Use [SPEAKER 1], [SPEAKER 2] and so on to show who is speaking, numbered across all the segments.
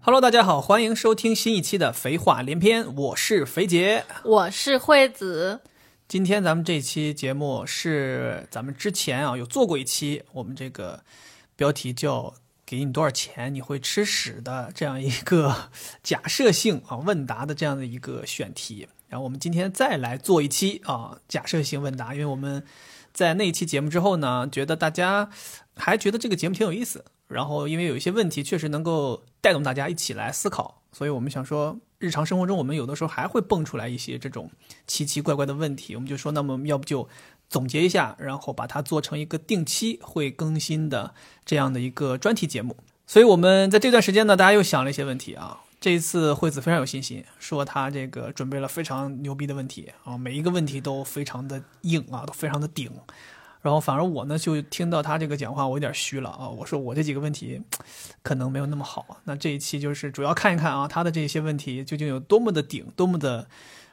[SPEAKER 1] Hello，大家好，欢迎收听新一期的《肥话连篇》，我是肥杰。
[SPEAKER 2] 我是惠子，
[SPEAKER 1] 今天咱们这期节目是咱们之前啊有做过一期，我们这个标题叫“给你多少钱你会吃屎”的这样一个假设性啊问答的这样的一个选题。然后我们今天再来做一期啊假设性问答，因为我们在那一期节目之后呢，觉得大家还觉得这个节目挺有意思，然后因为有一些问题确实能够带动大家一起来思考，所以我们想说，日常生活中我们有的时候还会蹦出来一些这种奇奇怪怪的问题，我们就说，那么要不就总结一下，然后把它做成一个定期会更新的这样的一个专题节目。所以我们在这段时间呢，大家又想了一些问题啊。这一次惠子非常有信心，说她这个准备了非常牛逼的问题啊，每一个问题都非常的硬啊，都非常的顶。然后反而我呢，就听到他这个讲话，我有点虚了啊。我说我这几个问题可能没有那么好。那这一期就是主要看一看啊，他的这些问题究竟有多么的顶，多么的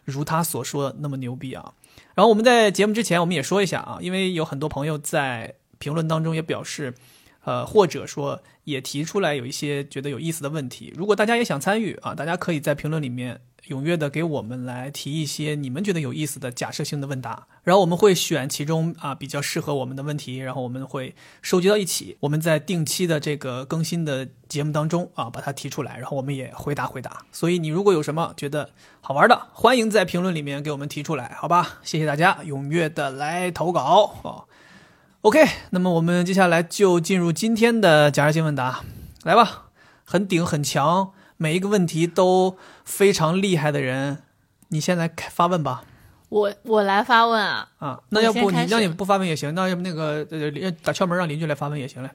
[SPEAKER 1] 如他所说那么牛逼啊。然后我们在节目之前，我们也说一下啊，因为有很多朋友在评论当中也表示，呃，或者说也提出来有一些觉得有意思的问题。如果大家也想参与啊，大家可以在评论里面踊跃的给我们来提一些你们觉得有意思的假设性的问答，然后我们会选其中啊比较适合我们的问题，然后我们会收集到一起，我们在定期的这个更新的节目当中啊把它提出来，然后我们也回答回答。所以你如果有什么觉得好玩的，欢迎在评论里面给我们提出来，好吧？谢谢大家踊跃的来投稿哦。OK，那么我们接下来就进入今天的假设性问答，来吧，很顶很强，每一个问题都非常厉害的人，你先来开发问吧。
[SPEAKER 2] 我我来发问啊，
[SPEAKER 1] 啊，那要不
[SPEAKER 2] 我先
[SPEAKER 1] 你
[SPEAKER 2] 开始
[SPEAKER 1] 让你不发问也行，那要不那个呃邻打敲门让邻居来发问也行嘞。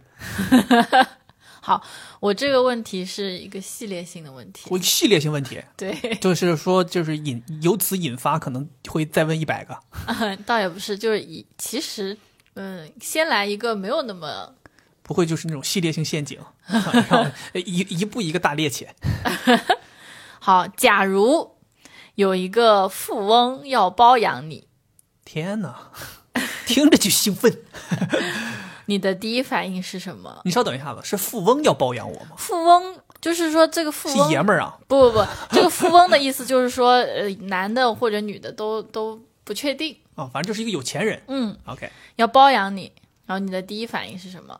[SPEAKER 2] 我这个问题是一个系列性的问题，
[SPEAKER 1] 我系列性问题，
[SPEAKER 2] 对，
[SPEAKER 1] 就是说就是引由此引发可能会再问一百个。
[SPEAKER 2] 倒也不是，就是以其实，嗯，先来一个没有那么，
[SPEAKER 1] 不会就是那种系列性陷阱， 啊然后一一步一个大趔趄。
[SPEAKER 2] 好，假如有一个富翁要包养你，
[SPEAKER 1] 天哪，听着就兴 奋。
[SPEAKER 2] 你的第一反应是什么？
[SPEAKER 1] 你稍等一下子，是富翁要包养我吗？
[SPEAKER 2] 富翁就是说这个富
[SPEAKER 1] 是
[SPEAKER 2] 翁
[SPEAKER 1] 爷们儿啊，
[SPEAKER 2] 不不不，这个富翁的意思就是说，呃，男的或者女的都都不确定，
[SPEAKER 1] 啊，反正就是一个有钱人。
[SPEAKER 2] 嗯，
[SPEAKER 1] OK，
[SPEAKER 2] 要包养你，然后你的第一反应是什么？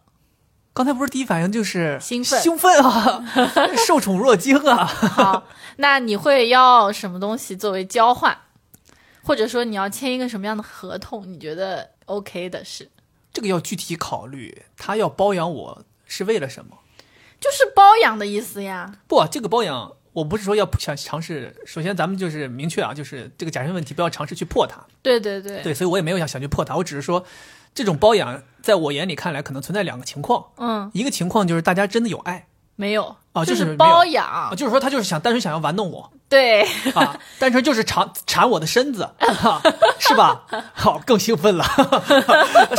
[SPEAKER 1] 刚才不是第一反应就是
[SPEAKER 2] 兴奋
[SPEAKER 1] 兴奋啊， 受宠若惊啊。
[SPEAKER 2] 好，那你会要什么东西作为交换，或者说你要签一个什么样的合同？你觉得 OK 的是，
[SPEAKER 1] 这个要具体考虑，他要包养我是为了什么？
[SPEAKER 2] 就是包养的意思呀。
[SPEAKER 1] 不，啊这个包养。我不是说要想尝试，首先咱们就是明确啊，就是这个假设问题不要尝试去破它，
[SPEAKER 2] 对对对，
[SPEAKER 1] 对，所以我也没有想想去破它，我只是说，这种包养在我眼里看来，可能存在两个情况，
[SPEAKER 2] 嗯，
[SPEAKER 1] 一个情况就是大家真的有爱
[SPEAKER 2] 没有，
[SPEAKER 1] 啊
[SPEAKER 2] 就
[SPEAKER 1] 就是没有
[SPEAKER 2] 包
[SPEAKER 1] 啊，
[SPEAKER 2] 养，
[SPEAKER 1] 就是说他就是想单纯想要玩弄 我
[SPEAKER 2] 对，
[SPEAKER 1] 啊，单纯就是缠缠我的身 子，啊、是吧？好，更兴奋了，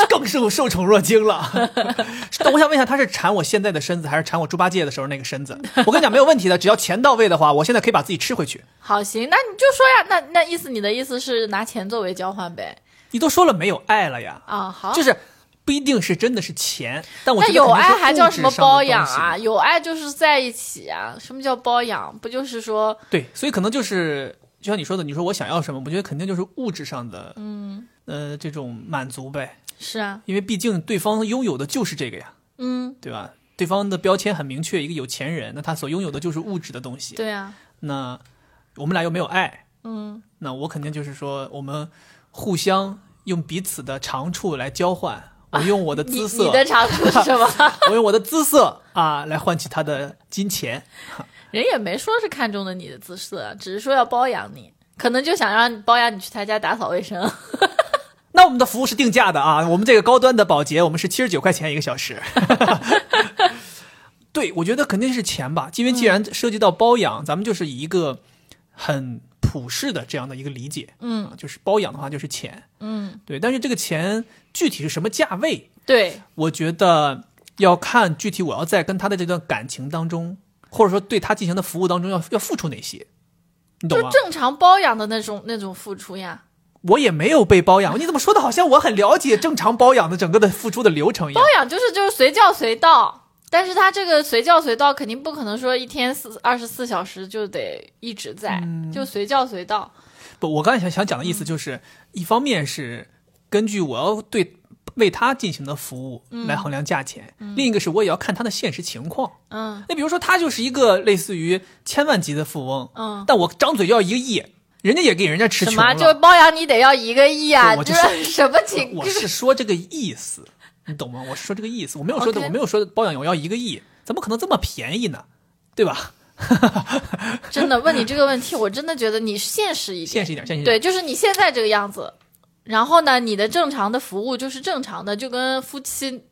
[SPEAKER 1] 更受受宠若惊了。 但我想问一下，他是缠我现在的身子，还是缠我猪八戒的时候那个身子？我跟你讲没有问题的，只要钱到位的话，我现在可以把自己吃回去。
[SPEAKER 2] 好行，那你就说呀，那那意思你的意思是拿钱作为交换呗？
[SPEAKER 1] 你都说了没有爱了呀，
[SPEAKER 2] 啊，好，
[SPEAKER 1] 就是。不一定是真的是钱，但我
[SPEAKER 2] 那
[SPEAKER 1] 觉得
[SPEAKER 2] 有
[SPEAKER 1] 肯定是
[SPEAKER 2] 爱还叫
[SPEAKER 1] 物质
[SPEAKER 2] 什么
[SPEAKER 1] 上的
[SPEAKER 2] 包
[SPEAKER 1] 东
[SPEAKER 2] 养
[SPEAKER 1] 西
[SPEAKER 2] 啊？有爱就是在一起啊。什么叫包养？不就是说，
[SPEAKER 1] 对，所以可能就是就像你说的，你说我想要什么，我觉得肯定就是物质上的，嗯，呃，这种满足呗，
[SPEAKER 2] 是啊，
[SPEAKER 1] 因为毕竟对方拥有的就是这个呀，
[SPEAKER 2] 嗯，
[SPEAKER 1] 对吧？对方的标签很明确，一个有钱人，那他所拥有的就是物质的东西。
[SPEAKER 2] 对啊，
[SPEAKER 1] 那我们俩又没有爱，
[SPEAKER 2] 嗯，
[SPEAKER 1] 那我肯定就是说，我们互相用彼此的长处来交换，我用我的
[SPEAKER 2] 啊你
[SPEAKER 1] 姿
[SPEAKER 2] 你
[SPEAKER 1] 色，
[SPEAKER 2] 的长处是 什么？
[SPEAKER 1] 我用我的姿色啊来换取他的金钱。
[SPEAKER 2] 人也没说是看中了你的姿色，只是说要包养你，可能就想让你包养你去他家打扫卫生。
[SPEAKER 1] 那我们的服务是定价的啊，我们这个高端的保洁，我们是七十九块钱一个小时。 对，我觉得肯定是钱吧，因为既然涉及到包养，咱们就是以一个很普世的这样的一个理解，
[SPEAKER 2] 嗯
[SPEAKER 1] 啊，就是包养的话就是钱，
[SPEAKER 2] 嗯，
[SPEAKER 1] 对。但是这个钱具体是什么价位，
[SPEAKER 2] 对，
[SPEAKER 1] 我觉得要看具体我要在跟他的这段感情当中，或者说对他进行的服务当中要要付出哪些，你
[SPEAKER 2] 就
[SPEAKER 1] 懂啊
[SPEAKER 2] 是
[SPEAKER 1] 吗？
[SPEAKER 2] 正常包养的那种那种付出呀。
[SPEAKER 1] 我也没有被包养，你怎么说的好像我很了解正常包养的整个的付出的流程一样
[SPEAKER 2] 包？养就是就是随叫随到，但是他这个随叫随到，肯定不可能说一天四二十四小时就得一直在，就随叫随到。
[SPEAKER 1] 不，我刚才想想讲的意思就是，一方面是根据我要对为他进行的服务来衡量价钱，另一个是我也要看他的现实情况。
[SPEAKER 2] 嗯
[SPEAKER 1] 那比如说，他就是一个类似于千万级的富翁，
[SPEAKER 2] 嗯，
[SPEAKER 1] 但我张嘴要一个亿，人家也给人家吃
[SPEAKER 2] 什
[SPEAKER 1] 穷
[SPEAKER 2] 么啊
[SPEAKER 1] 了。
[SPEAKER 2] 就包养你得要一个亿啊？
[SPEAKER 1] 对我就
[SPEAKER 2] 这
[SPEAKER 1] 是
[SPEAKER 2] 什么情？
[SPEAKER 1] 我是说这个意思， 你懂吗？我是说这个意思，我没有说的
[SPEAKER 2] OK
[SPEAKER 1] 我没有说包养我要一个亿，怎么可能这么便宜呢？对吧？
[SPEAKER 2] 真的问你这个问题，我真的觉得你现实一点。
[SPEAKER 1] 现实一点，现实一点。
[SPEAKER 2] 对，就是你现在这个样子，然后呢，你的正常的服务就是正常的，就跟夫妻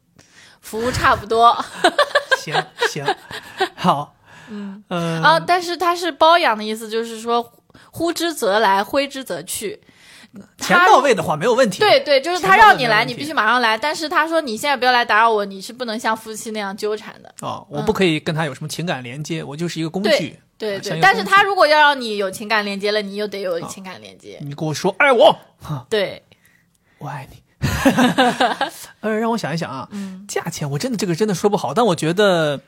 [SPEAKER 2] 服务差 不多
[SPEAKER 1] 行行，好，嗯呃，
[SPEAKER 2] 啊。但是它是包养的意思，就是说呼之则来，挥之则去。
[SPEAKER 1] 钱
[SPEAKER 2] 他
[SPEAKER 1] 到位的话没有问题。
[SPEAKER 2] 对对，就是
[SPEAKER 1] 钱
[SPEAKER 2] 他
[SPEAKER 1] 包
[SPEAKER 2] 让
[SPEAKER 1] 的
[SPEAKER 2] 你
[SPEAKER 1] 没
[SPEAKER 2] 来，
[SPEAKER 1] 问
[SPEAKER 2] 你
[SPEAKER 1] 题
[SPEAKER 2] 必须马上来。但是他说你现在不要来打扰我，你是不能像夫妻那样纠缠的。
[SPEAKER 1] 哦，我不可以跟他有什么情感连接，我就是一个工具
[SPEAKER 2] 嗯对。对
[SPEAKER 1] 啊像一个
[SPEAKER 2] 对，但是
[SPEAKER 1] 工
[SPEAKER 2] 他如果要让你有情感连接了，你又得有情感连接。
[SPEAKER 1] 你跟我说爱我，
[SPEAKER 2] 对，
[SPEAKER 1] 我爱你。 呃，让我想一想啊，
[SPEAKER 2] 嗯
[SPEAKER 1] 价钱我真的这个真的说不好，但我觉得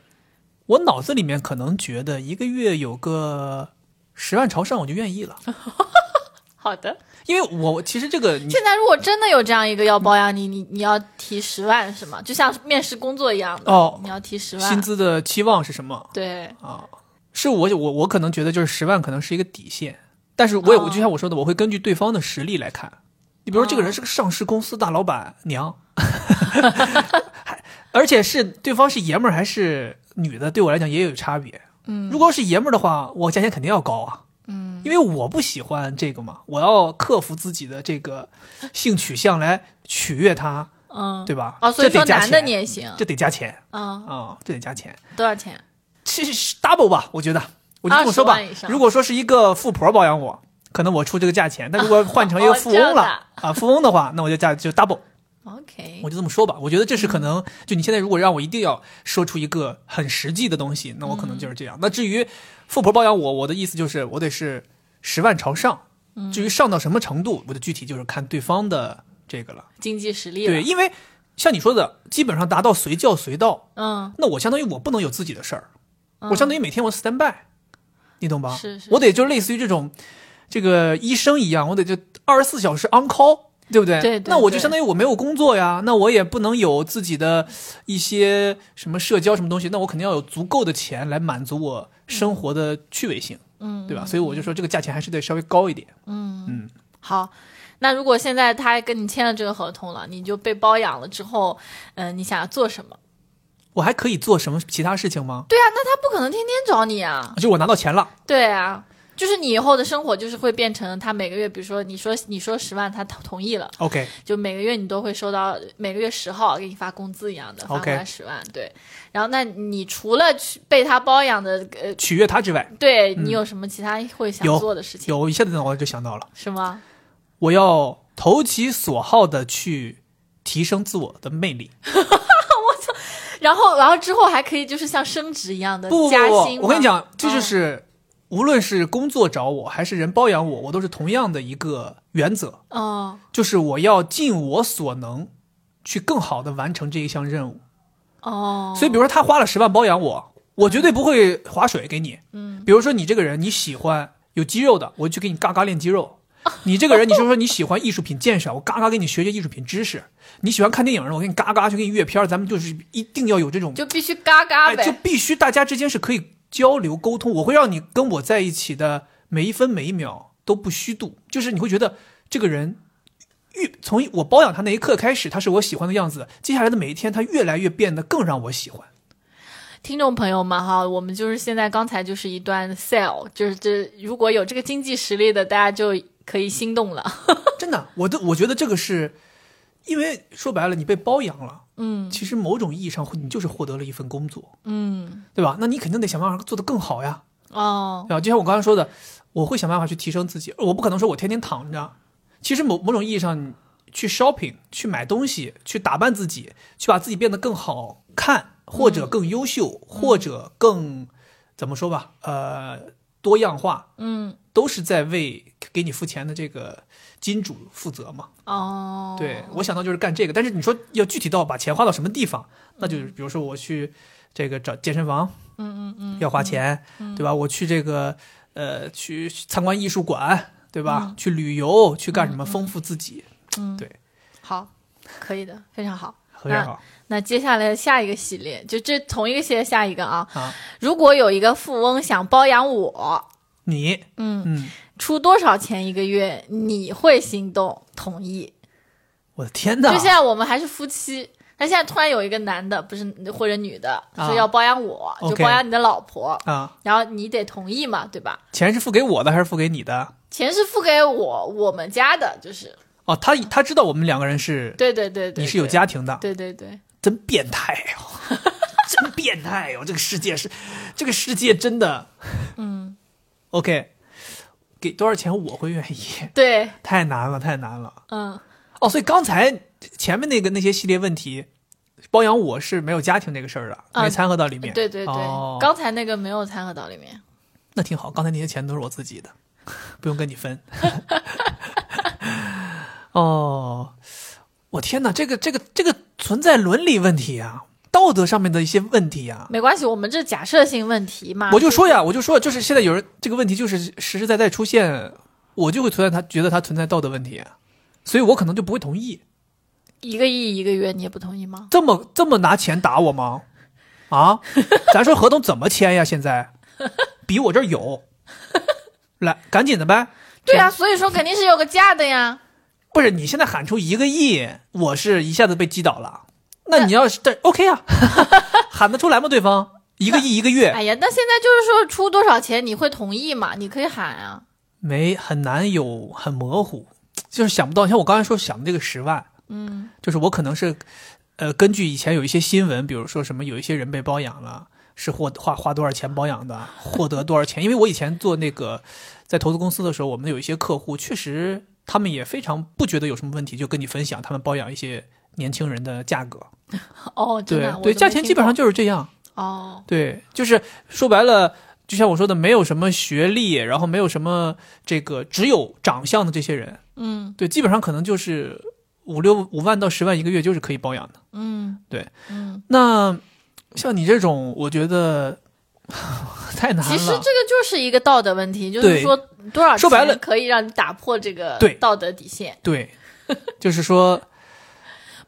[SPEAKER 1] 我脑子里面可能觉得一个月有个十万朝上我就愿意了，
[SPEAKER 2] 好的。
[SPEAKER 1] 因为我其实这个你
[SPEAKER 2] 现在如果真的有这样一个要包养你，你你要提十万是吗？就像面试工作一样的，
[SPEAKER 1] 哦
[SPEAKER 2] 你要提十
[SPEAKER 1] 薪
[SPEAKER 2] 万。
[SPEAKER 1] 资的期望是什么？
[SPEAKER 2] 对，
[SPEAKER 1] 是我我我可能觉得就是十万可能是一个底线，但是我也、我
[SPEAKER 2] 哦
[SPEAKER 1] 就像我说的，我会根据对方的实力来看。你比如说这
[SPEAKER 2] 啊
[SPEAKER 1] 个人是个上市公司大老板娘， 还而且是对方是爷们儿还是女的，对我来讲也有差别。嗯，如果是爷们儿的话，我价钱肯定要高啊。嗯，因为我不喜欢这个嘛，我要克服自己的这个性取向来取悦他，
[SPEAKER 2] 嗯，
[SPEAKER 1] 对吧？
[SPEAKER 2] 哦，所以
[SPEAKER 1] 这得
[SPEAKER 2] 说
[SPEAKER 1] 加
[SPEAKER 2] 男的
[SPEAKER 1] 钱
[SPEAKER 2] 你也行，
[SPEAKER 1] 这得加钱
[SPEAKER 2] 嗯，
[SPEAKER 1] 啊、这得加钱。
[SPEAKER 2] 多少钱？
[SPEAKER 1] 是是 double 吧，我觉得，我就这么说吧
[SPEAKER 2] 啊20万以。上
[SPEAKER 1] 如果说是一个富婆包养我，可能我出这个价钱；但如果换成一个富翁
[SPEAKER 2] 哦这样的嗯
[SPEAKER 1] 了、啊，富翁的话，那我就价就 double，
[SPEAKER 2] OK，
[SPEAKER 1] 我就这么说吧。我觉得这是
[SPEAKER 2] 嗯
[SPEAKER 1] 可能，就你现在如果让我一定要说出一个很实际的东西，那我可能就是这样。
[SPEAKER 2] 嗯
[SPEAKER 1] 那至于富婆包养我，我的意思就是我得是十万朝上，
[SPEAKER 2] 嗯
[SPEAKER 1] 至于上到什么程度，我的具体就是看对方的这个了。
[SPEAKER 2] 经济实力了
[SPEAKER 1] 对，因为像你说的，基本上达到随叫随到，
[SPEAKER 2] 嗯，
[SPEAKER 1] 那我相当于我不能有自己的事儿，我相当于每天我 stand by，你懂吧？
[SPEAKER 2] 是是
[SPEAKER 1] 我得就类似于这种，这个医生一样，我得就二十四小时 on call，对不对？
[SPEAKER 2] 对对
[SPEAKER 1] 那我就
[SPEAKER 2] 对
[SPEAKER 1] 相当于我没有工作呀，那我也不能有自己的一些什么社交什么东西，那我肯定要有足够的钱来满足我生活的趣味性，
[SPEAKER 2] 嗯，
[SPEAKER 1] 对吧？所以我就说这个价钱还是得稍微高一点。
[SPEAKER 2] 好。那如果现在他跟你签了这个合同了，你就被包养了之后，嗯、你想要做什么？
[SPEAKER 1] 我还可以做什么其他事情吗？
[SPEAKER 2] 对啊，那他不可能天天找你啊。
[SPEAKER 1] 就我拿到钱了，
[SPEAKER 2] 对啊，就是你以后的生活就是会变成他每个月，比如说你说你说十万，他同同意了，
[SPEAKER 1] OK，
[SPEAKER 2] 就每个月你都会收到，每个月十号给你发工资一样的，发
[SPEAKER 1] OK
[SPEAKER 2] 过来十万。对，然后那你除了去被他包养的，呃，
[SPEAKER 1] 取悦他之外，
[SPEAKER 2] 对你有什么其他会
[SPEAKER 1] 嗯
[SPEAKER 2] 想
[SPEAKER 1] 有
[SPEAKER 2] 做的事情
[SPEAKER 1] 有一下子脑子就想到了。
[SPEAKER 2] 是吗？
[SPEAKER 1] 我要投其所好的去提升自我的魅力。
[SPEAKER 2] 然后，然后之后还可以就是像升职一样的
[SPEAKER 1] 不不
[SPEAKER 2] 呃加
[SPEAKER 1] 不
[SPEAKER 2] 薪吗，嗯
[SPEAKER 1] 我跟你讲，这就是、无论是工作找我还是人包养我，我都是同样的一个原则，
[SPEAKER 2] 哦，
[SPEAKER 1] 就是我要尽我所能去更好的完成这一项任务。
[SPEAKER 2] 哦，
[SPEAKER 1] 所以，比如说他花了十万包养我，我绝对不会划水给你。嗯，比如说你这个人你喜欢有肌肉的，我就给你嘎嘎练肌 肉。你这个人，你就说你喜欢艺术品鉴赏，我嘎嘎给你学学艺术品知识。你喜欢看电影，我给你嘎嘎去给你阅片儿，咱们就是一定要有这种，
[SPEAKER 2] 就必须嘎嘎
[SPEAKER 1] 哎，
[SPEAKER 2] 呗，
[SPEAKER 1] 就必须大家之间是可以交流沟通。我会让你跟我在一起的每一分每一秒都不虚度，就是你会觉得这个人。越从我包养他那一刻开始，他是我喜欢的样子。接下来的每一天，他越来越变得更让我喜欢。
[SPEAKER 2] 听众朋友们哈，我们就是现在刚才就是一段 sell，就是这如果有这个经济实力的，大家就可以心动了。
[SPEAKER 1] 真的，我都我觉得这个是，因为说白了，你被包养了，嗯，其实某种意义上，你就是获得了一份工作，
[SPEAKER 2] 嗯，
[SPEAKER 1] 对吧？那你肯定得想办法做得更好呀，
[SPEAKER 2] 哦，
[SPEAKER 1] 对吧？就像我刚才说的，我会想办法去提升自己，我不可能说我天天躺着。其实某某种意义上，你去 shopping、去买东西、去打扮自己、去把自己变得更好看，或者更优秀，或者更怎么说吧，呃，多样化，
[SPEAKER 2] 嗯，
[SPEAKER 1] 都是在为给你付钱的这个金主负责嘛。
[SPEAKER 2] 哦，
[SPEAKER 1] 对，我想到就是干这个，但是你说要具体到把钱花到什么地方，那就是比如说我去这个找健身房，
[SPEAKER 2] 嗯嗯嗯嗯，
[SPEAKER 1] 要花钱，对吧？我去这个呃去参观艺术馆，对吧？去旅游，去干什么，丰富自己，
[SPEAKER 2] 嗯
[SPEAKER 1] 对，
[SPEAKER 2] 好，可以的，非常好。
[SPEAKER 1] 非常好
[SPEAKER 2] 那接下来下一个系列，就这同一个系列下一个啊。
[SPEAKER 1] 啊！
[SPEAKER 2] 如果有一个富翁想包养我，
[SPEAKER 1] 你，
[SPEAKER 2] 嗯，
[SPEAKER 1] 嗯，
[SPEAKER 2] 出多少钱一个月你会心动？同意？
[SPEAKER 1] 我的天
[SPEAKER 2] 就
[SPEAKER 1] 哪
[SPEAKER 2] 现！在我们还是夫妻，但现在突然有一个男的，不是或者女的，
[SPEAKER 1] 啊
[SPEAKER 2] 说要包养我，就
[SPEAKER 1] OK
[SPEAKER 2] 包养你的老婆，
[SPEAKER 1] 啊，
[SPEAKER 2] 然后你得同意嘛，对吧？
[SPEAKER 1] 钱是付给我的还是付给你的？
[SPEAKER 2] 钱是付给我我们家的，就是
[SPEAKER 1] 哦，他他知道我们两个人是，
[SPEAKER 2] 对对对对，
[SPEAKER 1] 你是有家庭的，
[SPEAKER 2] 对，对对对，
[SPEAKER 1] 真变态哦， 真变态哦！这个世界是，这个世界真的
[SPEAKER 2] 嗯，
[SPEAKER 1] OK，给多少钱我会愿意？
[SPEAKER 2] 对，
[SPEAKER 1] 太难了，太难了。
[SPEAKER 2] 嗯，
[SPEAKER 1] 哦，所以刚才前面那个那些系列问题，包养我是没有家庭这个事儿的，
[SPEAKER 2] 啊
[SPEAKER 1] 没掺和到里面。
[SPEAKER 2] 对对对，
[SPEAKER 1] 哦、
[SPEAKER 2] 刚才那个没有掺和到里面，
[SPEAKER 1] 那挺好，刚才那些钱都是我自己的， 不用跟你 分。哦，我天哪，这个这个这个存在伦理问题啊，道德上面的一些问题啊。
[SPEAKER 2] 没关系，我们这假设性问题嘛，
[SPEAKER 1] 我就说呀，我就说，就是现在有人这个问题就是实实在在出现，我就会存在他觉得他存在道德问题，所以我可能就不会同意。
[SPEAKER 2] 一个亿一个月，你也不同意吗？
[SPEAKER 1] 这么这么拿钱打我吗？啊，咱说合同怎么签呀？现在比我这儿有，来赶紧的呗。
[SPEAKER 2] 对啊，所以说肯定是有个价的 呀。
[SPEAKER 1] 不是你现在喊出一个亿，我是一下子被击倒了。那你要是这 OK 啊，喊得出来吗？对方一个亿一个月
[SPEAKER 2] 哎呀，那现在就是说出多少钱你会同意嘛？你可以喊啊。
[SPEAKER 1] 没很难有很模糊，就是想不到。像我刚才说想的这个十万，
[SPEAKER 2] 嗯
[SPEAKER 1] 就是我可能是，呃，根据以前有一些新闻，比如说什么有一些人被包养了，是获花花多少钱包养 的，获得多少钱。因为我以前做那个在投资公司的时候，我们有一些客户确实他们也非常不觉得有什么问题，就跟你分享他们包养一些年轻人的价格。
[SPEAKER 2] 哦，真
[SPEAKER 1] 对
[SPEAKER 2] 的，我
[SPEAKER 1] 对，
[SPEAKER 2] 都没
[SPEAKER 1] 价钱基本上就是这样。
[SPEAKER 2] 听过哦，
[SPEAKER 1] 对，就是说白了，就像我说的，没有什么学历，然后没有什么这个，只有长相的这些人，
[SPEAKER 2] 嗯
[SPEAKER 1] 对，基本上可能就是五六五万到十万一个月就是可以包养的。
[SPEAKER 2] 嗯，
[SPEAKER 1] 对，
[SPEAKER 2] 嗯，
[SPEAKER 1] 那像你这种，我觉得 太难了。
[SPEAKER 2] 其实这个就是一个道德问题，就
[SPEAKER 1] 对
[SPEAKER 2] 是说多少
[SPEAKER 1] 说白了
[SPEAKER 2] 钱可以让你打破这个
[SPEAKER 1] 对
[SPEAKER 2] 道德底线，
[SPEAKER 1] 对，就是说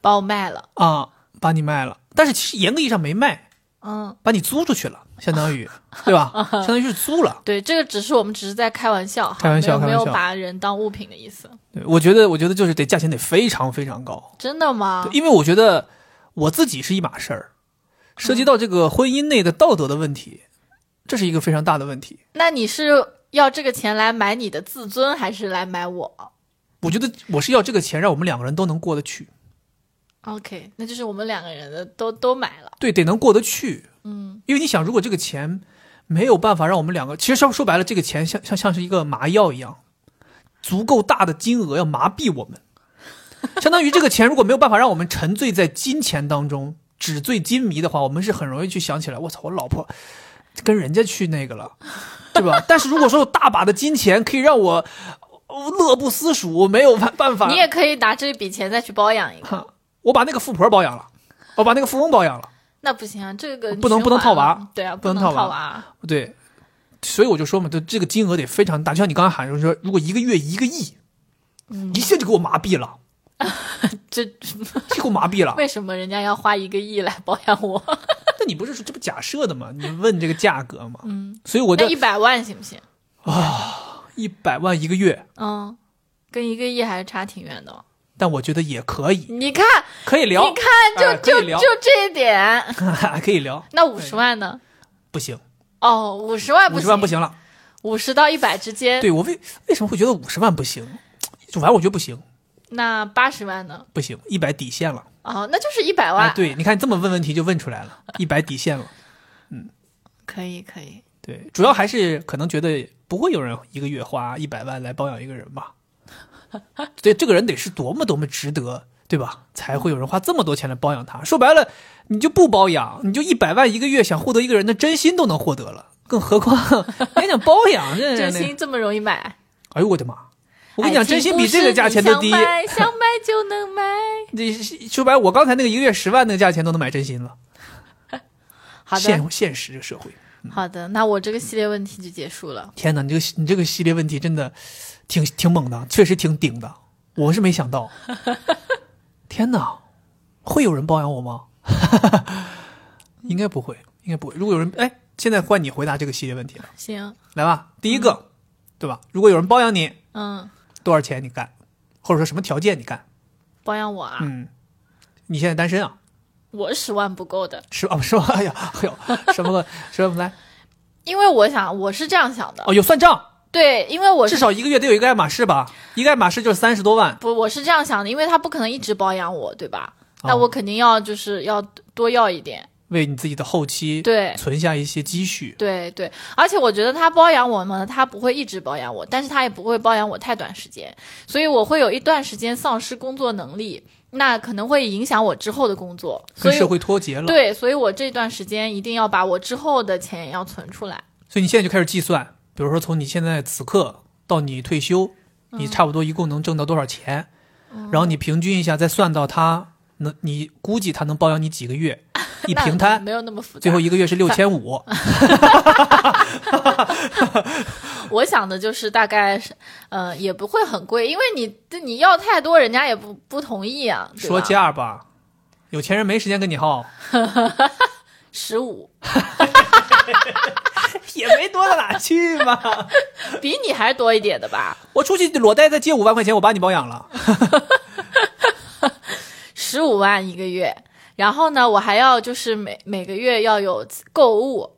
[SPEAKER 2] 把我卖了，
[SPEAKER 1] 啊，把你卖了，但是其实严格意义上没卖，
[SPEAKER 2] 嗯。
[SPEAKER 1] 把你租出去了，相当于对吧？相当于是租了。
[SPEAKER 2] 对，这个只是我们只是在开玩笑哈，
[SPEAKER 1] 开玩笑
[SPEAKER 2] 没有没
[SPEAKER 1] 开玩
[SPEAKER 2] 有
[SPEAKER 1] 笑
[SPEAKER 2] 把人当物品的意思，
[SPEAKER 1] 对，我觉得，我觉得就是得价钱得非常非常高，
[SPEAKER 2] 真的吗
[SPEAKER 1] 对？因为我觉得我自己是一码事儿，涉及到这个婚姻内的道德的问题，这是一个非常大的问题。
[SPEAKER 2] 那你是要这个钱来买你的自尊，还是来买我
[SPEAKER 1] 我觉得我是要这个钱让我们两个人都能过得去，
[SPEAKER 2] ？OK，那就是我们两个人的都都买了，
[SPEAKER 1] 对，得能过得去。
[SPEAKER 2] 嗯，
[SPEAKER 1] 因为你想，如果这个钱没有办法让我们两个，其实说说白了，这个钱像像像是一个麻药一样，足够大的金额要麻痹 我们，相当于这个钱如果没有办法让我们沉醉在金钱当中，纸醉金迷的话，我们是很容易去想起来，我操，我老婆跟人家去那个了，对吧？ 但是如果说有大把的金钱可以让我呃乐不思蜀，没有办办法，
[SPEAKER 2] 你也可以拿这笔钱再去包养一个。
[SPEAKER 1] 哼我把那个富婆包养了，我把那个富翁包养了。
[SPEAKER 2] 那不行啊，这个
[SPEAKER 1] 不能
[SPEAKER 2] 循环
[SPEAKER 1] 不能套娃
[SPEAKER 2] 嘛，对啊，
[SPEAKER 1] 不能
[SPEAKER 2] 能
[SPEAKER 1] 套娃
[SPEAKER 2] 娃，
[SPEAKER 1] 对，所以我就说嘛，就这个金额得非常大，就像你刚才喊说，说如果一个月一个亿，一下就给我麻痹了，
[SPEAKER 2] 嗯 这
[SPEAKER 1] 就给我麻痹了。
[SPEAKER 2] 为什么人家要花一个亿来包养我？
[SPEAKER 1] 那你不是说这不假设的吗？你问这个价格嘛，
[SPEAKER 2] 嗯，
[SPEAKER 1] 所以我
[SPEAKER 2] 那
[SPEAKER 1] 就
[SPEAKER 2] 一百万行不行？
[SPEAKER 1] 一百万一个月，
[SPEAKER 2] 嗯，跟一个亿还是差挺远的哦。
[SPEAKER 1] 但我觉得也可以，
[SPEAKER 2] 你看，
[SPEAKER 1] 可以
[SPEAKER 2] 你
[SPEAKER 1] 聊，
[SPEAKER 2] 看，就、
[SPEAKER 1] 哎可以
[SPEAKER 2] 就
[SPEAKER 1] 聊
[SPEAKER 2] 就这一点。
[SPEAKER 1] 可以聊，
[SPEAKER 2] 那五十万呢？
[SPEAKER 1] 不行，
[SPEAKER 2] 哦，五十万
[SPEAKER 1] 五
[SPEAKER 2] 不
[SPEAKER 1] 十万不
[SPEAKER 2] 行，
[SPEAKER 1] 行了。
[SPEAKER 2] 五十到一百之间。
[SPEAKER 1] 对我为为什么会觉得五十万不行？反正我觉得不行，
[SPEAKER 2] 那八十万呢？
[SPEAKER 1] 不行，一百底线了。
[SPEAKER 2] 哦，那就是一百万。
[SPEAKER 1] 哎，对，你看这么问问题就问出来了，一百底线了。
[SPEAKER 2] 可以可以。
[SPEAKER 1] 对，主要还是可能觉得不会有人一个月花一百万来包养一个人吧。对，这个人得是多么多么值得，对吧？才会有人花这么多钱来包养他。说白了，你就不包养，你就一百万一个月想获得一个人的真心都能获得了，更何况 还想包养这
[SPEAKER 2] 真心这么容易买？
[SPEAKER 1] 哎呦我的妈！我跟你讲，
[SPEAKER 2] 爱情
[SPEAKER 1] 真心比
[SPEAKER 2] 不
[SPEAKER 1] 这
[SPEAKER 2] 是
[SPEAKER 1] 个
[SPEAKER 2] 你
[SPEAKER 1] 价钱都
[SPEAKER 2] 想
[SPEAKER 1] 低。
[SPEAKER 2] 买想买就能 买。
[SPEAKER 1] 你说白了，我刚才那个一个月十万那个价钱都能买真心了。
[SPEAKER 2] 好的，
[SPEAKER 1] 现现实这个社会。
[SPEAKER 2] 好的，那我这个系列问题就结束了。
[SPEAKER 1] 天哪，你这个你这个系列问题真的挺挺猛的，确实挺顶的，我是没想到。 天哪，会有人包养我吗？ 应该不会，应该不会。如果有人，哎，现在换你回答这个系列问题了，
[SPEAKER 2] 行，
[SPEAKER 1] 来吧，第一个，对吧？如果有人包养你，
[SPEAKER 2] 嗯，
[SPEAKER 1] 多少钱你干，或者说什么条件你干？
[SPEAKER 2] 包养我啊，
[SPEAKER 1] 嗯，你现在单身啊？
[SPEAKER 2] 我十万不够的，
[SPEAKER 1] 是哦，是吗？ 哎呀，哎呦，什么个什么 来？
[SPEAKER 2] 因为我想我是这样想的，
[SPEAKER 1] 哦，有算账，
[SPEAKER 2] 对，因为我
[SPEAKER 1] 至
[SPEAKER 2] 是
[SPEAKER 1] 少一个月得有一个爱马仕吧？一个爱马仕就是三十多万。
[SPEAKER 2] 不我是这样想的，因为他不可能一直包养我，对吧？那
[SPEAKER 1] 哦
[SPEAKER 2] 我肯定要就是要多要一点，
[SPEAKER 1] 为你自己的后期
[SPEAKER 2] 对
[SPEAKER 1] 存下一些积蓄。
[SPEAKER 2] 对对，而且我觉得他包养我嘛，他不会一直包养我，但是他也不会包养我太短时间，所以我会有一段时间丧失工作能力，那可能会影响我之后的工作，所
[SPEAKER 1] 跟
[SPEAKER 2] 以
[SPEAKER 1] 社会脱节了，
[SPEAKER 2] 对，所以我这段时间一定要把我之后的钱也要存出来。
[SPEAKER 1] 所以你现在就开始计算，比如说从你现在此刻到你退休，
[SPEAKER 2] 嗯
[SPEAKER 1] 你差不多一共能挣到多少钱，然后你平均一下，再算到他能，你估计他能包养你几个 月，一
[SPEAKER 2] 那
[SPEAKER 1] 平摊，
[SPEAKER 2] 没有那么复杂。
[SPEAKER 1] 最后一个月是六千 五，
[SPEAKER 2] 我想的就是大概是，呃，也不会很贵，因为你你要太多，人家也不不同意啊。
[SPEAKER 1] 说价吧，有钱人没时间跟你 耗，
[SPEAKER 2] 十五
[SPEAKER 1] 也没多到哪 去嘛。
[SPEAKER 2] ，15, 比你还多一点的吧？
[SPEAKER 1] 我出去裸贷再借五万块钱，我把你包养了，
[SPEAKER 2] 十五万一个月，然后呢，我还要就是每每个月要有购物，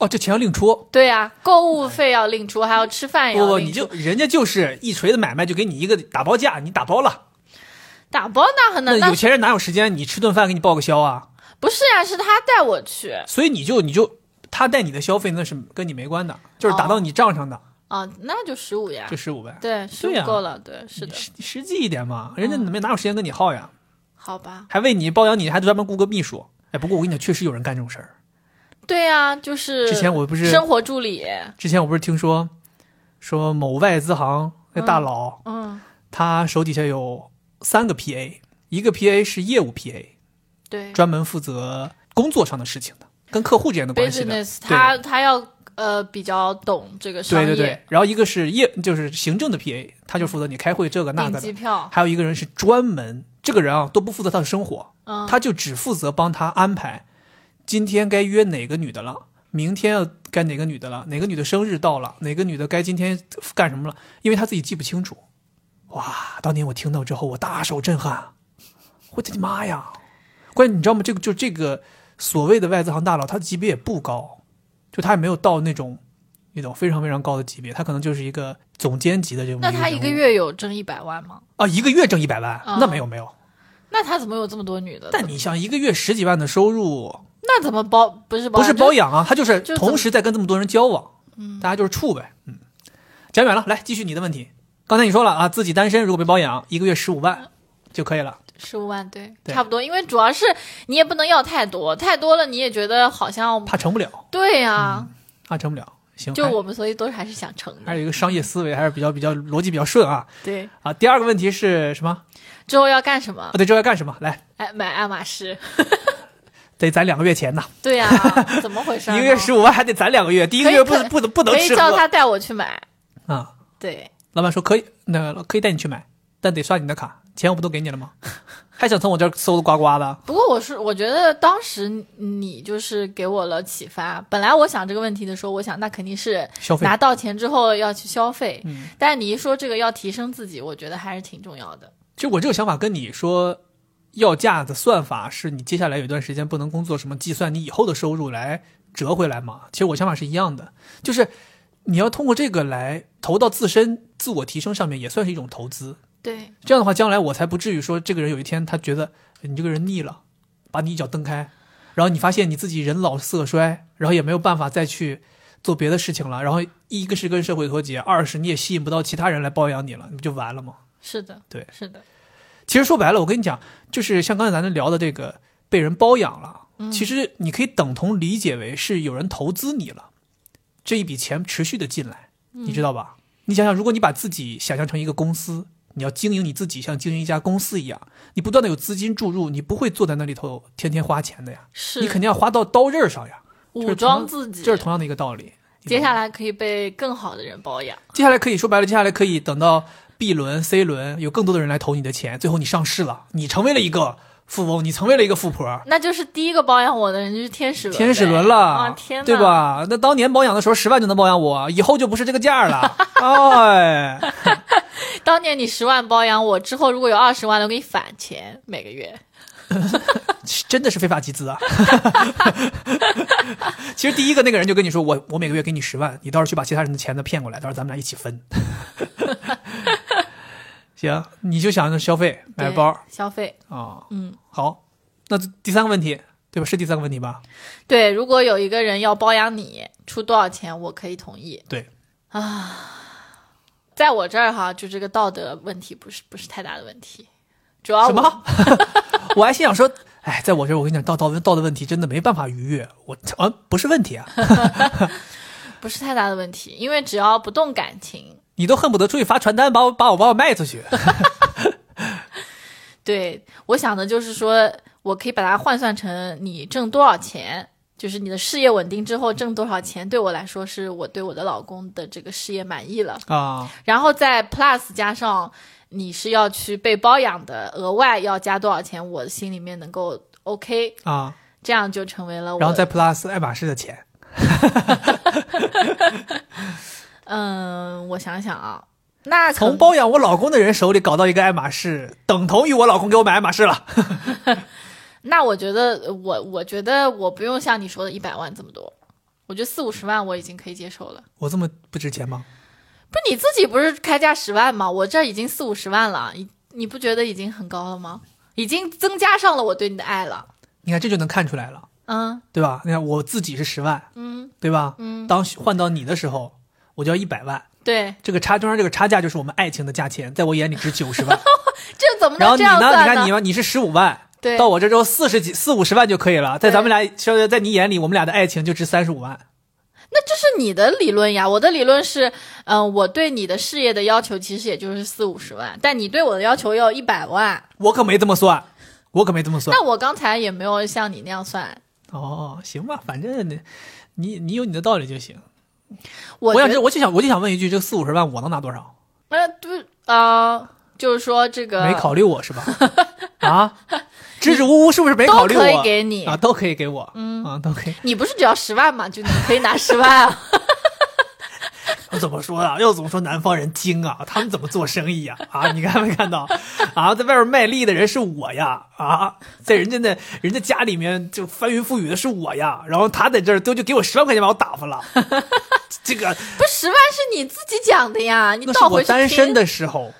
[SPEAKER 1] 哦，这钱要另出。
[SPEAKER 2] 对啊，购物费要另出，还要吃饭也
[SPEAKER 1] 不
[SPEAKER 2] 要
[SPEAKER 1] 不，
[SPEAKER 2] 哎另
[SPEAKER 1] 你
[SPEAKER 2] 出
[SPEAKER 1] 就人家就是一锤子买卖就给你一个打包价，你打包了。
[SPEAKER 2] 打包那很
[SPEAKER 1] 那
[SPEAKER 2] 难，
[SPEAKER 1] 有钱人哪有时间你吃顿饭给你报个销啊？
[SPEAKER 2] 不是呀、是他带我去
[SPEAKER 1] 所以你就你就他带你的消费那是跟你没关的，就是打到你账上的，
[SPEAKER 2] 啊，那就十五呀
[SPEAKER 1] 这，十五呗，
[SPEAKER 2] 对，十
[SPEAKER 1] 对
[SPEAKER 2] 五
[SPEAKER 1] 呀
[SPEAKER 2] 够了，对，是的，
[SPEAKER 1] 实实际一点嘛，
[SPEAKER 2] 嗯
[SPEAKER 1] 人家没哪有时间跟你耗呀，
[SPEAKER 2] 好吧，
[SPEAKER 1] 还为你包养你，还专门雇个秘书。哎，不过我跟你讲，确实有人干这种事儿。
[SPEAKER 2] 对呀、就是
[SPEAKER 1] 之前我不是
[SPEAKER 2] 生活助理，
[SPEAKER 1] 之前我不是听说说某外资行那大佬，
[SPEAKER 2] 嗯，
[SPEAKER 1] 他手底下有三个 PA，一个 PA 是业务 PA，
[SPEAKER 2] 对，
[SPEAKER 1] 专门负责工作上的事情的，跟客户之间的关系的。
[SPEAKER 2] business，
[SPEAKER 1] 对
[SPEAKER 2] 他他要呃比较懂这个商
[SPEAKER 1] 对
[SPEAKER 2] 业，
[SPEAKER 1] 对对，然后一个是业就是行政的 PA，他就负责你开会这个那
[SPEAKER 2] 订
[SPEAKER 1] 个的
[SPEAKER 2] 机，票，
[SPEAKER 1] 还有一个人是专门这个人啊都不负责他的生活，
[SPEAKER 2] 嗯，
[SPEAKER 1] 他就只负责帮他安排今天该约哪个女的了，明天要该哪个女的了，哪个女的生日到了，哪个女的该今天干什么了，因为他自己记不清楚。哇，当年我听到之后，我大受震撼，我的妈呀！关键你知道吗？这个就这个所谓的外资行大佬，他的级别也不高，就他也没有到那种那种非常非常高的级别，他可能就是一个总监级的这种。
[SPEAKER 2] 那他一个
[SPEAKER 1] 人物
[SPEAKER 2] 月有挣一百万吗？
[SPEAKER 1] 啊，一个月挣一百万，
[SPEAKER 2] 哦
[SPEAKER 1] 那没有没有。
[SPEAKER 2] 那他怎么有这么多女的？
[SPEAKER 1] 但你想，一个月十几万的收入，
[SPEAKER 2] 那怎么包不是包
[SPEAKER 1] 不是包
[SPEAKER 2] 养
[SPEAKER 1] 养啊，他就是
[SPEAKER 2] 就怎么
[SPEAKER 1] 同时在跟这么多人交往，大家就是处呗，嗯。讲远了，来继续你的问题。刚才你说了啊，自己单身如果被包养，一个月十五
[SPEAKER 2] 嗯
[SPEAKER 1] 万就可以了。
[SPEAKER 2] 十五万对，
[SPEAKER 1] 对
[SPEAKER 2] 差不多，因为主要是你也不能要太多，太多了你也觉得好像
[SPEAKER 1] 怕成不了，
[SPEAKER 2] 对呀，
[SPEAKER 1] 怕成不了。行，
[SPEAKER 2] 就
[SPEAKER 1] 嗯还
[SPEAKER 2] 我们所以都是还是想成
[SPEAKER 1] 还是
[SPEAKER 2] 的，
[SPEAKER 1] 有一个商业思维，还是比较比较逻辑比较顺啊
[SPEAKER 2] 对，
[SPEAKER 1] 啊。第二个问题是什么？
[SPEAKER 2] 之后要干什么
[SPEAKER 1] 啊，？对，这要干什么？来，
[SPEAKER 2] 哎，买爱马仕，
[SPEAKER 1] 得攒两个月钱呢，
[SPEAKER 2] 对 呀，怎么回事
[SPEAKER 1] 一
[SPEAKER 2] 呢？
[SPEAKER 1] 个月十五万还得攒两个月，第一个月不
[SPEAKER 2] 可以
[SPEAKER 1] 不能不能
[SPEAKER 2] 可以
[SPEAKER 1] 吃
[SPEAKER 2] 叫
[SPEAKER 1] 喝
[SPEAKER 2] 他带我去买，
[SPEAKER 1] 啊。
[SPEAKER 2] 对，
[SPEAKER 1] 老板说可以，那个可以带你去买，但得刷你的卡，钱我不都给你了吗？ 还想从我这儿搜的刮刮的？
[SPEAKER 2] 不过我是我觉得当时你就是给我了启发。本来我想这个问题的时候，我想那肯定是
[SPEAKER 1] 消费
[SPEAKER 2] 拿到钱之后要去消费。
[SPEAKER 1] 嗯
[SPEAKER 2] 但你一说这个要提升自己，我觉得还是挺重要的。
[SPEAKER 1] 就我这个想法跟你说要价的算法是你接下来有一段时间不能工作，什么计算你以后的收入来折回来嘛？其实我想法是一样的，就是你要通过这个来投到自身自我提升上面，也算是一种投资。
[SPEAKER 2] 对，
[SPEAKER 1] 这样的话，将来我才不至于说这个人有一天他觉得哎你这个人腻了，把你一脚蹬开，然后你发现你自己人老色衰，然后也没有办法再去做别的事情了，然后一个是跟社会脱节，二是你也吸引不到其他人来包养你了，你不就完了吗？
[SPEAKER 2] 是的，
[SPEAKER 1] 对
[SPEAKER 2] 是的，
[SPEAKER 1] 其实说白了，我跟你讲，就是像刚才咱们聊的这个被人包养了，
[SPEAKER 2] 嗯
[SPEAKER 1] 其实你可以等同理解为是有人投资你了，
[SPEAKER 2] 嗯
[SPEAKER 1] 这一笔钱持续的进来，你知道吧？你想想，如果你把自己想象成一个公司，你要经营你自己，像经营一家公司一样，你不断的有资金注入，你不会坐在那里头天天花钱的呀，
[SPEAKER 2] 是
[SPEAKER 1] 你肯定要花到刀刃上呀。
[SPEAKER 2] 武装自己。
[SPEAKER 1] 这是同样的一个道理。
[SPEAKER 2] 接下来可以被更好的人包养。
[SPEAKER 1] 接下来可以说白了，接下来可以等到 B 轮、C 轮有更多的人来投你的钱，最后你上市了，你成为了一个富翁，你成为了一个富婆，
[SPEAKER 2] 那就是第一个包养我的人就是天使轮呗，
[SPEAKER 1] 天使轮了，
[SPEAKER 2] 啊！天哪，
[SPEAKER 1] 对？吧？那当年包养的时候十万就能包养我，以后就不是这个价 了。哎，
[SPEAKER 2] 当年你十万包养我，之后如果有二十万的，我给你返钱每个月。
[SPEAKER 1] 真的是非法集资啊！ 其实第一个那个人就跟你说，我我每个月给你十万，你到时候去把其他人的钱呢骗过来，到时候咱们俩一起分。 行，你就想着消费买
[SPEAKER 2] 对
[SPEAKER 1] 包
[SPEAKER 2] 消费，
[SPEAKER 1] 啊、
[SPEAKER 2] 嗯，
[SPEAKER 1] 好，那第三个问题，对吧？是第三个问题吧？
[SPEAKER 2] 对。如果有一个人要包养你，出多少钱我可以同意。
[SPEAKER 1] 对，
[SPEAKER 2] 在我这儿哈，就这个道德问题不是不是太大的问题，主
[SPEAKER 1] 什
[SPEAKER 2] 要我
[SPEAKER 1] 么？我还心想说，哎，在我这儿，我跟你讲，道道道德问题真的没办法逾越，我啊不是问题啊，
[SPEAKER 2] 不是太大的问题，因为只要不动感情，
[SPEAKER 1] 你都恨不得出去发传单，把我把我把我卖出去。
[SPEAKER 2] 对我想的就是说，我可以把它换算成你挣多少钱，就是你的事业稳定之后挣多少钱，对我来说是我对我的老公的这个事业满意了，
[SPEAKER 1] 啊，
[SPEAKER 2] 然后再 plus 加上你是要去被包养的，额外要加多少钱，我心里面能够 OK，
[SPEAKER 1] 啊，
[SPEAKER 2] 这样就成为了我
[SPEAKER 1] 然后再 plus 爱马仕的钱，
[SPEAKER 2] 嗯，我想想啊，那可
[SPEAKER 1] 从包养我老公的人手里搞到一个爱马仕，等同于我老公给我买爱马仕了。
[SPEAKER 2] 那我觉得呃我我觉得我不用像你说的一百万这么多，我觉得四五十万我已经可以接受了。
[SPEAKER 1] 我这么不值钱吗？
[SPEAKER 2] 不，你自己不是开价十万吗？我这已经四五十万了，你你不觉得已经很高了吗？已经增加上了我对你的爱了。
[SPEAKER 1] 你看这就能看出来了，
[SPEAKER 2] 嗯
[SPEAKER 1] 对吧？你看我自己是十万，
[SPEAKER 2] 嗯
[SPEAKER 1] 对吧？
[SPEAKER 2] 嗯，
[SPEAKER 1] 当换到你的时候，我就要一百万。
[SPEAKER 2] 对，
[SPEAKER 1] 这个差中间这个差价就是我们爱情的价钱，在我眼里 值九十万。
[SPEAKER 2] 这怎么
[SPEAKER 1] 然后你
[SPEAKER 2] 能这样
[SPEAKER 1] 呢？你
[SPEAKER 2] 算
[SPEAKER 1] 看你？们你是十五万，
[SPEAKER 2] 对，
[SPEAKER 1] 到我这之后四十几四五十万就可以了。在咱们俩稍微在你眼里，我们俩的爱情就值三十五万。
[SPEAKER 2] 那这是你的理论呀。我的理论是，嗯、我对你的事业的要求其实也就是四五十万，但你对我的要求要一百万。
[SPEAKER 1] 我可没这么算，我可没这么算。
[SPEAKER 2] 那我刚才也没有像你那样算。
[SPEAKER 1] 哦，行吧，反正你你你有你的道理就行。
[SPEAKER 2] 我
[SPEAKER 1] 我
[SPEAKER 2] 觉
[SPEAKER 1] 想
[SPEAKER 2] 得
[SPEAKER 1] 知，我就想我就想问一句，这四五十万我能拿多少？
[SPEAKER 2] 呃，对，呃，就是说这个
[SPEAKER 1] 没考虑我 是吧？啊，支支吾吾是不是没考
[SPEAKER 2] 都
[SPEAKER 1] 虑
[SPEAKER 2] 可以
[SPEAKER 1] 我？
[SPEAKER 2] 给你，
[SPEAKER 1] 啊，都可以给我，嗯啊，都可以。
[SPEAKER 2] 你不是只要十万嘛，就你可以拿十万啊。
[SPEAKER 1] 我怎么说啊？要怎么说南方人精啊？他们怎么做生意呀、啊？你看没看到啊？在外面卖力的人是我呀！啊，在人家那人家家里面就翻云覆雨的是我呀！然后他在这儿都就给我十万块钱把我打发了，这个
[SPEAKER 2] 不是，十万是你自己讲的呀， 你
[SPEAKER 1] 那是
[SPEAKER 2] 倒回
[SPEAKER 1] 我
[SPEAKER 2] 去
[SPEAKER 1] 单身
[SPEAKER 2] 听。
[SPEAKER 1] 的时候。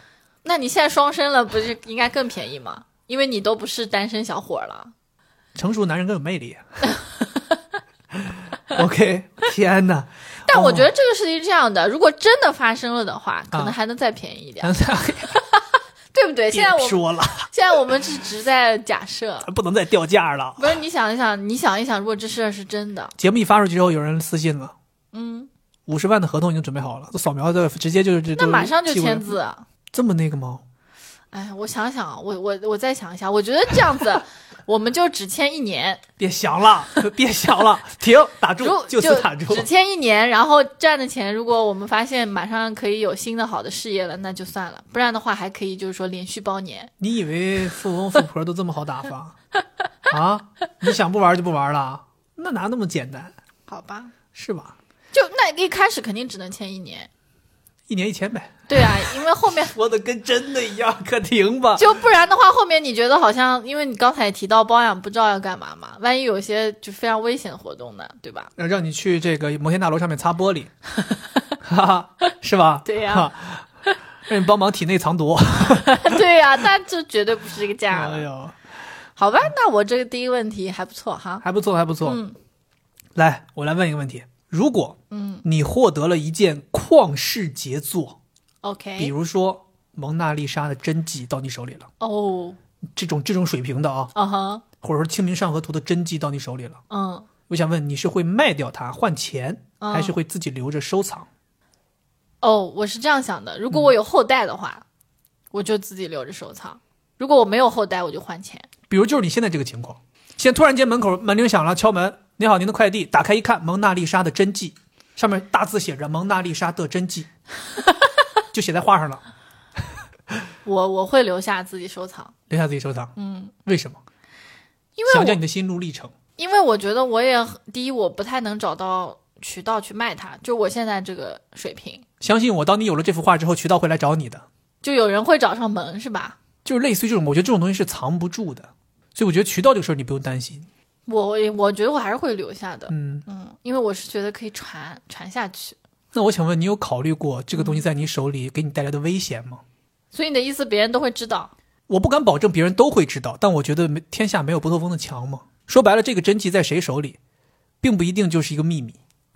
[SPEAKER 2] 那你现在双身了，不是应该更便宜吗？因为你都不是单身小伙了。
[SPEAKER 1] 成熟男人更有魅力。OK，天哪！
[SPEAKER 2] 但我觉
[SPEAKER 1] 得、
[SPEAKER 2] 得这个事情是这样的，如果真的发生了的话，可能还能再便宜一点，
[SPEAKER 1] 哦、
[SPEAKER 2] 对不对？
[SPEAKER 1] 别
[SPEAKER 2] 现在我们
[SPEAKER 1] 说了，
[SPEAKER 2] 现在我们是只在假设，
[SPEAKER 1] 不能再掉价了。
[SPEAKER 2] 不是你想一想，你想一想，如果这事儿是真的，
[SPEAKER 1] 节目一发出去之后，有人私信了，
[SPEAKER 2] 嗯，
[SPEAKER 1] 五十万的合同已经准备好了，扫描的直接就是这
[SPEAKER 2] 那马上就
[SPEAKER 1] 寄过来
[SPEAKER 2] 签字。
[SPEAKER 1] 这么那个吗？
[SPEAKER 2] 哎，我想想，啊，我我我再想一下，我觉得这样子，我们就只签一年，
[SPEAKER 1] 别想了， 别想 了，停，打住
[SPEAKER 2] 如，
[SPEAKER 1] 就此打住
[SPEAKER 2] 只。签一年，然后赚的钱，如果我们发现马上可以有新的好的事业了，那就算了，不然的话还可以就是说连续包年。
[SPEAKER 1] 你以为富翁富婆都这么好打 发啊？你想不玩就不玩了？那哪那么简单，
[SPEAKER 2] 好吧，
[SPEAKER 1] 是吧？
[SPEAKER 2] 就那一开始肯定只能签一年，
[SPEAKER 1] 一年一千呗，
[SPEAKER 2] 对啊，因为后面
[SPEAKER 1] 说的跟真的一样，可停 吧。
[SPEAKER 2] 就不然的话，后面你觉得好像，因为你刚才也提到包养不知道要干嘛嘛，万一有一些就非常危险的活动呢，对吧？
[SPEAKER 1] 呃让你去这个摩天大楼上面擦玻璃，哈哈，是吧？
[SPEAKER 2] 对呀
[SPEAKER 1] 哈让你帮忙体内藏毒。
[SPEAKER 2] 对呀、那就绝对不是这个价
[SPEAKER 1] 哎
[SPEAKER 2] 了。
[SPEAKER 1] 呦，
[SPEAKER 2] 好吧，那我这个第一个问题还不错哈。
[SPEAKER 1] 还不错，还不错。
[SPEAKER 2] 嗯
[SPEAKER 1] 来，我来问一个问题：如果
[SPEAKER 2] 嗯
[SPEAKER 1] 你获得了一件旷世杰作，比
[SPEAKER 2] ，OK，
[SPEAKER 1] 如说《蒙娜丽莎》的真迹到你手里了，
[SPEAKER 2] 哦，
[SPEAKER 1] 这种这种水平的啊，
[SPEAKER 2] 啊哈，
[SPEAKER 1] 或者说《清明上河图》的真迹到你手里了，
[SPEAKER 2] 嗯，
[SPEAKER 1] 我想问你是会卖掉它换钱，
[SPEAKER 2] 嗯
[SPEAKER 1] 还是会自己留着收藏？嗯
[SPEAKER 2] 哦，我是这样想的，如果我有后代的话，我就自己留着收藏。如果我没有后代，我就换钱。
[SPEAKER 1] 比如就是你现在这个情况，现在突然间门口门铃响了，敲门，您好，您的快递，打开一看，《蒙娜丽莎的真迹》，上面大字写着《蒙娜丽莎的真 迹》，就写在画上了，
[SPEAKER 2] 我我会留下自己收藏，
[SPEAKER 1] 留下自己收藏。
[SPEAKER 2] 嗯，
[SPEAKER 1] 为什么？
[SPEAKER 2] 因为
[SPEAKER 1] 想
[SPEAKER 2] 我
[SPEAKER 1] 讲你的心路历程。
[SPEAKER 2] 因为我觉得我也很第一我不太能找到渠道去卖它，就我现在这个水平，
[SPEAKER 1] 相信我，当你有了这幅画之后，渠道会来找你的。
[SPEAKER 2] 就有人会找上门是吧？
[SPEAKER 1] 就是类似于这种，我觉得这种东西是藏不住的，所以我觉得渠道这个事儿你不用担心。
[SPEAKER 2] 我我觉得我还是会留下的，
[SPEAKER 1] 嗯，
[SPEAKER 2] 嗯，因为我是觉得可以传传下去。
[SPEAKER 1] 那我想问你，有考虑过这个东西在你手里给你带来的危险吗？
[SPEAKER 2] 所以你的意思别人都会知道？
[SPEAKER 1] 我不敢保证别人都会知道，但我觉得没天下没有不透风的墙嘛。说白了，这个真迹在谁手里，并不一定就是一个秘密。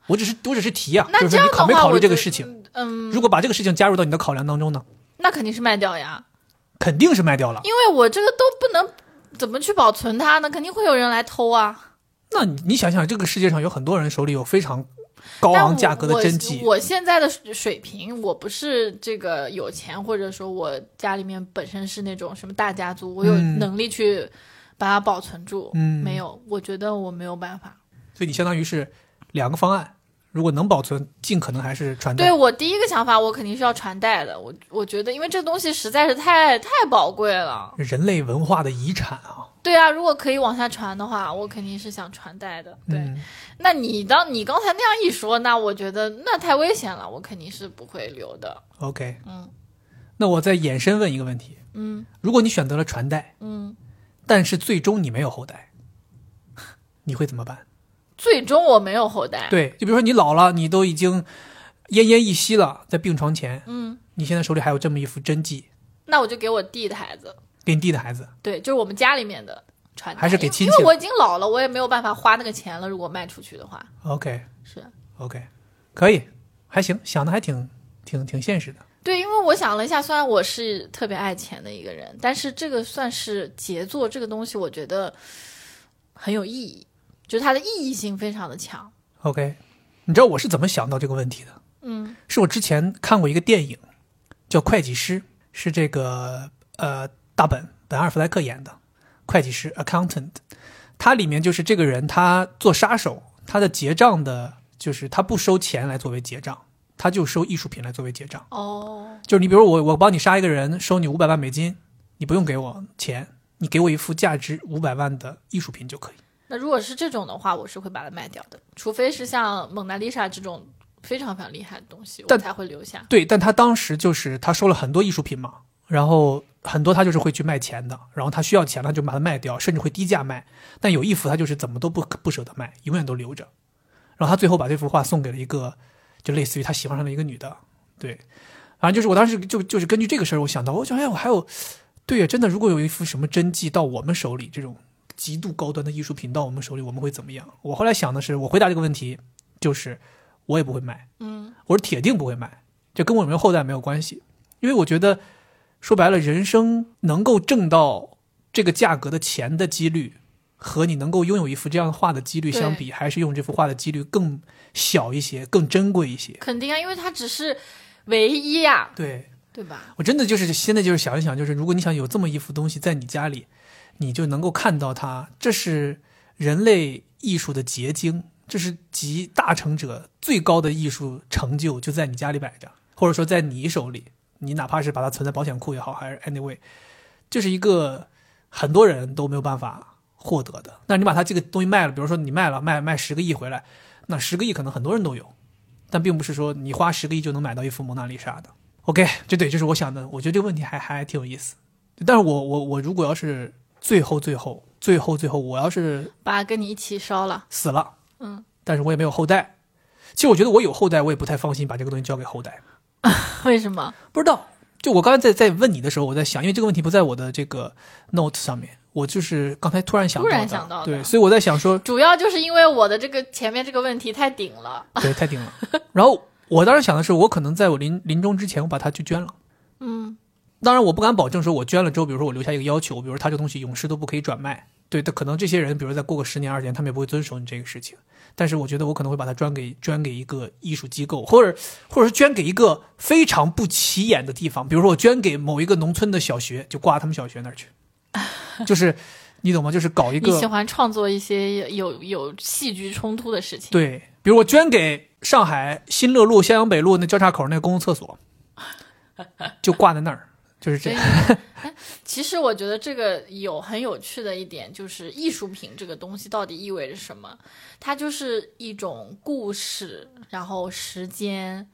[SPEAKER 1] 我只是我只是提啊，
[SPEAKER 2] 那
[SPEAKER 1] 就是
[SPEAKER 2] 这
[SPEAKER 1] 说
[SPEAKER 2] 样
[SPEAKER 1] 你
[SPEAKER 2] 的话，
[SPEAKER 1] 考没考
[SPEAKER 2] 我
[SPEAKER 1] 虑这个
[SPEAKER 2] 就
[SPEAKER 1] 事情？，
[SPEAKER 2] 嗯，
[SPEAKER 1] 如果把这个事情加入到你的考量当中呢，
[SPEAKER 2] 那肯定是卖掉呀，
[SPEAKER 1] 肯定是卖掉了。
[SPEAKER 2] 因为我这个都不能怎么去保存它呢？肯定会有人来偷啊。
[SPEAKER 1] 那你你想想，这个世界上有很多人手里有非常高
[SPEAKER 2] 但
[SPEAKER 1] 昂
[SPEAKER 2] 我
[SPEAKER 1] 价格的真迹
[SPEAKER 2] 我，我现在的水水平，我不是这个有钱，或者说我家里面本身是那种什么大家族，我有
[SPEAKER 1] 嗯
[SPEAKER 2] 能力去把它保存住。
[SPEAKER 1] 嗯
[SPEAKER 2] 没有，我觉得我没有办法。
[SPEAKER 1] 所以你相当于是两个方案。如果能保存，尽可能还是传
[SPEAKER 2] 对
[SPEAKER 1] 代。
[SPEAKER 2] 我第一个想法，我肯定是要传代的。我我觉得，因为这东西实在是太太宝贵了。
[SPEAKER 1] 人类文化的遗产啊，
[SPEAKER 2] 对啊，如果可以往下传的话，我肯定是想传代的。对，
[SPEAKER 1] 嗯，
[SPEAKER 2] 那你当你刚才那样一说，那我觉得那太危险了，我肯定是不会留的。
[SPEAKER 1] OK，
[SPEAKER 2] 嗯
[SPEAKER 1] 那我再延伸问一个问题：
[SPEAKER 2] 嗯
[SPEAKER 1] 如果你选择了传代，
[SPEAKER 2] 嗯，
[SPEAKER 1] 但是最终你没有后代， 你会怎么办？
[SPEAKER 2] 最终我没有后代。
[SPEAKER 1] 对，就比如说你老了，你都已经奄奄一息了，在病床前，
[SPEAKER 2] 嗯，
[SPEAKER 1] 你现在手里还有这么一幅真迹，
[SPEAKER 2] 那我就给我弟的孩子，
[SPEAKER 1] 给你弟的孩子，
[SPEAKER 2] 对，就是我们家里面的传代，
[SPEAKER 1] 还是给亲戚
[SPEAKER 2] 因为因为我已经老了，我也没有办法花那个钱了。如果卖出去的话，
[SPEAKER 1] OK
[SPEAKER 2] 是
[SPEAKER 1] OK，可以，还行，想的还挺挺挺现实的。
[SPEAKER 2] 对，因为我想了一下，虽然我是特别爱钱的一个人，但是这个算是杰作，这个东西我觉得很有意义，就是它的意义性非常的强。
[SPEAKER 1] OK，你知道我是怎么想到这个问题的？
[SPEAKER 2] 嗯
[SPEAKER 1] 是我之前看过一个电影，叫《会计师》，是这个呃大本本阿尔弗莱克演的会计师 （accountant）。它里面就是这个人，他做杀手，他的结账的，就是他不收钱来作为结账，他就收艺术品来作为结账。
[SPEAKER 2] 哦，
[SPEAKER 1] 就是你比如我我帮你杀一个人，收你五百万美金，你不用给我钱，你给我一幅价值五百万的艺术品就可以。
[SPEAKER 2] 那如果是这种的话，我是会把它卖掉的，除非是像蒙娜丽莎这种非常非常厉害的东西，我
[SPEAKER 1] 但
[SPEAKER 2] 才会留下。
[SPEAKER 1] 对，但他当时就是他收了很多艺术品嘛，然后很多他就是会去卖钱的，然后他需要钱了就把它卖掉，甚至会低价卖。但有一幅他就是怎么都不不舍得卖，永远都留着。然后他最后把这幅画送给了一个，就类似于他喜欢上的一个女的，对。反正就是我当时就就是根据这个事儿，我想到，我想哎，我还有，对呀，真的，如果有一幅什么真迹到我们手里，这种极度高端的艺术品到我们手里，我们会怎么样？我后来想的是，我回答这个问题就是，我也不会卖。
[SPEAKER 2] 嗯
[SPEAKER 1] 我是铁定不会卖，这跟我有没有后代没有关系，因为我觉得说白了，人生能够挣到这个价格的钱的几率，和你能够拥有一幅这样的画的几率
[SPEAKER 2] 对
[SPEAKER 1] 相比，还是用这幅画的几率更小一些，更珍贵一些。
[SPEAKER 2] 肯定啊，因为它只是唯一呀、
[SPEAKER 1] 对
[SPEAKER 2] 对吧？
[SPEAKER 1] 我真的就是现在就是想一想，就是如果你想有这么一幅东西在你家里，你就能够看到它，这是人类艺术的结晶，这是集大成者最高的艺术成就就在你家里摆着，或者说在你手里，你哪怕是把它存在保险库也好，还是 anyway，这是一个很多人都没有办法获得的。那你把它这个东西卖了，比如说你卖了卖卖十个亿回来，那十个亿可能很多人都有，但并不是说你花十个亿就能买到一幅蒙娜丽莎的。OK，这对，这是我想的。我觉得这个问题还还挺有意思。但是我我我如果要是最后最后最后最后我要是
[SPEAKER 2] 把它跟你一起烧了，
[SPEAKER 1] 死了，
[SPEAKER 2] 嗯，
[SPEAKER 1] 但是我也没有后代，其实我觉得我有后代，我也不太放心把这个东西交给后代。
[SPEAKER 2] 为什么？
[SPEAKER 1] 不知道，就我刚才在在问你的时候，我在想，因为这个问题不在我的这个 note 上面，我就是刚才突然想到的，
[SPEAKER 2] 突然想到的
[SPEAKER 1] 对，所以我在想说，
[SPEAKER 2] 主要就是因为我的这个前面这个问题太顶了，
[SPEAKER 1] 对，太顶了。然后我当时想的是，我可能在我临临终之前，我把它去捐了。
[SPEAKER 2] 嗯，
[SPEAKER 1] 当然，我不敢保证说我捐了之后，比如说我留下一个要求，比如说他这个东西永世都不可以转卖。对，他可能这些人，比如再过个十年二十年，他们也不会遵守你这个事情。但是我觉得我可能会把它捐给捐给一个艺术机构，或者或者是捐给一个非常不起眼的地方，比如说我捐给某一个农村的小学，就挂他们小学那儿去，就是你懂吗？就是搞一
[SPEAKER 2] 你喜
[SPEAKER 1] 个
[SPEAKER 2] 欢创作一些有有戏剧冲突的事情，
[SPEAKER 1] 对，比如我捐给上海新乐路、襄阳北路那交叉口那公共厕所，就挂在那儿，就是这
[SPEAKER 2] 所以
[SPEAKER 1] 样。
[SPEAKER 2] 其实我觉得这个有很有趣的一点，就是艺术品这个东西到底意味着什么？它就是一种故事，然后时间，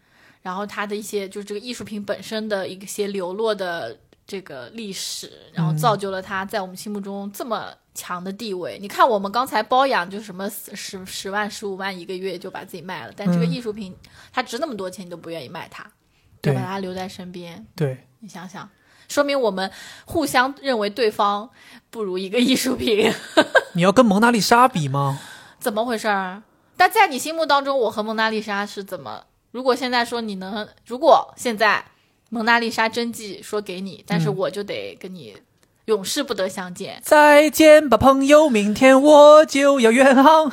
[SPEAKER 2] 然后它的一些就是这个艺术品本身的一些流落的这个历史，然后
[SPEAKER 1] 嗯
[SPEAKER 2] 造就了它在我们心目中这么强的地位。你看，我们刚才包养就什么十十万、十五万一个月就把自己卖了，但这个
[SPEAKER 1] 嗯
[SPEAKER 2] 艺术品它值那么多钱，你都不愿意卖它，
[SPEAKER 1] 对
[SPEAKER 2] 把它留在身边。
[SPEAKER 1] 对，
[SPEAKER 2] 你想想，说明我们互相认为对方不如一个艺术品，
[SPEAKER 1] 你要跟蒙娜丽莎比吗？
[SPEAKER 2] 怎么回事儿？啊但在你心目当中，我和蒙娜丽莎是怎么？如果现在说你能，如果现在蒙娜丽莎真迹说给你，但是
[SPEAKER 1] 嗯
[SPEAKER 2] 我就得跟你永世不得相见，
[SPEAKER 1] 再见吧，朋友，明天我就要远航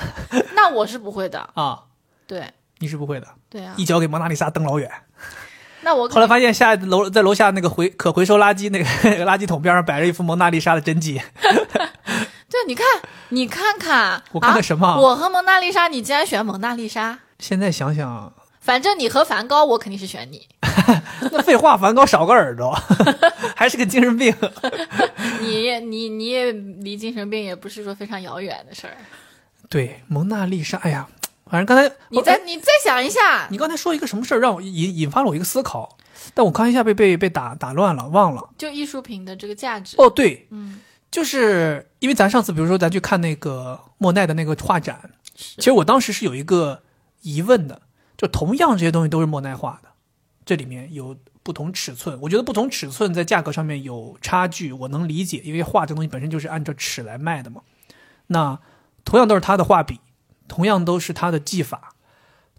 [SPEAKER 2] 那我是不会的。
[SPEAKER 1] 啊！
[SPEAKER 2] 对
[SPEAKER 1] 你是不会的，
[SPEAKER 2] 对啊
[SPEAKER 1] 一，脚给蒙娜丽莎蹬老远。
[SPEAKER 2] 那我
[SPEAKER 1] 后
[SPEAKER 2] 可
[SPEAKER 1] 来发现下楼在楼下那个回可回收垃圾那个垃圾桶边上摆着一幅蒙娜丽莎的真迹，
[SPEAKER 2] 对你看，你看看，
[SPEAKER 1] 我看看什么
[SPEAKER 2] 啊？我和蒙娜丽莎，你竟然选蒙娜丽莎，
[SPEAKER 1] 现在想想，
[SPEAKER 2] 反正你和梵高，我肯定是选你。
[SPEAKER 1] 那废话，梵高少个耳朵， 还是个精神病。
[SPEAKER 2] 你你你也离精神病也不是说非常遥远的事儿。
[SPEAKER 1] 对，蒙娜丽莎，哎呀，反正刚才
[SPEAKER 2] 你再你再想一下，
[SPEAKER 1] 你刚才说一个什么事儿，让我引引发了我一个思考，但我刚一下被被被打打乱了，忘了。
[SPEAKER 2] 就艺术品的这个价值，
[SPEAKER 1] 哦，对，
[SPEAKER 2] 嗯，
[SPEAKER 1] 就是因为咱上次比如说咱去看那个莫奈的那个画展，
[SPEAKER 2] 是
[SPEAKER 1] 其实我当时是有一个疑问的，就同样这些东西都是莫奈画的，这里面有不同尺寸，我觉得不同尺寸在价格上面有差距，我能理解，因为画这东西本身就是按照尺来卖的嘛。那同样都是他的画笔，同样都是他的技法，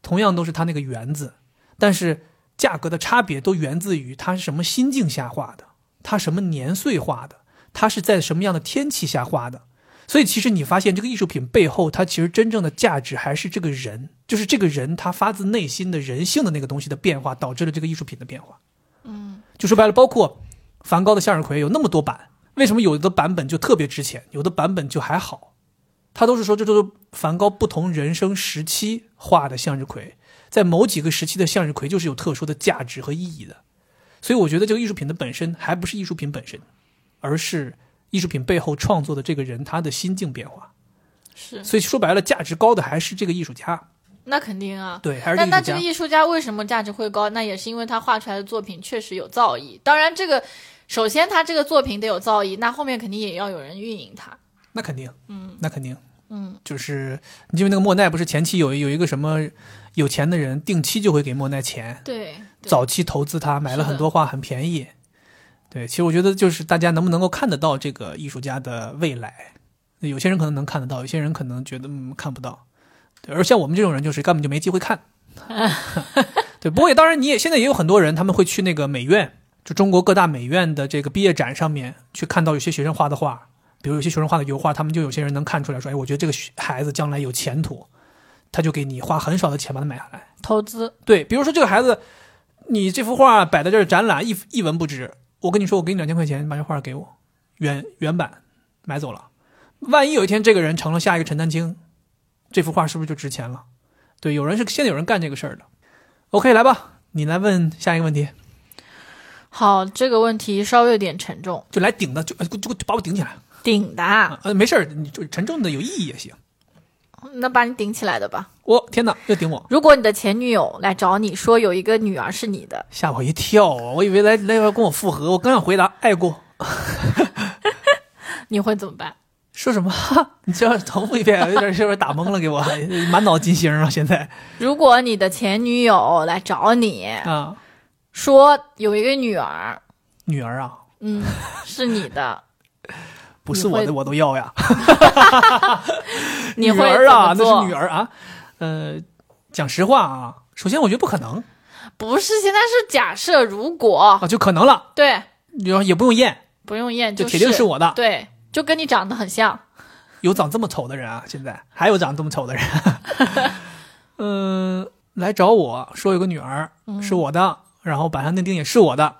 [SPEAKER 1] 同样都是他那个园子，但是价格的差别都源自于他是什么心境下画的，他什么年岁画的，他是在什么样的天气下画的。所以其实你发现这个艺术品背后，它其实真正的价值还是这个人，就是这个人他发自内心的人性的那个东西的变化，导致了这个艺术品的变化。嗯，就说白了，包括梵高的向日葵有那么多版，为什么有的版本就特别值钱，有的版本就还好？他都是说这都是梵高不同人生时期画的向日葵，在某几个时期的向日葵就是有特殊的价值和意义的。所以我觉得这个艺术品的本身还不是艺术品本身，而是艺术品背后创作的这个人他的心境变化。
[SPEAKER 2] 是
[SPEAKER 1] 所以说白了，价值高的还是这个艺术家，
[SPEAKER 2] 那肯定啊。
[SPEAKER 1] 对，还是
[SPEAKER 2] 那
[SPEAKER 1] 这个
[SPEAKER 2] 那
[SPEAKER 1] 艺术
[SPEAKER 2] 这
[SPEAKER 1] 家
[SPEAKER 2] 个。艺术家为什么价值会高？那也是因为他画出来的作品确实有造诣。当然，这个首先他这个作品得有造诣，那后面肯定也要有人运营它。
[SPEAKER 1] 那肯定，嗯，那肯定，嗯，就是你记得那个莫奈不是前期有有一个什么有钱的人定期就会给莫奈钱，
[SPEAKER 2] 对，对
[SPEAKER 1] 早期投资他，买了很多画，很便宜。对，其实我觉得就是大家能不能够看得到这个艺术家的未来，有些人可能能看得到，有些人可能觉得嗯看不到。对，而像我们这种人，就是根本就没机会看。对，不过也当然，你也现在也有很多人，他们会去那个美院，就中国各大美院的这个毕业展上面去看到有些学生画的画，比如有些学生画的油画，他们就有些人能看出来说，哎，我觉得这个学孩子将来有前途，他就给你花很少的钱把它买下来。
[SPEAKER 2] 投资
[SPEAKER 1] 对，比如说这个孩子，你这幅画摆在这儿展览，一一文不值。我跟你说，我给你两千块钱，你把这画给我，原原版买走了。万一有一天这个人成了下一个陈丹青，这幅画是不是就值钱了？对，有人是现在有人干这个事儿的。OK，来吧，你来问下一个问题，
[SPEAKER 2] 好这个问题稍微有点沉重，
[SPEAKER 1] 就来顶的，就呃就就就把我顶起来。
[SPEAKER 2] 顶的啊，
[SPEAKER 1] 啊，呃，没事儿，你就沉重的有意义也行。嗯
[SPEAKER 2] 那把你顶起来的吧。
[SPEAKER 1] 我、天哪，又顶我，
[SPEAKER 2] 如果你的前女友来找你说有一个女儿是你的，
[SPEAKER 1] 吓我一跳啊！我以为来来要跟我复合，我刚想回答爱过，
[SPEAKER 2] 你会怎么办？
[SPEAKER 1] 说什么？ 你这样重复一遍，有点有点打懵了，给我 满脑金星啊！现 在
[SPEAKER 2] 如果你的前女友来找你
[SPEAKER 1] 啊，
[SPEAKER 2] 说有一个女儿，
[SPEAKER 1] 女儿啊，
[SPEAKER 2] 嗯，是你的，
[SPEAKER 1] 不是我
[SPEAKER 2] 你
[SPEAKER 1] 的
[SPEAKER 2] 会
[SPEAKER 1] 我都要 呀。
[SPEAKER 2] 你
[SPEAKER 1] 女
[SPEAKER 2] 会
[SPEAKER 1] 儿啊，
[SPEAKER 2] 怎么
[SPEAKER 1] 那
[SPEAKER 2] 做
[SPEAKER 1] 是女儿啊。呃，讲实话啊，首先我觉得不可能
[SPEAKER 2] 不是，现在是假设，如果
[SPEAKER 1] 啊，就可能了。
[SPEAKER 2] 对
[SPEAKER 1] 然后也不用验，
[SPEAKER 2] 不用验，
[SPEAKER 1] 就
[SPEAKER 2] 就
[SPEAKER 1] 铁定是
[SPEAKER 2] 是
[SPEAKER 1] 我的。啊
[SPEAKER 2] 对，就跟你长得很像。
[SPEAKER 1] 有长这么丑的人啊，现在还有长这么丑的人。嗯、来找我说有个女儿
[SPEAKER 2] 嗯
[SPEAKER 1] 是我的，然后板上钉钉也是我的，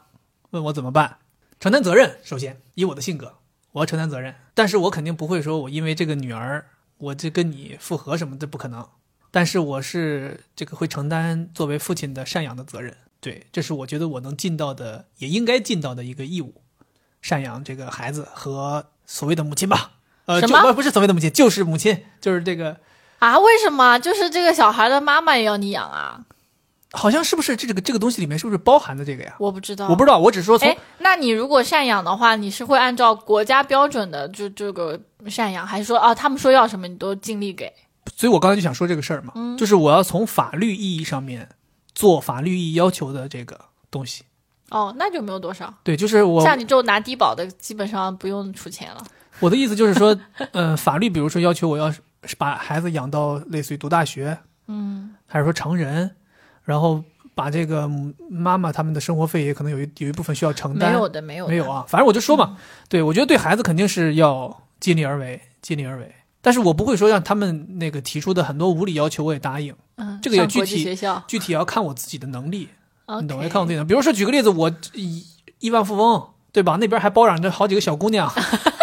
[SPEAKER 1] 问我怎么办？承担责任，首先以我的性格，我要承担责任，但是我肯定不会说我因为这个女儿，我就跟你复合什么的，不可能。但是我是这个会承担作为父亲的赡养的责任，对，这是我觉得我能尽到的，也应该尽到的一个义务，赡养这个孩子和所谓的母亲吧。呃，
[SPEAKER 2] 什
[SPEAKER 1] 就
[SPEAKER 2] 么
[SPEAKER 1] 不不是所谓的母亲，就是母亲，就是这个，
[SPEAKER 2] 啊，为什么？就是这个小孩的妈妈也要你养啊？
[SPEAKER 1] 好像是不是这这个这个东西里面是不是包含的这个呀？
[SPEAKER 2] 我不知道，
[SPEAKER 1] 我不知道，我只是说从
[SPEAKER 2] 嗯哎，那你如果赡养的话，你是会按照国家标准的就这个赡养，还是说啊，他们说要什么你都尽力给？
[SPEAKER 1] 所以我刚才就想说这个事儿嘛，
[SPEAKER 2] 嗯
[SPEAKER 1] 就是我要从法律意义上面做法律意义要求的这个东西。
[SPEAKER 2] 哦，那就没有多少。
[SPEAKER 1] 对，就是我
[SPEAKER 2] 像你这种拿低保的，基本上不用出钱了。
[SPEAKER 1] 我的意思就是 说，嗯，法律比如说要求我要是把孩子养到类似于读大学，嗯，还是说成人，然后把这个母妈妈他们的生活费也可能有一有一部分需要承
[SPEAKER 2] 没
[SPEAKER 1] 担，
[SPEAKER 2] 有的，没有的，嗯
[SPEAKER 1] 没有。啊，反正我就说嘛，对我觉得对孩子肯定是要尽力而为，尽力而为。但是我不会说让他们那个提出的很多无理要求我也答应，
[SPEAKER 2] 嗯，
[SPEAKER 1] 这个也
[SPEAKER 2] 上
[SPEAKER 1] 具
[SPEAKER 2] 国际
[SPEAKER 1] 体
[SPEAKER 2] 学校，
[SPEAKER 1] 具体也要看我自己的能力，你懂
[SPEAKER 2] OK
[SPEAKER 1] 要看我自己的。比如说举个例子，我亿亿万富翁，对吧？那边还包养着好几个小姑娘，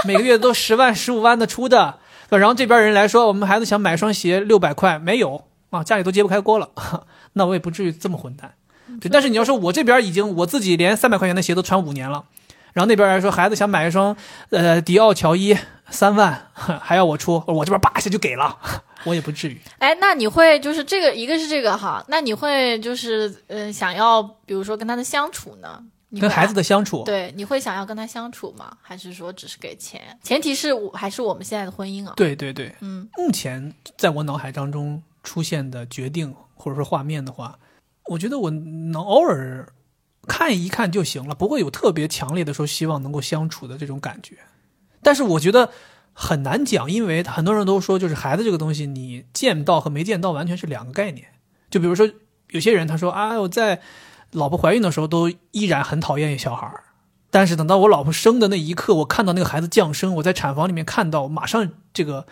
[SPEAKER 1] 每个月都十万、十五万的出的。对然后这边人来说，我们孩子想买双鞋六百块，没有啊，家里都揭不开锅了， 那我也不至于这么混蛋。
[SPEAKER 2] 嗯
[SPEAKER 1] 对，但是你要说我这边已经我自己连三百块钱的鞋都穿五年了，然后那边来说孩子想买一双呃迪奥乔伊三万， 还要我出，我这边叭一下就给了， 我也不至于。
[SPEAKER 2] 哎，那你会就是这个，一个是这个哈，那你会就是呃，想要比如说跟他的相处呢？你
[SPEAKER 1] 跟
[SPEAKER 2] 会
[SPEAKER 1] 孩子的相处，
[SPEAKER 2] 对，你会想要跟他相处吗？还是说只是给钱？前提是我还是我们现在的婚姻啊。
[SPEAKER 1] 对对对，
[SPEAKER 2] 嗯，
[SPEAKER 1] 目前在我脑海当中出现的决定或者说画面的话，我觉得我能偶尔看一看就行了，不会有特别强烈的说希望能够相处的这种感觉。但是我觉得很难讲，因为很多人都说，就是孩子这个东西，你见到和没见到完全是两个概念。就比如说有些人他说啊，我在老婆怀孕的时候都依然很讨厌小孩儿。但是等到我老婆生的那一刻，我看到那个孩子降生，我在产房里面看到，马上这个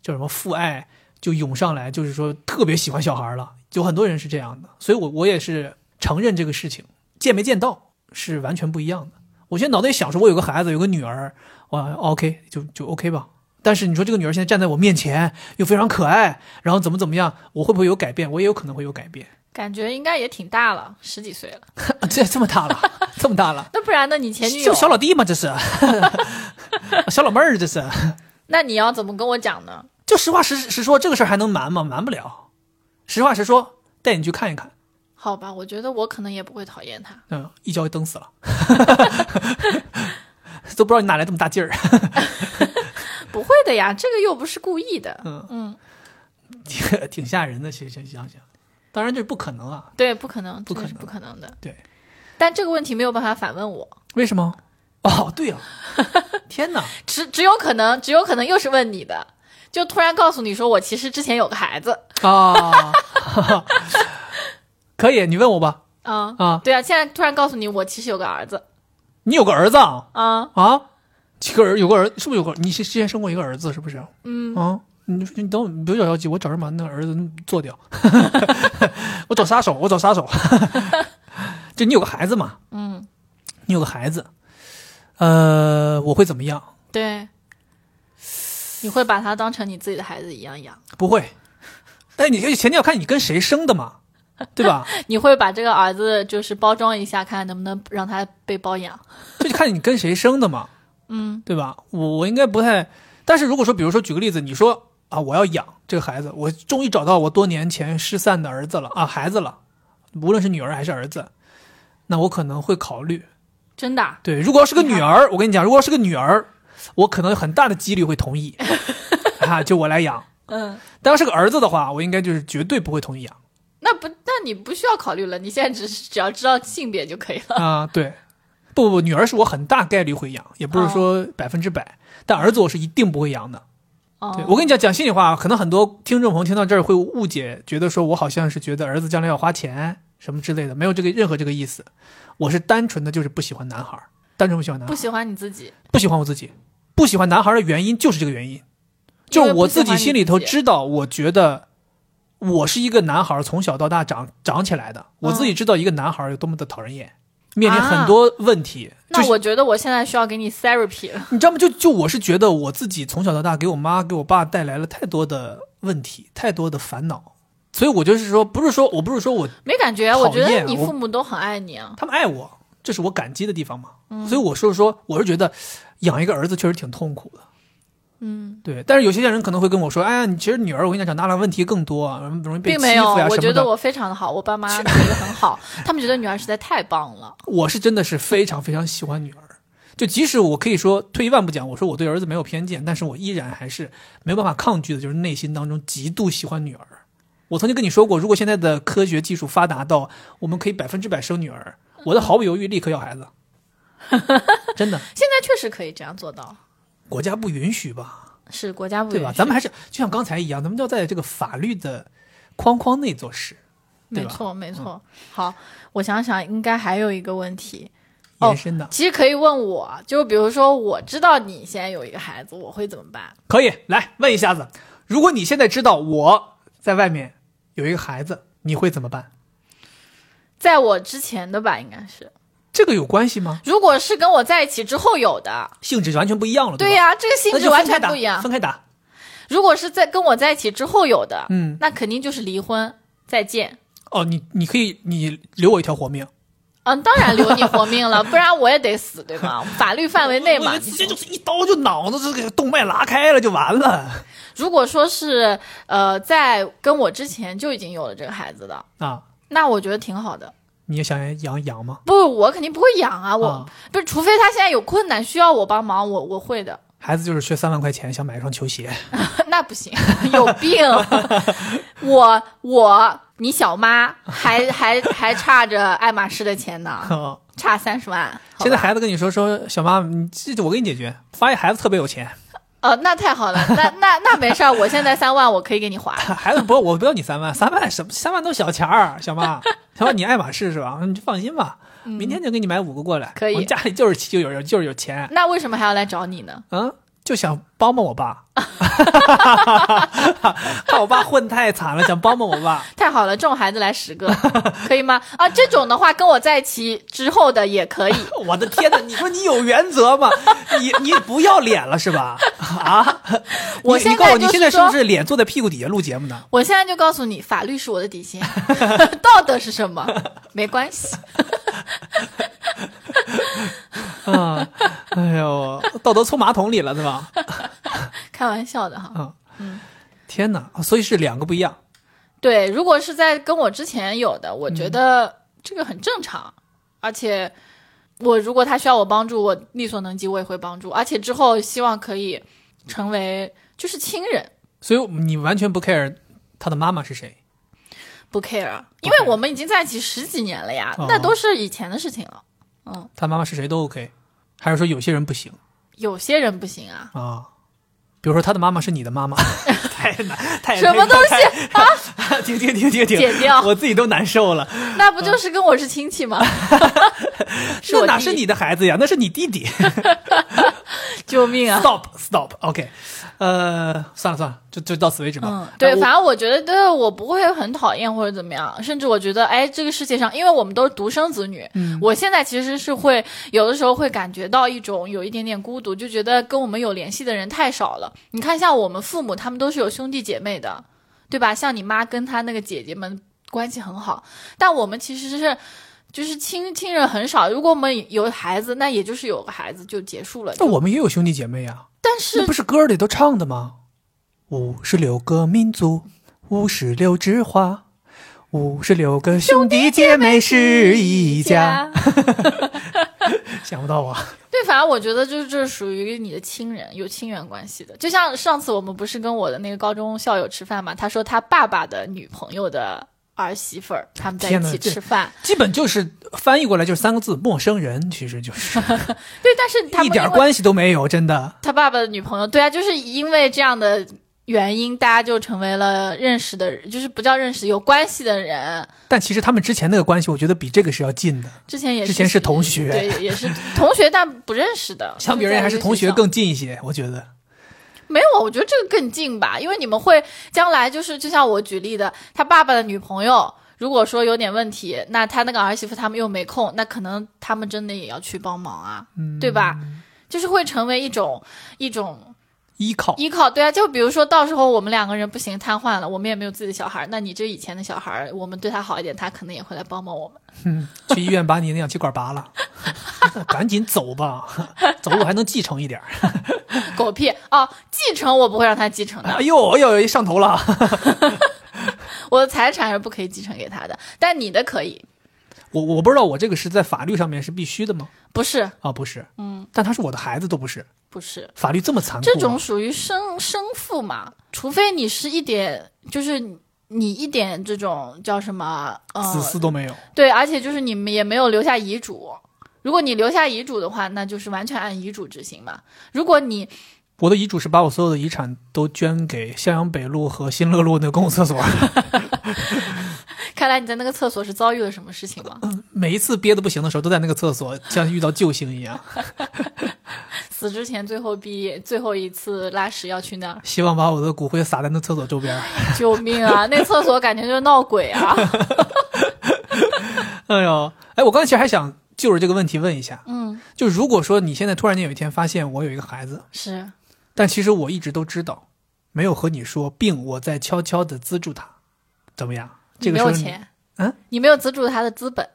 [SPEAKER 1] 叫什么父爱就涌上来，就是说特别喜欢小孩了。有很多人是这样的，所以我我也是承认这个事情，见没见到是完全不一样的。我现在脑袋里想说，我有个孩子，有个女儿，我 OK 就就 OK 吧。但是你说这个女儿现在站在我面前，又非常可爱，然后怎么怎么样，我会不会有改变？我也有可能会有改变。
[SPEAKER 2] 感觉应该也挺大了，十几岁了。
[SPEAKER 1] 这这么大了，这么大了，
[SPEAKER 2] 那不然呢？你前女
[SPEAKER 1] 这
[SPEAKER 2] 友
[SPEAKER 1] 不，小老弟吗？这是 小老妹儿，这是。
[SPEAKER 2] 那你要怎么跟我讲呢？
[SPEAKER 1] 就实话实实说，这个事儿还能瞒吗？瞒不了。实话实说，带你去看一看。
[SPEAKER 2] 好吧，我觉得我可能也不会讨厌他。
[SPEAKER 1] 嗯，一脚给蹬死了， 都不知道你哪来这么大劲儿。
[SPEAKER 2] 不会的呀，这个又不是故意的。
[SPEAKER 1] 嗯，
[SPEAKER 2] 嗯，
[SPEAKER 1] 挺挺吓人的，其实想想，当然这不可能啊。
[SPEAKER 2] 对，不可能，
[SPEAKER 1] 不
[SPEAKER 2] 这个是
[SPEAKER 1] 可能
[SPEAKER 2] 不可能的。
[SPEAKER 1] 对，
[SPEAKER 2] 但这个问题没有办法反问我，
[SPEAKER 1] 为什么？哦，对啊，天 哪！
[SPEAKER 2] 只只有可能，只有可能又是问你的，就突然告诉你说我其实之前有个孩子
[SPEAKER 1] 啊，可以，你问我吧。
[SPEAKER 2] 啊、
[SPEAKER 1] 啊，
[SPEAKER 2] 对啊，现在突然告诉你我其实有个儿子
[SPEAKER 1] 你有个儿子啊？
[SPEAKER 2] 啊、
[SPEAKER 1] 啊，几个儿有个儿是不是有个？你是之前生过一个儿子是不是？嗯啊，你你等我，你别找着急，我找人把那儿子做掉， 我找杀手，我找杀手。 就你有个孩子嘛？嗯，你有个孩子，呃，我会怎么样？
[SPEAKER 2] 对，你会把他当成你自己的孩子一样养，
[SPEAKER 1] 不会，但你前提要看你跟谁生的嘛，对吧？
[SPEAKER 2] 你会把这个儿子就是包装一下，看看能不能让他被包养。
[SPEAKER 1] 这就看你跟谁生的嘛，嗯，对吧？我我应该不太，但是如果说，比如说举个例子，你说啊，我要养这个孩子，我终于找到我多年前失散的儿子了啊，孩子了，无论是女儿还是儿子，那我可能会考虑。
[SPEAKER 2] 真的啊、
[SPEAKER 1] 对，如果要是个女儿，我跟你讲，如果要是个女儿，我可能有很大的几率会同意， 啊，就我来养。
[SPEAKER 2] 嗯，
[SPEAKER 1] 但要是个儿子的话，我应该就是绝对不会同意养
[SPEAKER 2] 那不，那你不需要考虑了，你现在只是只要知道性别就可以了。
[SPEAKER 1] 啊。对，不不不，女儿是我很大概率会养，也不是说百分之百，但儿子我是一定不会养的。对我
[SPEAKER 2] 哦，
[SPEAKER 1] 跟你讲，讲心里话啊，可能很多听众朋友听到这儿会误解，觉得说我好像是觉得儿子将来要花钱什么之类的，没有这个任何这个意思。我是单纯的就是不喜欢男孩儿，单纯不喜欢男孩
[SPEAKER 2] 不，喜欢你自己，
[SPEAKER 1] 不喜欢我自己，不喜欢男孩的原因就是这个原因，就是我自己心里头
[SPEAKER 2] 因为不喜
[SPEAKER 1] 知道，我觉得我是一个男孩，从小到大长长起来的，我自己
[SPEAKER 2] 啊
[SPEAKER 1] 知道一个男孩有多么的讨人厌，面临很多问题。
[SPEAKER 2] 那
[SPEAKER 1] 就是
[SPEAKER 2] 我觉得我现在需要给你 therapy 了。
[SPEAKER 1] 你知道吗？就就我是觉得我自己从小到大给我妈给我爸带来了太多的问题，太多的烦恼，所以我就是说，不是说我不是说我
[SPEAKER 2] 没感觉啊，
[SPEAKER 1] 讨
[SPEAKER 2] 我觉得
[SPEAKER 1] 厌
[SPEAKER 2] 你
[SPEAKER 1] 我
[SPEAKER 2] 父母都很爱你啊。
[SPEAKER 1] 他们爱我，这是我感激的地方嘛。
[SPEAKER 2] 嗯
[SPEAKER 1] 所以我是说，我是觉得养一个儿子确实挺痛苦的。
[SPEAKER 2] 嗯，
[SPEAKER 1] 对，但是有些人可能会跟我说：“哎呀，你其实女儿，我跟你讲，长大了问题更多，啊，容易被
[SPEAKER 2] 并
[SPEAKER 1] 欺
[SPEAKER 2] 没有，
[SPEAKER 1] 负呀、
[SPEAKER 2] 我
[SPEAKER 1] 什
[SPEAKER 2] 觉
[SPEAKER 1] 么
[SPEAKER 2] 得
[SPEAKER 1] 的。
[SPEAKER 2] 我非常的好，我爸妈觉得很好，他们觉得女儿实在太棒了。”
[SPEAKER 1] 我是真的是非常非常喜欢女儿，就即使我可以说退一万步讲，我说我对儿子没有偏见，但是我依然还是没有办法抗拒的，就是内心当中极度喜欢女儿。我曾经跟你说过，如果现在的科学技术发达到我们可以百分之百生女儿，我都毫不犹豫立刻要孩子，真的，
[SPEAKER 2] 现在确实可以这样做到，
[SPEAKER 1] 国家不允许吧？
[SPEAKER 2] 是国家不
[SPEAKER 1] 对
[SPEAKER 2] 允
[SPEAKER 1] 吧？
[SPEAKER 2] 许
[SPEAKER 1] 咱们还是就像刚才一样，咱们要在这个法律的框框内做事。对
[SPEAKER 2] 没
[SPEAKER 1] 吧嗯
[SPEAKER 2] 错没错。好，我想想，应该还有一个问题，哦
[SPEAKER 1] 延伸的、
[SPEAKER 2] 其实可以问我，就比如说我知道你现在有一个孩子，我会怎么办？
[SPEAKER 1] 可以来问一下子，如果你现在知道我在外面有一个孩子，你会怎么办？
[SPEAKER 2] 在我之前的吧，应该是，
[SPEAKER 1] 这个有关系吗？
[SPEAKER 2] 如果是跟我在一起之后有的，
[SPEAKER 1] 性质完全不一样了，哦
[SPEAKER 2] 对
[SPEAKER 1] 吧？
[SPEAKER 2] 呀、这个性
[SPEAKER 1] 那
[SPEAKER 2] 质
[SPEAKER 1] 就
[SPEAKER 2] 完
[SPEAKER 1] 分开
[SPEAKER 2] 全
[SPEAKER 1] 打，
[SPEAKER 2] 不一样。
[SPEAKER 1] 分开打。
[SPEAKER 2] 如果是在跟我在一起之后有的，
[SPEAKER 1] 嗯，
[SPEAKER 2] 那肯定就是离婚再见。
[SPEAKER 1] 哦，你你可以，你留我一条活命。
[SPEAKER 2] 嗯，当然留你活 命了，不然我也得死，对吗？法律范围内
[SPEAKER 1] 我觉
[SPEAKER 2] 嘛
[SPEAKER 1] 得。
[SPEAKER 2] 你
[SPEAKER 1] 直接
[SPEAKER 2] 说
[SPEAKER 1] 就是一刀就脑子这个动脉拉开了就完了
[SPEAKER 2] 如果说是呃，在跟我之前就已经有了这个孩子的，
[SPEAKER 1] 啊！
[SPEAKER 2] 那我觉得挺好的。
[SPEAKER 1] 你也想养养吗？
[SPEAKER 2] 不，我肯定不会养啊，我、
[SPEAKER 1] 啊
[SPEAKER 2] 不是，除非他现在有困难需要我帮忙，我我会的。
[SPEAKER 1] 孩子就是缺三万块钱，想买一双球 鞋。
[SPEAKER 2] 那不行， 有 病！我我你小妈还 还还差着爱马仕的钱呢，差三十万。好吧
[SPEAKER 1] 现在孩子跟你说说，小妈，你这我给你解决。发现孩子特别有钱，
[SPEAKER 2] 哦，那太好了，那那那没事儿，我现在三万我可以给你还。
[SPEAKER 1] 孩子不，我不要你三万，三万什么？三万都小钱儿，小妈，小妈你爱马仕是吧？嗯你就放心吧，明天就给你买五个过来。
[SPEAKER 2] 嗯可以
[SPEAKER 1] 我们家里就是就有人就是有钱，
[SPEAKER 2] 那为什么还要来找你呢？
[SPEAKER 1] 嗯，就想帮帮我 爸，看我爸混太惨了，想帮帮我爸。
[SPEAKER 2] 太好了，这种孩子来十个， 可以吗？啊，这种的话跟我在一起之后的也可 以。
[SPEAKER 1] 我的天哪，你说你有原则吗？你你不要脸了是吧？啊，
[SPEAKER 2] 我
[SPEAKER 1] 你
[SPEAKER 2] 现
[SPEAKER 1] 你告诉
[SPEAKER 2] 在
[SPEAKER 1] 我，你
[SPEAKER 2] 就是
[SPEAKER 1] 现在是不
[SPEAKER 2] 说
[SPEAKER 1] 是脸坐在屁股底下录节目呢？
[SPEAKER 2] 我现在就告诉你，法律是我的底线， 道德是什么？没关 系，
[SPEAKER 1] 啊，哎呦，道德冲马桶里了，对吧？
[SPEAKER 2] 开玩笑的哈。
[SPEAKER 1] 啊，天哪，啊所以是两个不一样。
[SPEAKER 2] 对，如果是在跟我之前有的，我觉
[SPEAKER 1] 嗯
[SPEAKER 2] 得这个很正常，而且我如果他需要我帮助，我力所能及，我也会帮助，而且之后希望可以成为就是亲人，
[SPEAKER 1] 所以你完全不 care 他的妈妈是谁，
[SPEAKER 2] 不 care，因
[SPEAKER 1] OK
[SPEAKER 2] 为我们已经在一起十几年了呀，
[SPEAKER 1] 哦
[SPEAKER 2] 那都是以前的事情了。嗯，
[SPEAKER 1] 他妈妈是谁都 OK，还是说有些人不行
[SPEAKER 2] 有些人不行啊，
[SPEAKER 1] 啊？比如说他的妈妈是你的妈妈， 太难，太
[SPEAKER 2] 什么东西啊
[SPEAKER 1] 西？ 停停停停停，
[SPEAKER 2] 剪掉
[SPEAKER 1] 我自己都难受了。
[SPEAKER 2] 那不就是跟我是亲戚 吗？是
[SPEAKER 1] 那
[SPEAKER 2] 我
[SPEAKER 1] 哪
[SPEAKER 2] 弟
[SPEAKER 1] 是你的孩子呀？那是你弟 弟。
[SPEAKER 2] 救命啊！
[SPEAKER 1] stop stop OK，呃，算了算了，就就到此为止吧。
[SPEAKER 2] 嗯
[SPEAKER 1] 呃，
[SPEAKER 2] 对，
[SPEAKER 1] 我
[SPEAKER 2] 反正我觉得我不会很讨厌或者怎么样，甚至我觉得，哎，这个世界上，因为我们都是独生子女，嗯我现在其实是会有的时候会感觉到一种有一点点孤独，就觉得跟我们有联系的人太少了。你看，像我们父母，他们都是有兄弟姐妹的，对吧？像你妈跟她那个姐姐们关系很好，但我们其实是。就是亲亲人很少，如果我们有孩子，那也就是有个孩子就结束了。
[SPEAKER 1] 那我们也有兄弟姐妹呀、
[SPEAKER 2] 但是
[SPEAKER 1] 那不是歌里都唱的吗？五十六个民族，五十六枝花，五十六个兄弟姐妹是一家。。想不到啊，
[SPEAKER 2] 对，反正我觉得就是这属于你的亲人，有亲缘关系的。就像上次我们不是跟我的那个高中校友吃饭嘛，他说他爸爸的女朋友的儿媳妇儿，他们在一
[SPEAKER 1] 天哪
[SPEAKER 2] 起
[SPEAKER 1] 这
[SPEAKER 2] 吃饭。
[SPEAKER 1] 基本就是翻译过来就是三个字：陌生人。其实就是
[SPEAKER 2] 对，但是他
[SPEAKER 1] 一
[SPEAKER 2] 们
[SPEAKER 1] 点
[SPEAKER 2] 因为
[SPEAKER 1] 关系都没有，真的。
[SPEAKER 2] 他爸爸的女朋友，对啊，就是因为这样的原因，大家就成为了认识的人，就是不叫认识，有关系的人。
[SPEAKER 1] 但其实他们之前那个关系，我觉得比这个是要近 的。
[SPEAKER 2] 之前也是
[SPEAKER 1] 之前是同学
[SPEAKER 2] 对，也是同学，但不认识的。
[SPEAKER 1] 相比而言，还是同学
[SPEAKER 2] 更。
[SPEAKER 1] 更近一些，我觉得。
[SPEAKER 2] 没有，啊我觉得这个更近吧，因为你们会将来就是，就像我举例的，他爸爸的女朋友，如果说有点问题，那他那个儿媳妇他们又没空，那可能他们真的也要去帮忙啊，对吧？就是会成为一种一种
[SPEAKER 1] 依 靠，
[SPEAKER 2] 依靠，对啊，就比如说到时候我们两个人不行瘫痪了，我们也没有自己的小孩儿，那你这以前的小孩儿，我们对他好一点，他可能也会来帮帮我们。
[SPEAKER 1] 嗯，去医院把你的氧气管拔 了， 赶紧走吧，走我还能继承一点儿。
[SPEAKER 2] 狗屁哦，继承我不会让他继承的
[SPEAKER 1] 哎，呦，哎呦，上头了。
[SPEAKER 2] 我的财产是不可以继承给他的，但你的可以，
[SPEAKER 1] 我我不知道我这个是在法律上面是必须的吗？
[SPEAKER 2] 不是，
[SPEAKER 1] 啊，不是，嗯，但他是我的孩子都不是，
[SPEAKER 2] 不是。
[SPEAKER 1] 法律这么残酷，
[SPEAKER 2] 这种属于生生父嘛，除非你是一点，就是你一点这种叫什么，
[SPEAKER 1] 子
[SPEAKER 2] 呃，
[SPEAKER 1] 嗣都没有。
[SPEAKER 2] 对，而且就是你们也没有留下遗嘱。如果你留下遗嘱的话，那就是完全按遗嘱执行嘛。如果你
[SPEAKER 1] 我的遗嘱是把我所有的遗产都捐给襄阳北路和新乐路那个公共 厕所，
[SPEAKER 2] 看来你在那个厕所是遭遇了什么事情 吗？
[SPEAKER 1] 每一次憋得不行的时候，都在那个厕所，像遇到救星一样。
[SPEAKER 2] 死之前最后毕最后一次拉屎要去那儿，
[SPEAKER 1] 希望把我的骨灰撒在那厕所周边儿。
[SPEAKER 2] 救命啊！那厕所感觉就是闹鬼 啊！
[SPEAKER 1] 哎呦，哎，我刚才其实还想就着这个问题问一下，
[SPEAKER 2] 嗯，
[SPEAKER 1] 就如果说你现在突然间有一天发现我有一个孩子，
[SPEAKER 2] 是
[SPEAKER 1] 但其实我一直都知道，没有和你说，并我在悄悄的资助他，怎么样？这个
[SPEAKER 2] 你
[SPEAKER 1] 时
[SPEAKER 2] 没
[SPEAKER 1] 候
[SPEAKER 2] 有
[SPEAKER 1] 你，
[SPEAKER 2] 钱，
[SPEAKER 1] 嗯，
[SPEAKER 2] 你没有资助他的资本。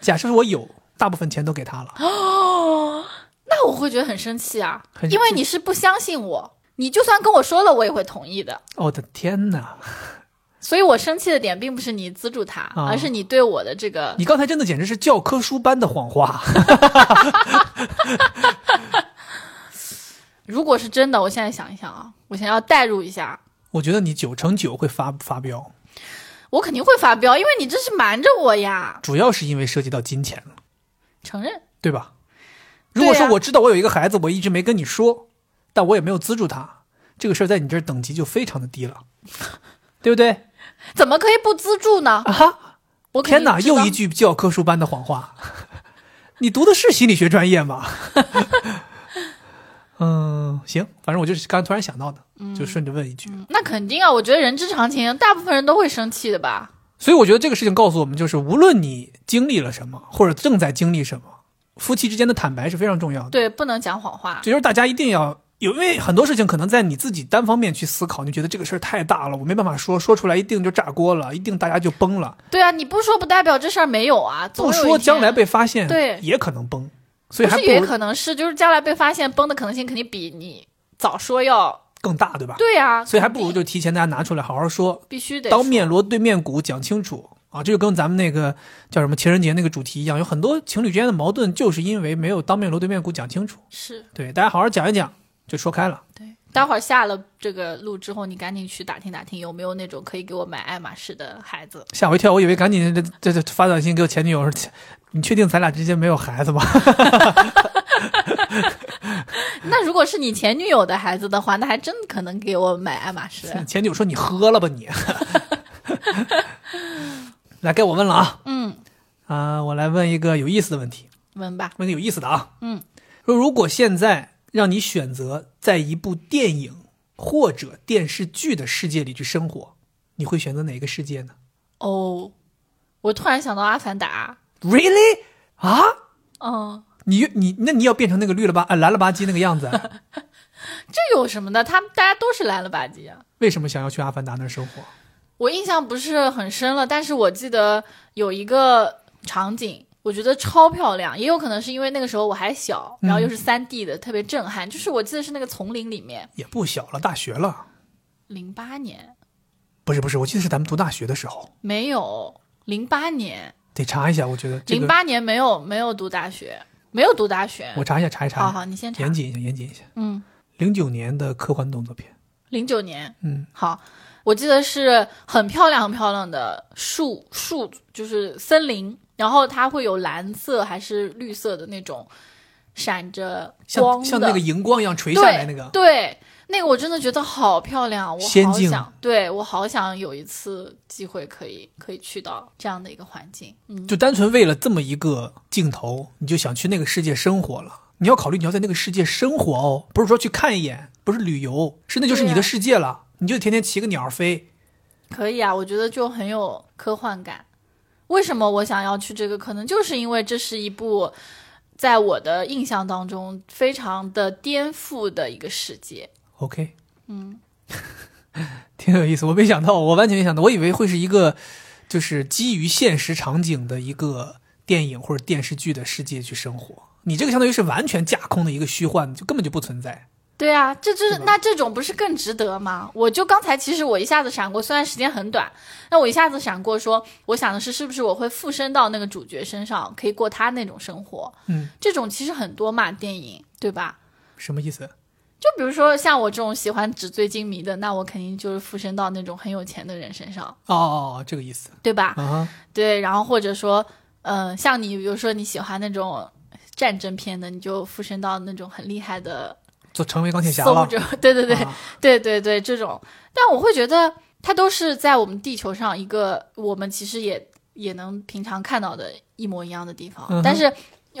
[SPEAKER 1] 假设我有，大部分钱都给他了，哦
[SPEAKER 2] 那我会觉得很生气啊，
[SPEAKER 1] 很
[SPEAKER 2] 因为你是不相信我，你就算跟我说了，我也会同意的。
[SPEAKER 1] 我的天哪！
[SPEAKER 2] 所以我生气的点并不是你资助他，
[SPEAKER 1] 啊
[SPEAKER 2] 而是你对我的这个
[SPEAKER 1] 你刚才真的简直是教科书般的谎话。
[SPEAKER 2] 如果是真的，我现在想一想啊，我想要代入一下，
[SPEAKER 1] 我觉得你九成九会发发飙，
[SPEAKER 2] 我肯定会发飙，因为你这是瞒着我呀，
[SPEAKER 1] 主要是因为涉及到金钱了，
[SPEAKER 2] 承认。
[SPEAKER 1] 对吧？如
[SPEAKER 2] 对啊
[SPEAKER 1] 果说我知道我有一个孩子，我一直没跟你说，但我也没有资助他，这个事儿在你这儿等级就非常的低了，对不对？
[SPEAKER 2] 怎么可以不资助呢？
[SPEAKER 1] 啊哈！
[SPEAKER 2] 我肯
[SPEAKER 1] 天
[SPEAKER 2] 定
[SPEAKER 1] 哪，
[SPEAKER 2] 知道
[SPEAKER 1] 又一句教科书般的谎话。 你读的是心理学专业吗？ 嗯，行，反正我就是刚突然想到的，就顺着问一句。
[SPEAKER 2] 嗯那肯定啊，我觉得人之常情，大部分人都会生气的吧。
[SPEAKER 1] 所以我觉得这个事情告诉我们，就是无论你经历了什么，或者正在经历什么，夫妻之间的坦白是非常重要的。
[SPEAKER 2] 对，啊不能讲谎话。
[SPEAKER 1] 这就是大家一定要有，因为很多事情可能在你自己单方面去思考，你觉得这个事儿太大了，我没办法说，说出来一定就炸锅了，一定大家就崩了。
[SPEAKER 2] 对啊，你不说不代表这事儿没有啊，总
[SPEAKER 1] 不
[SPEAKER 2] 有一
[SPEAKER 1] 说，
[SPEAKER 2] 天
[SPEAKER 1] 将来被发现，
[SPEAKER 2] 对
[SPEAKER 1] 也可能崩。所以还
[SPEAKER 2] 不
[SPEAKER 1] 不
[SPEAKER 2] 是也
[SPEAKER 1] 如
[SPEAKER 2] 可能是，就是将来被发现崩的可能性肯定比你早说要
[SPEAKER 1] 更大，对吧？
[SPEAKER 2] 对啊，
[SPEAKER 1] 所以还不如
[SPEAKER 2] 肯定
[SPEAKER 1] 就提前大家拿出来好好说，
[SPEAKER 2] 必须得
[SPEAKER 1] 当
[SPEAKER 2] 说
[SPEAKER 1] 面锣对面鼓讲清楚啊！这就跟咱们那个叫什么情人节那个主题一样，有很多情侣之间的矛盾就是因为没有当面锣对面鼓讲清楚。
[SPEAKER 2] 是
[SPEAKER 1] 对，大家好好讲一讲，就说开了。
[SPEAKER 2] 对。待会儿下了这个路之后，你赶紧去打听打听有没有那种可以给我买爱马仕的孩子。
[SPEAKER 1] 吓我一跳，我以为赶紧这这这发短信给我前女友说 切，你确定咱俩之间没有孩子吗？
[SPEAKER 2] 那如果是你前女友的孩子的话，那还真可能给我买爱马仕。
[SPEAKER 1] 前女友说你喝了吧你。 来，该我问了啊
[SPEAKER 2] 嗯，
[SPEAKER 1] 啊、我来问一个有意思的问题，
[SPEAKER 2] 问吧。
[SPEAKER 1] 问个有意思的啊。
[SPEAKER 2] 嗯，
[SPEAKER 1] 说如果现在让你选择在一部电影或者电视剧的世界里去生活，你会选择哪个世界呢
[SPEAKER 2] 哦，我突然想到《阿凡达
[SPEAKER 1] ？Really 啊？》。
[SPEAKER 2] 嗯，
[SPEAKER 1] 你你那你要变成那个绿了吧啊蓝了吧唧那个样子啊，
[SPEAKER 2] 这有什么的？他们大家都是来了吧唧啊。
[SPEAKER 1] 为什么想要去阿凡达那儿生活？
[SPEAKER 2] 我印象不是很深了，但是我记得有一个场景，我觉得超漂亮，也有可能是因为那个时候我还小，然后又是三 D 的，特别震撼。就是我记得是那个丛林里面，
[SPEAKER 1] 也不小了，大学了。
[SPEAKER 2] 零八年
[SPEAKER 1] 不是不是，我记得是咱们读大学的时候，
[SPEAKER 2] 没有，零八年，
[SPEAKER 1] 得查一下。我觉得这
[SPEAKER 2] 零
[SPEAKER 1] 个，
[SPEAKER 2] 八年没有没有读大学，没有读大学。
[SPEAKER 1] 我查一下，查一
[SPEAKER 2] 好
[SPEAKER 1] 查，
[SPEAKER 2] 好，你先查
[SPEAKER 1] 严。谨一下，严谨一下。
[SPEAKER 2] 嗯，
[SPEAKER 1] 零九年的科幻动作片，
[SPEAKER 2] 零九年，
[SPEAKER 1] 嗯，
[SPEAKER 2] 好，我记得是很漂亮、很漂亮的树树，就是森林，然后它会有蓝色还是绿色的那种闪着光
[SPEAKER 1] 像
[SPEAKER 2] 的，
[SPEAKER 1] 像那个荧光一样垂
[SPEAKER 2] 对
[SPEAKER 1] 下来那个，
[SPEAKER 2] 对，那个我真的觉得好漂亮，我
[SPEAKER 1] 仙
[SPEAKER 2] 好
[SPEAKER 1] 境
[SPEAKER 2] 想，对我好想有一次机会可以可以去到这样的一个环境。嗯，
[SPEAKER 1] 就单纯为了这么一个镜头，你就想去那个世界生活了。你要考虑你要在那个世界生活哦，不是说去看一眼，不是旅游，是那就是你
[SPEAKER 2] 对
[SPEAKER 1] 的
[SPEAKER 2] 啊
[SPEAKER 1] 世界了。你就天天骑个鸟儿飞，
[SPEAKER 2] 可以啊，我觉得就很有科幻感。为什么我想要去这个？可能就是因为这是一部在我的印象当中非常的颠覆的一个世界。
[SPEAKER 1] OK，嗯， 挺有意思。我没想到，我完全没想到，我以为会是一个就是基于现实场景的一个电影或者电视剧的世界去生活。你这个相当于是完全架空的一个虚幻，就根本就不存在。
[SPEAKER 2] 对啊，这这
[SPEAKER 1] 对吧
[SPEAKER 2] 那这种不是更值得吗？我就刚才其实我一下子闪过，虽然时间很短，那我一下子闪过说，我想的是是不是我会附身到那个主角身上，可以过他那种生活。
[SPEAKER 1] 嗯，
[SPEAKER 2] 这种其实很多嘛，电影对吧？
[SPEAKER 1] 什么意思？
[SPEAKER 2] 就比如说像我这种喜欢纸醉金迷的，那我肯定就是附身到那种很有钱的人身上，
[SPEAKER 1] 哦哦哦，这个意思
[SPEAKER 2] 对吧？
[SPEAKER 1] 啊哈，
[SPEAKER 2] 对，然后或者说，嗯、像你比如说你喜欢那种战争片的，你就附身到那种很厉害的
[SPEAKER 1] 就成为钢铁侠
[SPEAKER 2] 搜
[SPEAKER 1] 了。
[SPEAKER 2] 者，对对对、
[SPEAKER 1] 啊
[SPEAKER 2] 对对对，这种。但我会觉得它都是在我们地球上一个我们其实也也能平常看到的一模一样的地方。
[SPEAKER 1] 嗯哼
[SPEAKER 2] 但是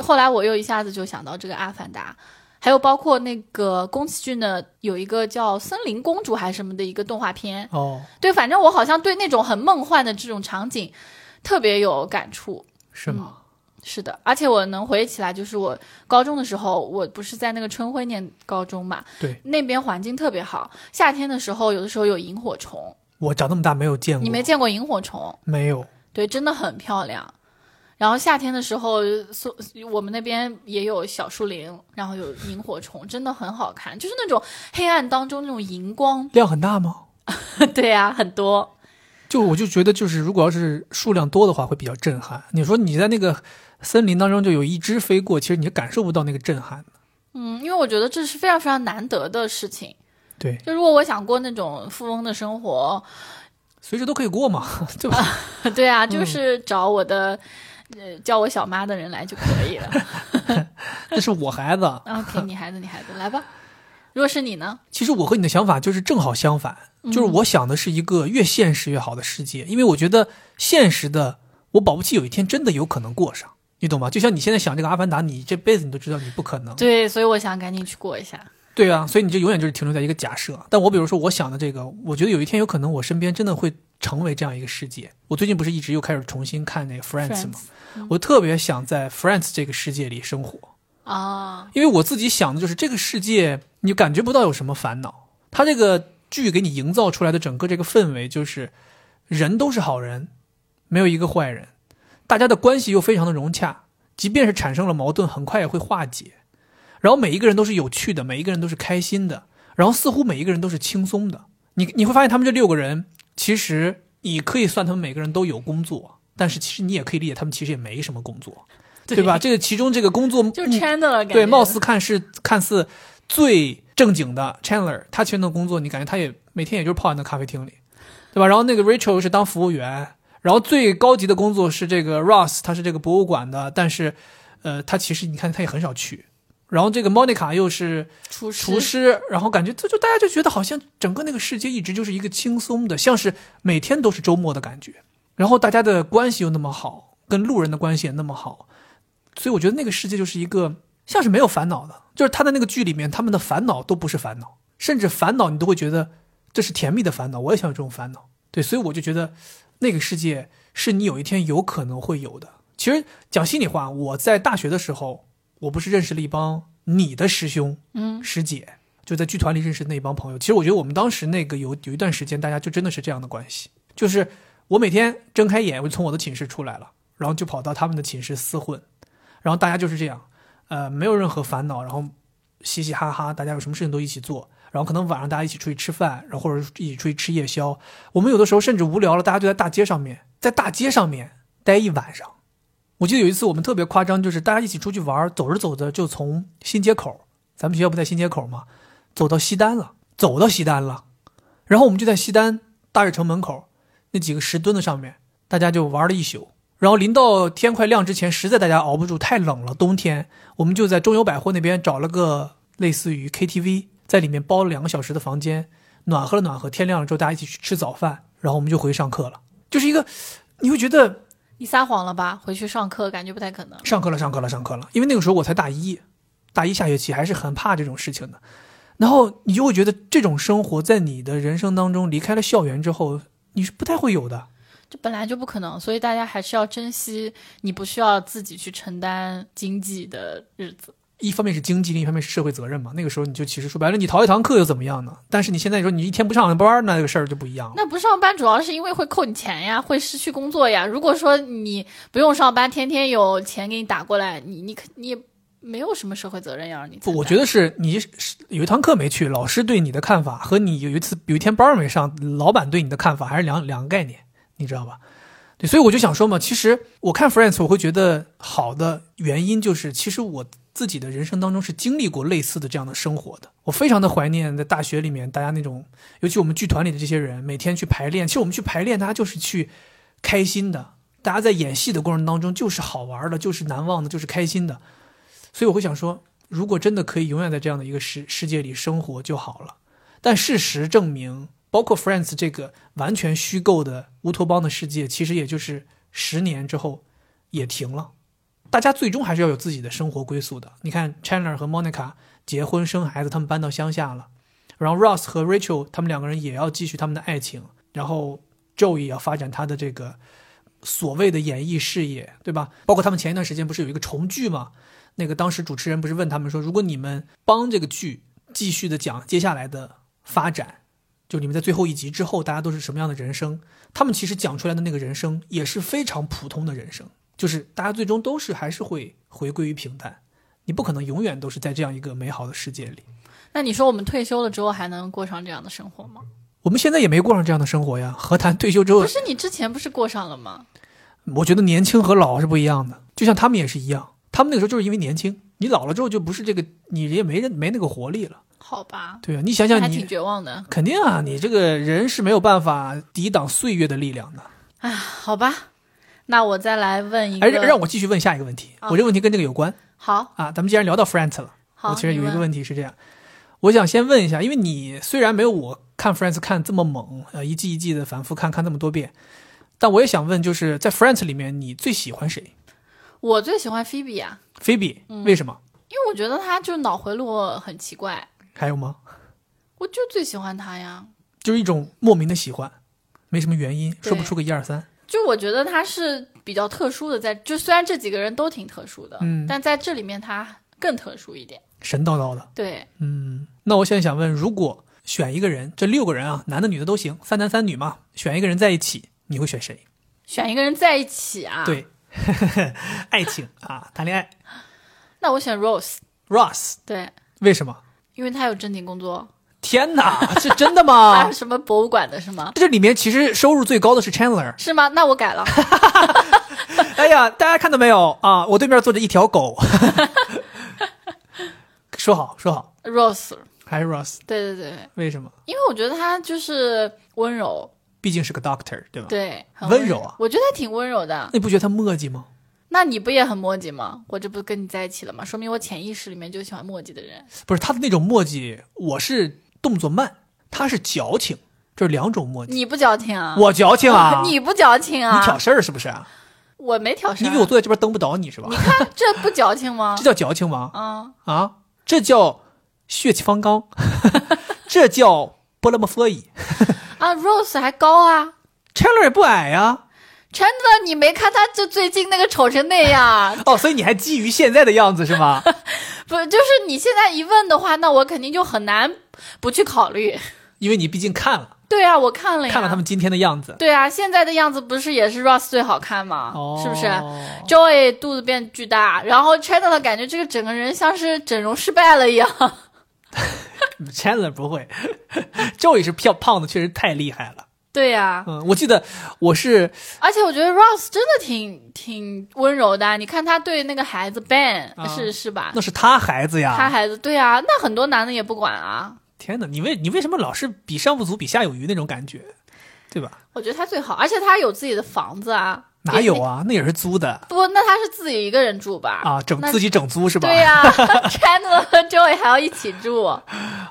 [SPEAKER 2] 后来我又一下子就想到这个《阿凡达》。还有包括那个宫崎骏的有一个叫《森林公主》还是什么的一个动画片，
[SPEAKER 1] 哦，
[SPEAKER 2] 对，反正我好像对那种很梦幻的这种场景特别有感触。
[SPEAKER 1] 是
[SPEAKER 2] 嗯
[SPEAKER 1] 吗？
[SPEAKER 2] 是的，而且我能回忆起来，就是我高中的时候，我不是在那个春晖念高中嘛，
[SPEAKER 1] 对，
[SPEAKER 2] 那边环境特别好，夏天的时候有的时候有萤火虫，
[SPEAKER 1] 我长那么大没有见过，
[SPEAKER 2] 你没见过萤火虫？
[SPEAKER 1] 没有？
[SPEAKER 2] 对，真的很漂亮。然后夏天的时候，所我们那边也有小树林，然后有萤火虫，真的很好看，就是那种黑暗当中那种荧光，
[SPEAKER 1] 量很大吗？
[SPEAKER 2] 对呀、很多。
[SPEAKER 1] 就我就觉得，就是如果要是数量多的话，会比较震撼。你说你在那个森林当中就有一只飞过，其实你是感受不到那个震撼的。
[SPEAKER 2] 嗯，因为我觉得这是非常非常难得的事情。
[SPEAKER 1] 对，
[SPEAKER 2] 就如果我想过那种富翁的生活，
[SPEAKER 1] 随时都可以过嘛， 对吧？
[SPEAKER 2] 对啊，就是找我的，呃，叫我小妈的人来就可以 了。
[SPEAKER 1] 那是我孩子。
[SPEAKER 2] OK，你孩子，你孩子，来吧。如果是你呢？
[SPEAKER 1] 其实我和你的想法就是正好相反，
[SPEAKER 2] 嗯
[SPEAKER 1] 就是我想的是一个越现实越好的世界，因为我觉得现实的我保不齐有一天真的有可能过上，你懂吗？就像你现在想这个《阿凡达》，你这辈子你都知道你不可能。
[SPEAKER 2] 对，所以我想赶紧去过一下。
[SPEAKER 1] 对啊，所以你就永远就是停留在一个假设。但我比如说我想的这个，我觉得有一天有可能我身边真的会成为这样一个世界。我最近不是一直又开始重新看那个 Friends 吗
[SPEAKER 2] Friends，
[SPEAKER 1] 我特别想在 Friends 这个世界里生活，
[SPEAKER 2] 啊，
[SPEAKER 1] 因为我自己想的就是这个世界你感觉不到有什么烦恼。它这个剧给你营造出来的整个这个氛围就是，人都是好人，没有一个坏人，大家的关系又非常的融洽，即便是产生了矛盾，很快也会化解。然后每一个人都是有趣的，每一个人都是开心的，然后似乎每一个人都是轻松的。你你会发现，他们这六个人，其实你可以算他们每个人都有工作，但是其实你也可以理解，他们其实也没什么工作，对吧？这个其中这个工作
[SPEAKER 2] 就
[SPEAKER 1] 目
[SPEAKER 2] Chandler 感觉
[SPEAKER 1] 对，貌似看是看似最正经的 Chandler，他其实那工作你感觉他也每天也就是泡在那咖啡厅里，对吧？然后那个 Rachel 是当服务员，然后最高级的工作是这个 Ross，他是这个博物馆的，但是呃，他其实你看他也很少去。然后这个 Monica 又是
[SPEAKER 2] 厨师
[SPEAKER 1] 厨师，然后感觉这就大家就觉得好像整个那个世界一直就是一个轻松的，像是每天都是周末的感觉。然后大家的关系又那么好，跟路人的关系也那么好，所以我觉得那个世界就是一个像是没有烦恼的，就是他的那个剧里面，他们的烦恼都不是烦恼，甚至烦恼你都会觉得这是甜蜜的烦恼，我也想有这种烦恼。对，所以我就觉得那个世界是你有一天有可能会有的。其实讲心里话，我在大学的时候，我不是认识了一帮你的师兄，
[SPEAKER 2] 嗯，
[SPEAKER 1] 师姐，就在剧团里认识的那帮朋友。其实我觉得我们当时那个有有一段时间，大家就真的是这样的关系，就是我每天睁开眼，我就从我的寝室出来了，然后就跑到他们的寝室厮混，然后大家就是这样，呃，没有任何烦恼，然后嘻嘻哈哈，大家有什么事情都一起做。然后可能晚上大家一起出去吃饭，然后或者一起出去吃夜宵。我们有的时候甚至无聊了，大家就在大街上面，在大街上面待一晚上。我记得有一次我们特别夸张，就是大家一起出去玩儿，走着走着就从新街口，咱们学校不在新街口嘛，走到西单了，走到西单了，然后我们就在西单大悦城门口那几个石墩子上面，大家就玩了一宿。然后临到天快亮之前，实在大家熬不住，太冷了，冬天，我们就在中友百货那边找了个类似于 KTV，在里面包了两个小时的房间，暖和了暖和，天亮了之后大家一起去吃早饭，然后我们就回去上课了。就是一个，你会觉得
[SPEAKER 2] 你撒谎了吧？回去上课感觉不太可能。
[SPEAKER 1] 上课了，上课了，上课了，因为那个时候我才大一，大一下学期还是很怕这种事情的。然后你就会觉得这种生活在你的人生当中离开了校园之后，你是不太会有的。
[SPEAKER 2] 这本来就不可能，所以大家还是要珍惜你不需要自己去承担经济的日子。
[SPEAKER 1] 一方面是经济，另一方面是社会责任嘛。那个时候你就其实说白了，你逃一堂课又怎么样呢？但是你现在说你一天不上班，那个事儿就不一样了。
[SPEAKER 2] 那不上班主要是因为会扣你钱呀，会失去工作呀。如果说你不用上班，天天有钱给你打过来，你你可你也没有什么社会责任要让你
[SPEAKER 1] 不，我
[SPEAKER 2] 得
[SPEAKER 1] 觉得是你是有一堂课没去，老师对你的看法和你有一次有一天班儿没上，老板对你的看法还是两两个概念，你知道吧？对，所以我就想说嘛，其实我看 Friends 我会觉得好的原因就是，其实我自己的人生当中是经历过类似的这样的生活的。我非常的怀念在大学里面大家那种，尤其我们剧团里的这些人，每天去排练。其实我们去排练，大家就是去开心的，大家在演戏的过程当中就是好玩的，就是难忘的，就是开心的。所以我会想说，如果真的可以永远在这样的一个世世界里生活就好了。但事实证明，包括 Friends 这个完全虚构的乌托邦的世界，其实也就是十年之后也停了。大家最终还是要有自己的生活归宿的。你看，Chandler 和 Monica 结婚生孩子，他们搬到乡下了。然后 Ross 和 Rachel 他们两个人也要继续他们的爱情。然后 Joe 也要发展他的这个所谓的演艺事业，对吧？包括他们前一段时间不是有一个重聚嘛？那个当时主持人不是问他们说，如果你们帮这个剧继续的讲接下来的发展，就你们在最后一集之后大家都是什么样的人生？他们其实讲出来的那个人生也是非常普通的人生，就是大家最终都是还是会回归于平淡。你不可能永远都是在这样一个美好的世界里。
[SPEAKER 2] 那你说我们退休了之后还能过上这样的生活吗？
[SPEAKER 1] 我们现在也没过上这样的生活呀，何谈退休之后
[SPEAKER 2] 不？是你之前不是过上了吗？
[SPEAKER 1] 我觉得年轻和老是不一样的，就像他们也是一样，他们那个时候就是因为年轻，你老了之后就不是这个，你也没人没那个活力了。
[SPEAKER 2] 好吧，
[SPEAKER 1] 对啊，你想想
[SPEAKER 2] 还
[SPEAKER 1] 你
[SPEAKER 2] 挺绝望的。
[SPEAKER 1] 肯定啊，你这个人是没有办法抵挡岁月的力量的。
[SPEAKER 2] 哎，好吧，那我再来问一个。
[SPEAKER 1] 哎，让让我继续问下一个问题，
[SPEAKER 2] 啊
[SPEAKER 1] 我这个问题跟这个有关
[SPEAKER 2] 好
[SPEAKER 1] 啊。咱们既然聊到 Friends 了，
[SPEAKER 2] 好，
[SPEAKER 1] 我其实有一
[SPEAKER 2] 你
[SPEAKER 1] 个问题是这样，我想先问一下，因为你虽然没有我看 Friends 看这么猛，呃，一季一季的反复看看这么多遍，但我也想问，就是在 Friends 里面，你最喜欢谁？
[SPEAKER 2] 我最喜欢菲比啊，
[SPEAKER 1] 菲比？为什么？
[SPEAKER 2] 因为我觉得他就是脑回路很奇怪，
[SPEAKER 1] 还有吗？
[SPEAKER 2] 我就最喜欢他呀。
[SPEAKER 1] 就是一种莫名的喜欢，没什么原因，
[SPEAKER 2] 对
[SPEAKER 1] 说不出个一二三。
[SPEAKER 2] 就我觉得他是比较特殊的在，就虽然这几个人都挺特殊的，
[SPEAKER 1] 嗯
[SPEAKER 2] 但在这里面他更特殊一点。
[SPEAKER 1] 神叨叨的。
[SPEAKER 2] 对，
[SPEAKER 1] 嗯，那我现在想问，如果选一个人，这六个人啊，男的女的都行，三男三女嘛，选一个人在一起，你会选谁？
[SPEAKER 2] 选一个人在一起啊。，
[SPEAKER 1] 对， 爱情啊，谈恋爱。
[SPEAKER 2] 那我选 Rose。
[SPEAKER 1] Ross
[SPEAKER 2] 对，
[SPEAKER 1] 为什么？
[SPEAKER 2] 因为他有正经工作，
[SPEAKER 1] 天哪，是真的
[SPEAKER 2] 他
[SPEAKER 1] 吗
[SPEAKER 2] 是？什么博物馆的是吗？
[SPEAKER 1] 这里面其实收入最高的是 Chandler。
[SPEAKER 2] 是吗？那我改 了。
[SPEAKER 1] 哎呀，大家看到没有啊？我对面坐着一条狗。 说好说好，
[SPEAKER 2] Rose，
[SPEAKER 1] 还是 Ross？
[SPEAKER 2] 对对对，
[SPEAKER 1] 为什么？
[SPEAKER 2] 因为我觉得他就是温柔，
[SPEAKER 1] 毕竟是个 Doctor，对吧？
[SPEAKER 2] 对，很
[SPEAKER 1] 温
[SPEAKER 2] 温
[SPEAKER 1] 柔啊
[SPEAKER 2] 我觉得他挺温柔的
[SPEAKER 1] 那。你不觉得他墨迹吗？
[SPEAKER 2] 那你不也很墨迹吗？我这不跟你在一起了吗？说明我潜意识里面就喜欢墨迹 的人。
[SPEAKER 1] 不是他的那种墨迹，我是动作慢，他是矫情，这是两种墨迹。
[SPEAKER 2] 你不矫情啊？
[SPEAKER 1] 我矫情啊，
[SPEAKER 2] 你不矫情啊？
[SPEAKER 1] 你挑事儿是不是啊？
[SPEAKER 2] 我没挑事
[SPEAKER 1] 你
[SPEAKER 2] 儿。啊嗯
[SPEAKER 1] 以为我坐在这边蹬不倒你是吧
[SPEAKER 2] 你？看 这不矫情吗
[SPEAKER 1] 这？叫矫情吗？
[SPEAKER 2] 啊，
[SPEAKER 1] 啊，这叫血气方刚， 这叫波拉莫佛伊。
[SPEAKER 2] 啊，Rose 还高啊
[SPEAKER 1] Chandler 也不矮啊呀、
[SPEAKER 2] ，Chandler 你没看他就最近那个丑成那样，
[SPEAKER 1] 哦，所以你还基于现在的样子是吗？
[SPEAKER 2] 不就是你现在一问的话，那我肯定就很难不去考虑。
[SPEAKER 1] 因为你毕竟看了，
[SPEAKER 2] 对啊，我看了呀，
[SPEAKER 1] 看了他们。今天的样子，
[SPEAKER 2] 对啊，现在的样子不是也是 Rose 最好看吗？
[SPEAKER 1] 哦，
[SPEAKER 2] 是不是？Joy 肚子变巨大，然后 Chandler 感觉这个整个人像是整容失败了一样。
[SPEAKER 1] Chandler 不会 ，Joey 是漂胖的，确实太厉害了。
[SPEAKER 2] 对呀、
[SPEAKER 1] 嗯，我记得我是
[SPEAKER 2] 而且我觉得 Rose 真的挺挺温柔的啊，你看他对那个孩子 Ben、
[SPEAKER 1] 啊
[SPEAKER 2] 是是吧？
[SPEAKER 1] 那是他孩子呀，
[SPEAKER 2] 他孩子，对啊，那很多男的也不管啊。
[SPEAKER 1] 天哪，你为你为什么老是比上不足，比下有余那种感觉，对吧？
[SPEAKER 2] 我觉得他最好，而且他有自己的房子啊，
[SPEAKER 1] 哪有啊？那也是租的
[SPEAKER 2] 不，那他是自己一个人住吧？
[SPEAKER 1] 啊，整
[SPEAKER 2] 那
[SPEAKER 1] 自己整租是吧？
[SPEAKER 2] 对呀、c h a n d l e r 和 Joey 还要一起住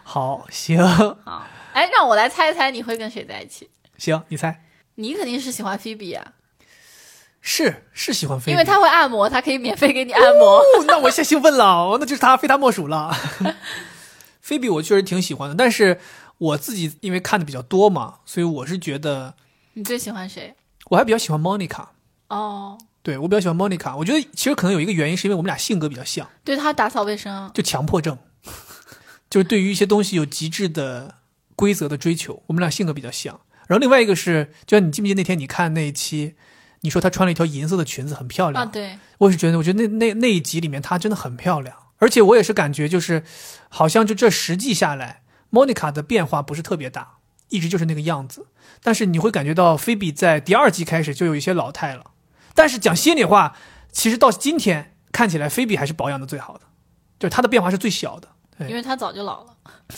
[SPEAKER 1] 好，行
[SPEAKER 2] 啊！哎，让我来猜一猜，你会跟谁在一起？
[SPEAKER 1] 行，你猜
[SPEAKER 2] 你肯定是喜欢 Phoebe 啊，
[SPEAKER 1] 是是喜欢菲
[SPEAKER 2] 因
[SPEAKER 1] 比，
[SPEAKER 2] 为他会按摩，他可以免费给你按摩。
[SPEAKER 1] 哦，那我现在兴奋了，哦那就是他非他莫属了。 菲比我确实挺喜欢的，但是我自己因为看的比较多嘛，所以我是觉得
[SPEAKER 2] 你最喜欢谁？
[SPEAKER 1] 我还比较喜欢 Monica。
[SPEAKER 2] 哦，对
[SPEAKER 1] 对我比较喜欢 Monica，我觉得其实可能有一个原因是因为我们俩性格比较像，
[SPEAKER 2] 他打扫卫生，
[SPEAKER 1] 就强迫症， 就是对于一些东西有极致的规则的追求，我们俩性格比较像。然后另外一个是，就像你记不记得那天你看那一期，你说她穿了一条银色的裙子很漂亮
[SPEAKER 2] 啊，对，
[SPEAKER 1] 我是觉得，我觉得那那那一集里面她真的很漂亮，而且我也是感觉就是，好像就这实际下来，Monica 的变化不是特别大，一直就是那个样子。但是你会感觉到菲比在第二季开始就有一些老态了。但是讲心里话，其实到今天看起来，菲比还是保养的最好的，就是她的变化是最小的。对
[SPEAKER 2] 因为他早就老了。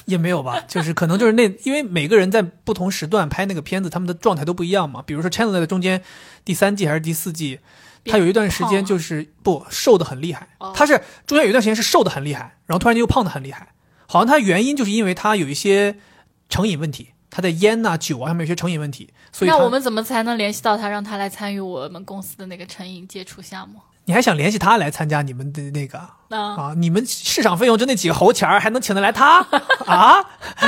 [SPEAKER 1] 也没有吧， 就是可能就是那，因为每个人在不同时段拍那个片子，他们的状态都不一样嘛。比如说 Chandler 的中间第三季还是第四季，他有一段时间就是不瘦的很厉害
[SPEAKER 2] 哦，
[SPEAKER 1] 他是中间有一段时间是瘦的很厉害，然后突然间又胖的很厉害，好像他原因就是因为他有一些成瘾问题，他在烟呐、酒啊上面有些成瘾问题，所以
[SPEAKER 2] 那
[SPEAKER 1] 他
[SPEAKER 2] 我们怎么才能联系到他，让他来参与我们公司的那个成瘾戒除项目？
[SPEAKER 1] 你还想联系他来参加你们的那个
[SPEAKER 2] 那、
[SPEAKER 1] 啊？你们市场费用就那几个猴钱儿，还能请得来他 啊？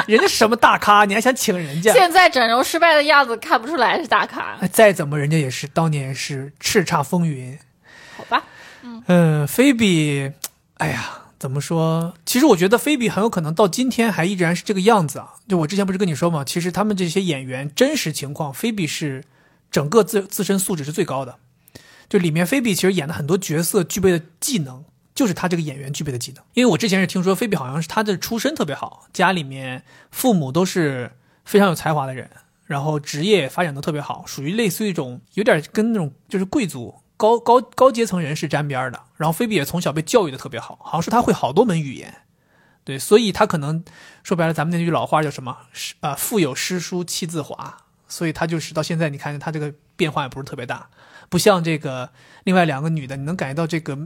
[SPEAKER 1] 人家什么大咖，你还想请人家？
[SPEAKER 2] 现在整容失败的样子看不出来是大咖，
[SPEAKER 1] 哎，再怎么人家也是当年也是叱咤风云。
[SPEAKER 2] 好吧？
[SPEAKER 1] 嗯，菲比，哎呀，怎么说？其实我觉得菲比很有可能到今天还依然是这个样子啊。就我之前不是跟你说嘛，其实他们这些演员真实情况，菲比是整个自自身素质是最高的。就里面菲比其实演的很多角色具备的技能，就是她这个演员具备的技能。因为我之前是听说菲比好像是她的出身特别好，家里面父母都是非常有才华的人，然后职业发展的特别好，属于类似于一种有点跟那种就是贵族高高高阶层人士沾边儿的。然后菲比也从小被教育的特别好，好像说她会好多门语言。对，所以她可能说白了，咱们那句老话叫什么？是啊，腹有诗书气自华。所以她就是到现在，你看她这个变化也不是特别大，不像这个另外两个女的，你能感觉到这个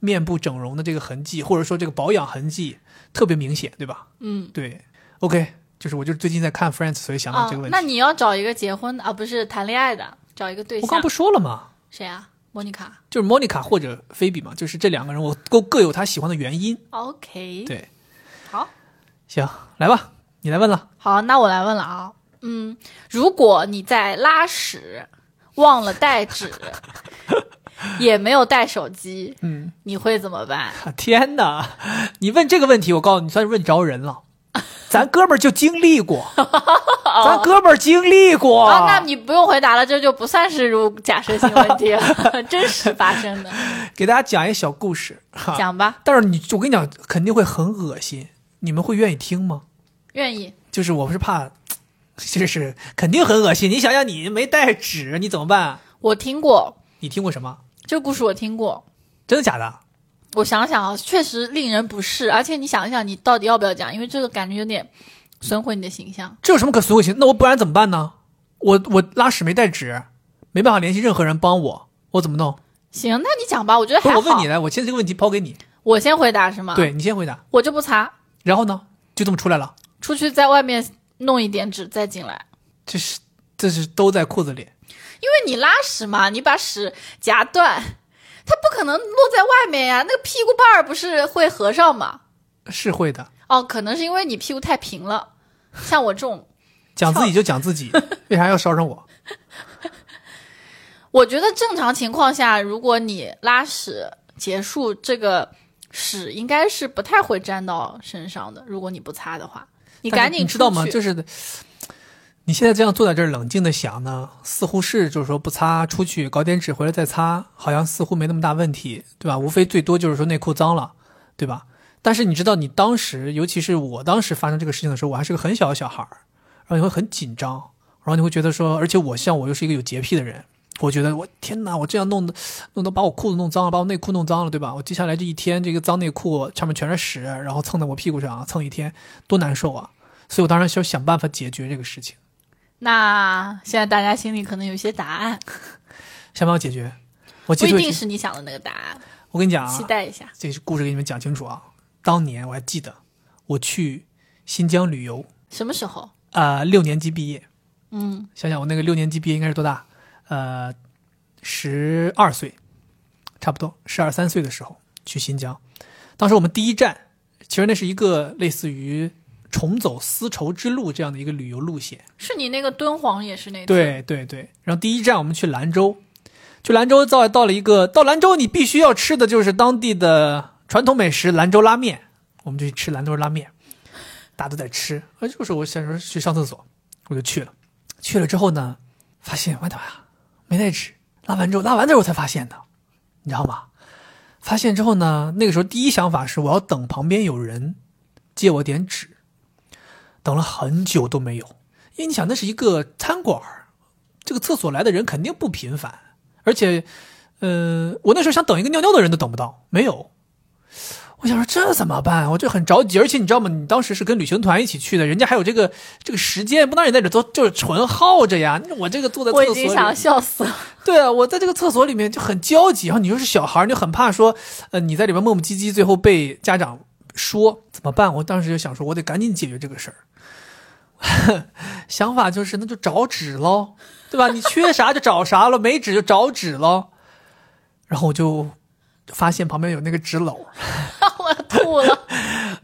[SPEAKER 1] 面部整容的这个痕迹，或者说这个保养痕迹特别明显，对吧？
[SPEAKER 2] 嗯，
[SPEAKER 1] 对，OK，就是我就是最近在看 Friends，所以想到
[SPEAKER 2] 啊
[SPEAKER 1] 这个问，题。
[SPEAKER 2] 那你要找一个结婚的啊，不是谈恋爱的，找一个对
[SPEAKER 1] 我刚
[SPEAKER 2] 象
[SPEAKER 1] 不，说了吗？
[SPEAKER 2] 谁啊？莫妮卡。
[SPEAKER 1] 就是 Monica 或者菲比嘛，就是这两个人，我各各有他喜欢的原因。
[SPEAKER 2] OK，
[SPEAKER 1] 对，
[SPEAKER 2] 好，
[SPEAKER 1] 行，来吧，你来问了。
[SPEAKER 2] 好，那我来问了啊，嗯，如果你在拉屎忘了带 纸，也没有带手机，
[SPEAKER 1] 嗯，
[SPEAKER 2] 你会怎么办？
[SPEAKER 1] 啊天哪，你问这个问题，我告诉你，算是问着人 了。咱哥们儿就经历过，咱哥们儿经历过。
[SPEAKER 2] 啊，那你不用回答了，这就不算是如假设性问题 了，真实发生的，
[SPEAKER 1] 给大家讲一个小故事，哈
[SPEAKER 2] 讲吧，
[SPEAKER 1] 但是你，我跟你讲，肯定会很恶心。你们会愿意听吗？
[SPEAKER 2] 愿意。
[SPEAKER 1] 就是我不是怕，就是肯定很恶心。你想想，你没带纸，你怎么办？
[SPEAKER 2] 我听过
[SPEAKER 1] 你听过什么？
[SPEAKER 2] 这个故事，我听过。
[SPEAKER 1] 真的假的？
[SPEAKER 2] 我想想啊，确实令人不适，而且你想一想，你到底要不要讲？因为这个感觉有点损毁你的形象。
[SPEAKER 1] 这有什么可损毁性？那我不然怎么办呢？我我拉屎没带纸，没办法联系任何人帮我，我怎么弄？
[SPEAKER 2] 行，那你讲吧，我觉得
[SPEAKER 1] 不
[SPEAKER 2] 还
[SPEAKER 1] 是
[SPEAKER 2] 好。啊
[SPEAKER 1] 我问你，来，我先这个问题抛给你，
[SPEAKER 2] 我先回答是吗？，
[SPEAKER 1] 对你先回答。
[SPEAKER 2] 我就不查，
[SPEAKER 1] 然后呢，就这么出来了，
[SPEAKER 2] 出去在外面弄一点纸再进来。
[SPEAKER 1] 这是这是都在裤子里。
[SPEAKER 2] 因为你拉屎嘛，你把屎夹断，它不可能落在外面呀。那个屁股瓣儿不是会合上吗？
[SPEAKER 1] 是会的，
[SPEAKER 2] 哦，可能是因为你屁股太平了，像我这种。
[SPEAKER 1] 讲自己就讲自己，为啥要捎上我？
[SPEAKER 2] 我觉得正常情况下，如果你拉屎结束，这个屎应该是不太会沾到身上的。如果你不擦的话，你
[SPEAKER 1] 你
[SPEAKER 2] 赶紧
[SPEAKER 1] 你知道吗？
[SPEAKER 2] 出去
[SPEAKER 1] 就是你现在这样坐在这儿冷静的想呢，似乎是就是说不擦出去搞点纸回来再擦，好像似乎没那么大问题，对吧？无非最多就是说内裤脏了，对吧？但是你知道，你当时，尤其是我当时发生这个事情的时候，我还是个很小的小孩儿，然后你会很紧张，然后你会觉得说，而且我像我又是一个有洁癖的人，我觉得我天哪，我这样弄的，弄得把我裤子弄脏了，把我内裤弄脏了，对吧？我接下来这一天，这个脏内裤上面全是屎，然后蹭在我屁股上蹭一天，多难受啊！所以我当然需要想办法解决这个事情。
[SPEAKER 2] 那现在大家心里可能有些答案，
[SPEAKER 1] 想办法解决。我
[SPEAKER 2] 不
[SPEAKER 1] 记
[SPEAKER 2] 一
[SPEAKER 1] 得
[SPEAKER 2] 定是你想的那个答案，
[SPEAKER 1] 我跟你啊讲啊，
[SPEAKER 2] 期待一下。
[SPEAKER 1] 这故事给你们讲清楚啊。当年我还记得，我去新疆旅游，
[SPEAKER 2] 什么时候？
[SPEAKER 1] 啊，六年级毕业，
[SPEAKER 2] 嗯，
[SPEAKER 1] 想想我那个六年级毕业应该是多大？呃，十二岁，差不多十二三岁的时候去新疆。当时我们第一站，其实那是一个类似于重走丝绸之路这样的一个旅游路线。
[SPEAKER 2] 是你那个敦煌也是那次，，
[SPEAKER 1] 对对对，然后第一站我们去兰州，去兰州到到了一个到兰州，你必须要吃的就是当地的传统美食兰州拉面，我们就去吃兰州拉面，大家都在吃，啊，就是我想说去上厕所，我就去了，去了之后呢，发现我的妈呀，没带纸，拉完之后拉完之后我才发现的，你知道吗？发现之后呢，那个时候第一想法是我要等旁边有人借我点纸，等了很久都没有，因为你想那是一个餐馆儿这个厕所来的人肯定不频繁，而且，呃，我那时候想等一个尿尿的人都等不到，没有。我想说这怎么办？我就很着急，而且你知道吗？你当时是跟旅行团一起去的，人家还有这个这个时间，不能让你在这都就是纯耗着呀。我这个坐在厕
[SPEAKER 2] 我
[SPEAKER 1] 所里，
[SPEAKER 2] 已经想要笑死了。
[SPEAKER 1] 对啊，我在这个厕所里面就很焦急，然后你又是小孩儿，你就很怕说，呃，你在里面磨磨唧唧，最后被家长说怎么办？我当时就想说，我得赶紧解决这个事儿。 想法就是，那就找纸喽，对吧？你缺啥就找啥了，没纸就找纸喽。然后我就发现旁边有那个纸篓，
[SPEAKER 2] 我要吐了。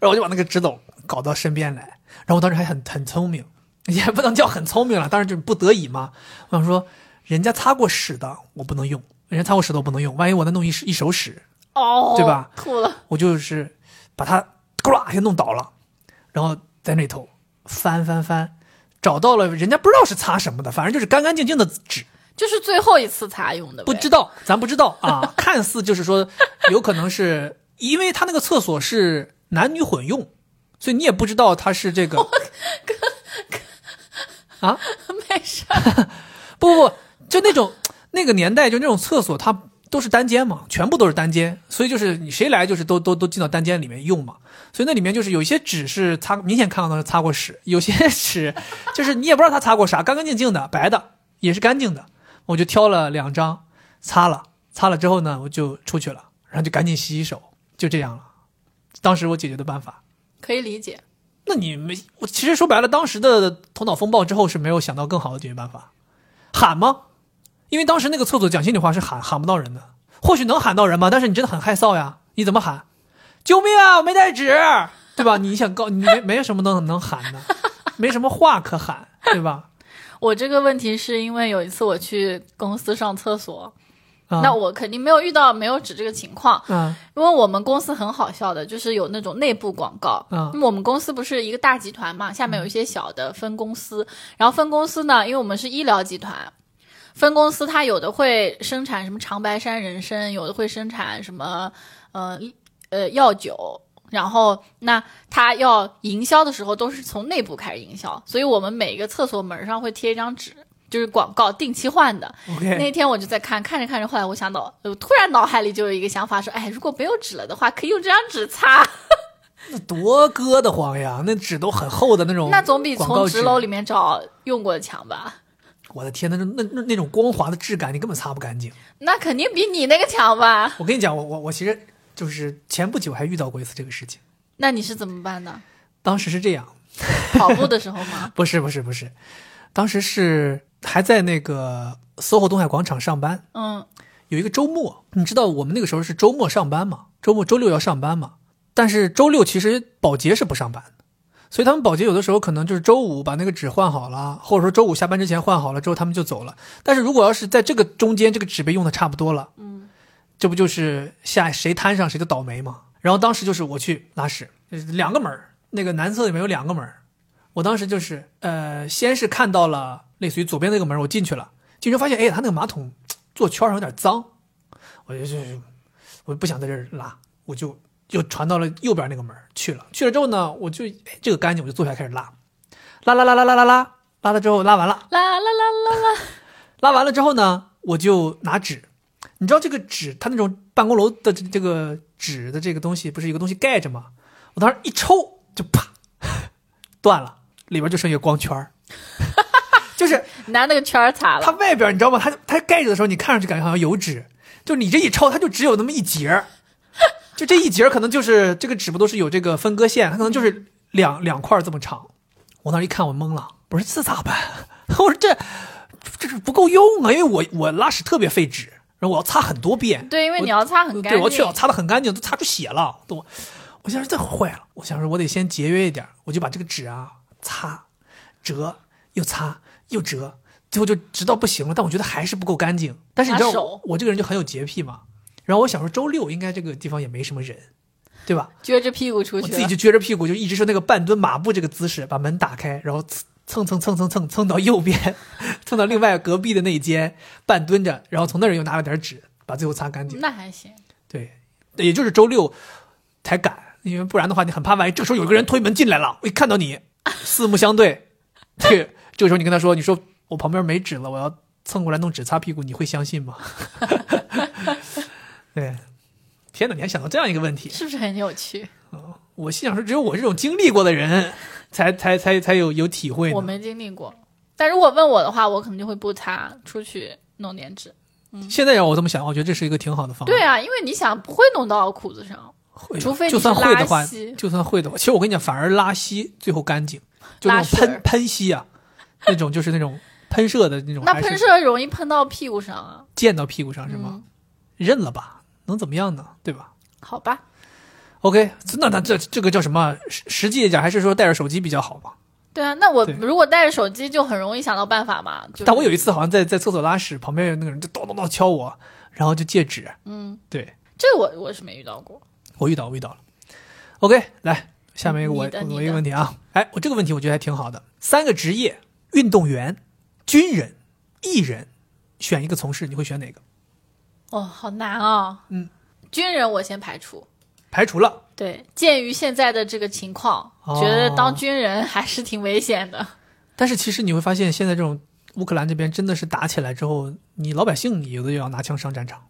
[SPEAKER 1] 然后我就把那个纸篓搞到身边来。然后我当时还很很聪明，也不能叫很聪明了，当然就是不得已嘛。我想说，人家擦过屎的我不能用，人家擦过屎的我不能用，万一我再弄一一手屎，
[SPEAKER 2] 哦，
[SPEAKER 1] 对吧？
[SPEAKER 2] 吐了，
[SPEAKER 1] 我就是把它咕啦给弄倒了，然后在那头翻翻翻，找到了人家不知道是擦什么的，反正就是干干净净的纸，
[SPEAKER 2] 就是最后一次擦用的呗，
[SPEAKER 1] 不知道，咱不知道啊。看似就是说，有可能是因为他那个厕所是男女混用，所以你也不知道他是这个啊，
[SPEAKER 2] 没事儿。
[SPEAKER 1] 不不不，就那种那个年代，就那种厕所，它都是单间嘛，全部都是单间，所以就是你谁来就是都都都进到单间里面用嘛。所以那里面就是有一些纸是擦，明显看到的是擦过屎，有些 纸就是你也不知道他擦过啥，干干净净的，白的也是干净的。我就挑了两张，擦了，擦了之后呢，我就出去了，然后就赶紧洗洗手，就这样了。当时我解决的办法，
[SPEAKER 2] 可以理解，
[SPEAKER 1] 那你没，我其实说白了，当时的头脑风暴之后是没有想到更好的解决办法，喊吗？因为当时那个厕所讲心里话是喊喊不到人的，或许能喊到人吧，但是你真的很害臊呀，你怎么喊？救命啊！我没带纸，对吧？你想告你没没有什么能能喊的，没什么话可喊，对吧？
[SPEAKER 2] 我这个问题是因为有一次我去公司上厕所，
[SPEAKER 1] 啊、
[SPEAKER 2] 那我肯定没有遇到没有纸这个情况，
[SPEAKER 1] 啊
[SPEAKER 2] 因为我们公司很好笑的，就是有那种内部广告。
[SPEAKER 1] 嗯
[SPEAKER 2] 那么我们公司不是一个大集团嘛，下面有一些小的分公司，然后分公司呢，因为我们是医疗集团。分公司它有的会生产什么长白山人参，有的会生产什么呃呃药酒，然后那它要营销的时候都是从内部开始营销，所以我们每一个厕所门上会贴一张纸，就是广告定期换的，
[SPEAKER 1] ，OK，
[SPEAKER 2] 那天我就在看，看着看着，后来我想到，我突然脑海里就有一个想法，说，哎，如果没有纸了的话，可以用这张纸擦，
[SPEAKER 1] 那多硌得慌呀！那纸都很厚的那种，
[SPEAKER 2] 那总比
[SPEAKER 1] 广告
[SPEAKER 2] 从纸篓里面找用过的强吧？
[SPEAKER 1] 我的天，那种那那那种光滑的质感，你根本擦不干净。
[SPEAKER 2] 那肯定比你那个强吧？
[SPEAKER 1] 我跟你讲，我我我其实就是前不久还遇到过一次这个事情。
[SPEAKER 2] 那你是怎么办呢？
[SPEAKER 1] 当时是这样，
[SPEAKER 2] 跑步的时候 吗？
[SPEAKER 1] 不是不是不是，当时是还在那个 SOHO 东海广场上班，
[SPEAKER 2] 嗯，
[SPEAKER 1] 有一个周末，你知道我们那个时候是周末上班嘛？周末周六要上班嘛？但是周六其实保洁是不上班的，所以他们保洁有的时候可能就是周五把那个纸换好了，或者说周五下班之前换好了之后他们就走了。但是如果要是在这个中间这个纸被用的差不多了，嗯，这不就是下谁摊上谁就倒霉嘛？然后当时就是我去拉屎，就是两个门儿那个男厕里面有两个门儿我当时就是呃，先是看到了类似于左边那个门儿，我进去了，进去发现哎，他那个马桶坐圈上有点脏，我就就是我不想在这儿拉，我就又传到了右边那个门儿去了。去了之后呢，我就哎这个干净，我就坐下来开始拉，拉拉拉拉拉拉拉，拉了之后拉完了，
[SPEAKER 2] 啦啦啦啦啦，
[SPEAKER 1] 拉完了之后呢，我就拿纸，你知道这个纸，它那种办公楼的这这个纸的这个东西，不是有个东西盖着吗？我当时 一抽就啪断了，里边就剩一个光圈儿，就是
[SPEAKER 2] 拿那个圈儿擦
[SPEAKER 1] 它
[SPEAKER 2] 了。
[SPEAKER 1] 外边你知道吗？它它盖着的时候，你看上去感觉好像油脂，就你这一抽，它就只有那么一节儿，就这一节儿可能就是这个纸不都是有这个分割线，它可能就是两两块儿这么长。我当时一看我懵了，我说这咋办？ 我说这这是不够用啊，因为我我拉屎特别费纸，然后我要擦很多遍，
[SPEAKER 2] 对，因为
[SPEAKER 1] 我
[SPEAKER 2] 你要擦很
[SPEAKER 1] 对，
[SPEAKER 2] 干净。
[SPEAKER 1] 我去，我擦的很干净，都擦出血了，都。我想说这坏了，我想说我得先节约一点儿，我就把这个纸啊擦，折又擦又折，最后就直到不行了。但我觉得还是不够干净。但是你知道
[SPEAKER 2] 拿手
[SPEAKER 1] 我我这个人就很有洁癖嘛，然后我想说周六应该这个地方也没什么人，对吧？
[SPEAKER 2] 撅着屁股出
[SPEAKER 1] 我
[SPEAKER 2] 去
[SPEAKER 1] 自己
[SPEAKER 2] 了。
[SPEAKER 1] 就撅着屁股，就一直是那个半蹲马步这个姿势，把门打开，然后蹭蹭蹭蹭蹭蹭到右边， 蹭到另外隔壁的那一间，半蹲着，然后从那儿又拿了点纸，把最后擦干净。
[SPEAKER 2] 那还行，
[SPEAKER 1] 对，也就是周六才敢，因为不然的话你很怕万一这个时候有一个人推门进来了，我一看到你，四目相对， 对，这个时候你跟他说，你说我旁边没纸了，我要蹭过来弄纸擦屁股，你会相信吗？ 对，天哪，你还想到这样一个问题？
[SPEAKER 2] 是不是很有趣？
[SPEAKER 1] 我心想说，只有我这种经历过的人，才才才才有有体会
[SPEAKER 2] 我
[SPEAKER 1] 呢。
[SPEAKER 2] 没经历过，但如果问我的话，我可能就会不擦，出去弄点纸。
[SPEAKER 1] 现在让我这么想，我觉得这是一个挺好的方案。
[SPEAKER 2] 对啊，因为你想不会弄到裤子上，
[SPEAKER 1] 会
[SPEAKER 2] 除非你
[SPEAKER 1] 就是算会的
[SPEAKER 2] 拉
[SPEAKER 1] 话
[SPEAKER 2] 稀，
[SPEAKER 1] 就算会的话，其实我跟你讲，反而拉稀最后干净，就那
[SPEAKER 2] 拉
[SPEAKER 1] 种
[SPEAKER 2] 水
[SPEAKER 1] 喷喷稀啊，那种就是那种喷射的那种，
[SPEAKER 2] 那
[SPEAKER 1] 还是
[SPEAKER 2] 喷射容易喷到屁股上啊。
[SPEAKER 1] 溅到屁股上是吗？
[SPEAKER 2] 嗯，
[SPEAKER 1] 认了吧，能怎么样呢？对吧
[SPEAKER 2] 好吧，
[SPEAKER 1] ？OK，那那这这个叫什么？实实际一点，还是说带着手机比较好嘛？
[SPEAKER 2] 对啊，那我
[SPEAKER 1] 对
[SPEAKER 2] 如果带着手机，就很容易想到办法嘛。就是
[SPEAKER 1] 但我有一次好像在在厕所拉屎，旁边有那个人就咚咚咚敲我，然后就借纸，
[SPEAKER 2] 嗯，
[SPEAKER 1] 对
[SPEAKER 2] 这我我是没遇到过。
[SPEAKER 1] 我遇到我遇到了。OK，来下面一个我
[SPEAKER 2] 你的你的
[SPEAKER 1] 我一个问题啊，哎，我这个问题我觉得还挺好的。三个职业：运动员、军人、艺人，选一个从事，你会选哪个？
[SPEAKER 2] 哦，好难啊。
[SPEAKER 1] 嗯，
[SPEAKER 2] 军人我先排除。
[SPEAKER 1] 排除了，
[SPEAKER 2] 对，鉴于现在的这个情况，
[SPEAKER 1] 哦
[SPEAKER 2] 觉得当军人还是挺危险的。
[SPEAKER 1] 但是其实你会发现，现在这种乌克兰这边真的是打起来之后，你老百姓有的也要拿枪上战场，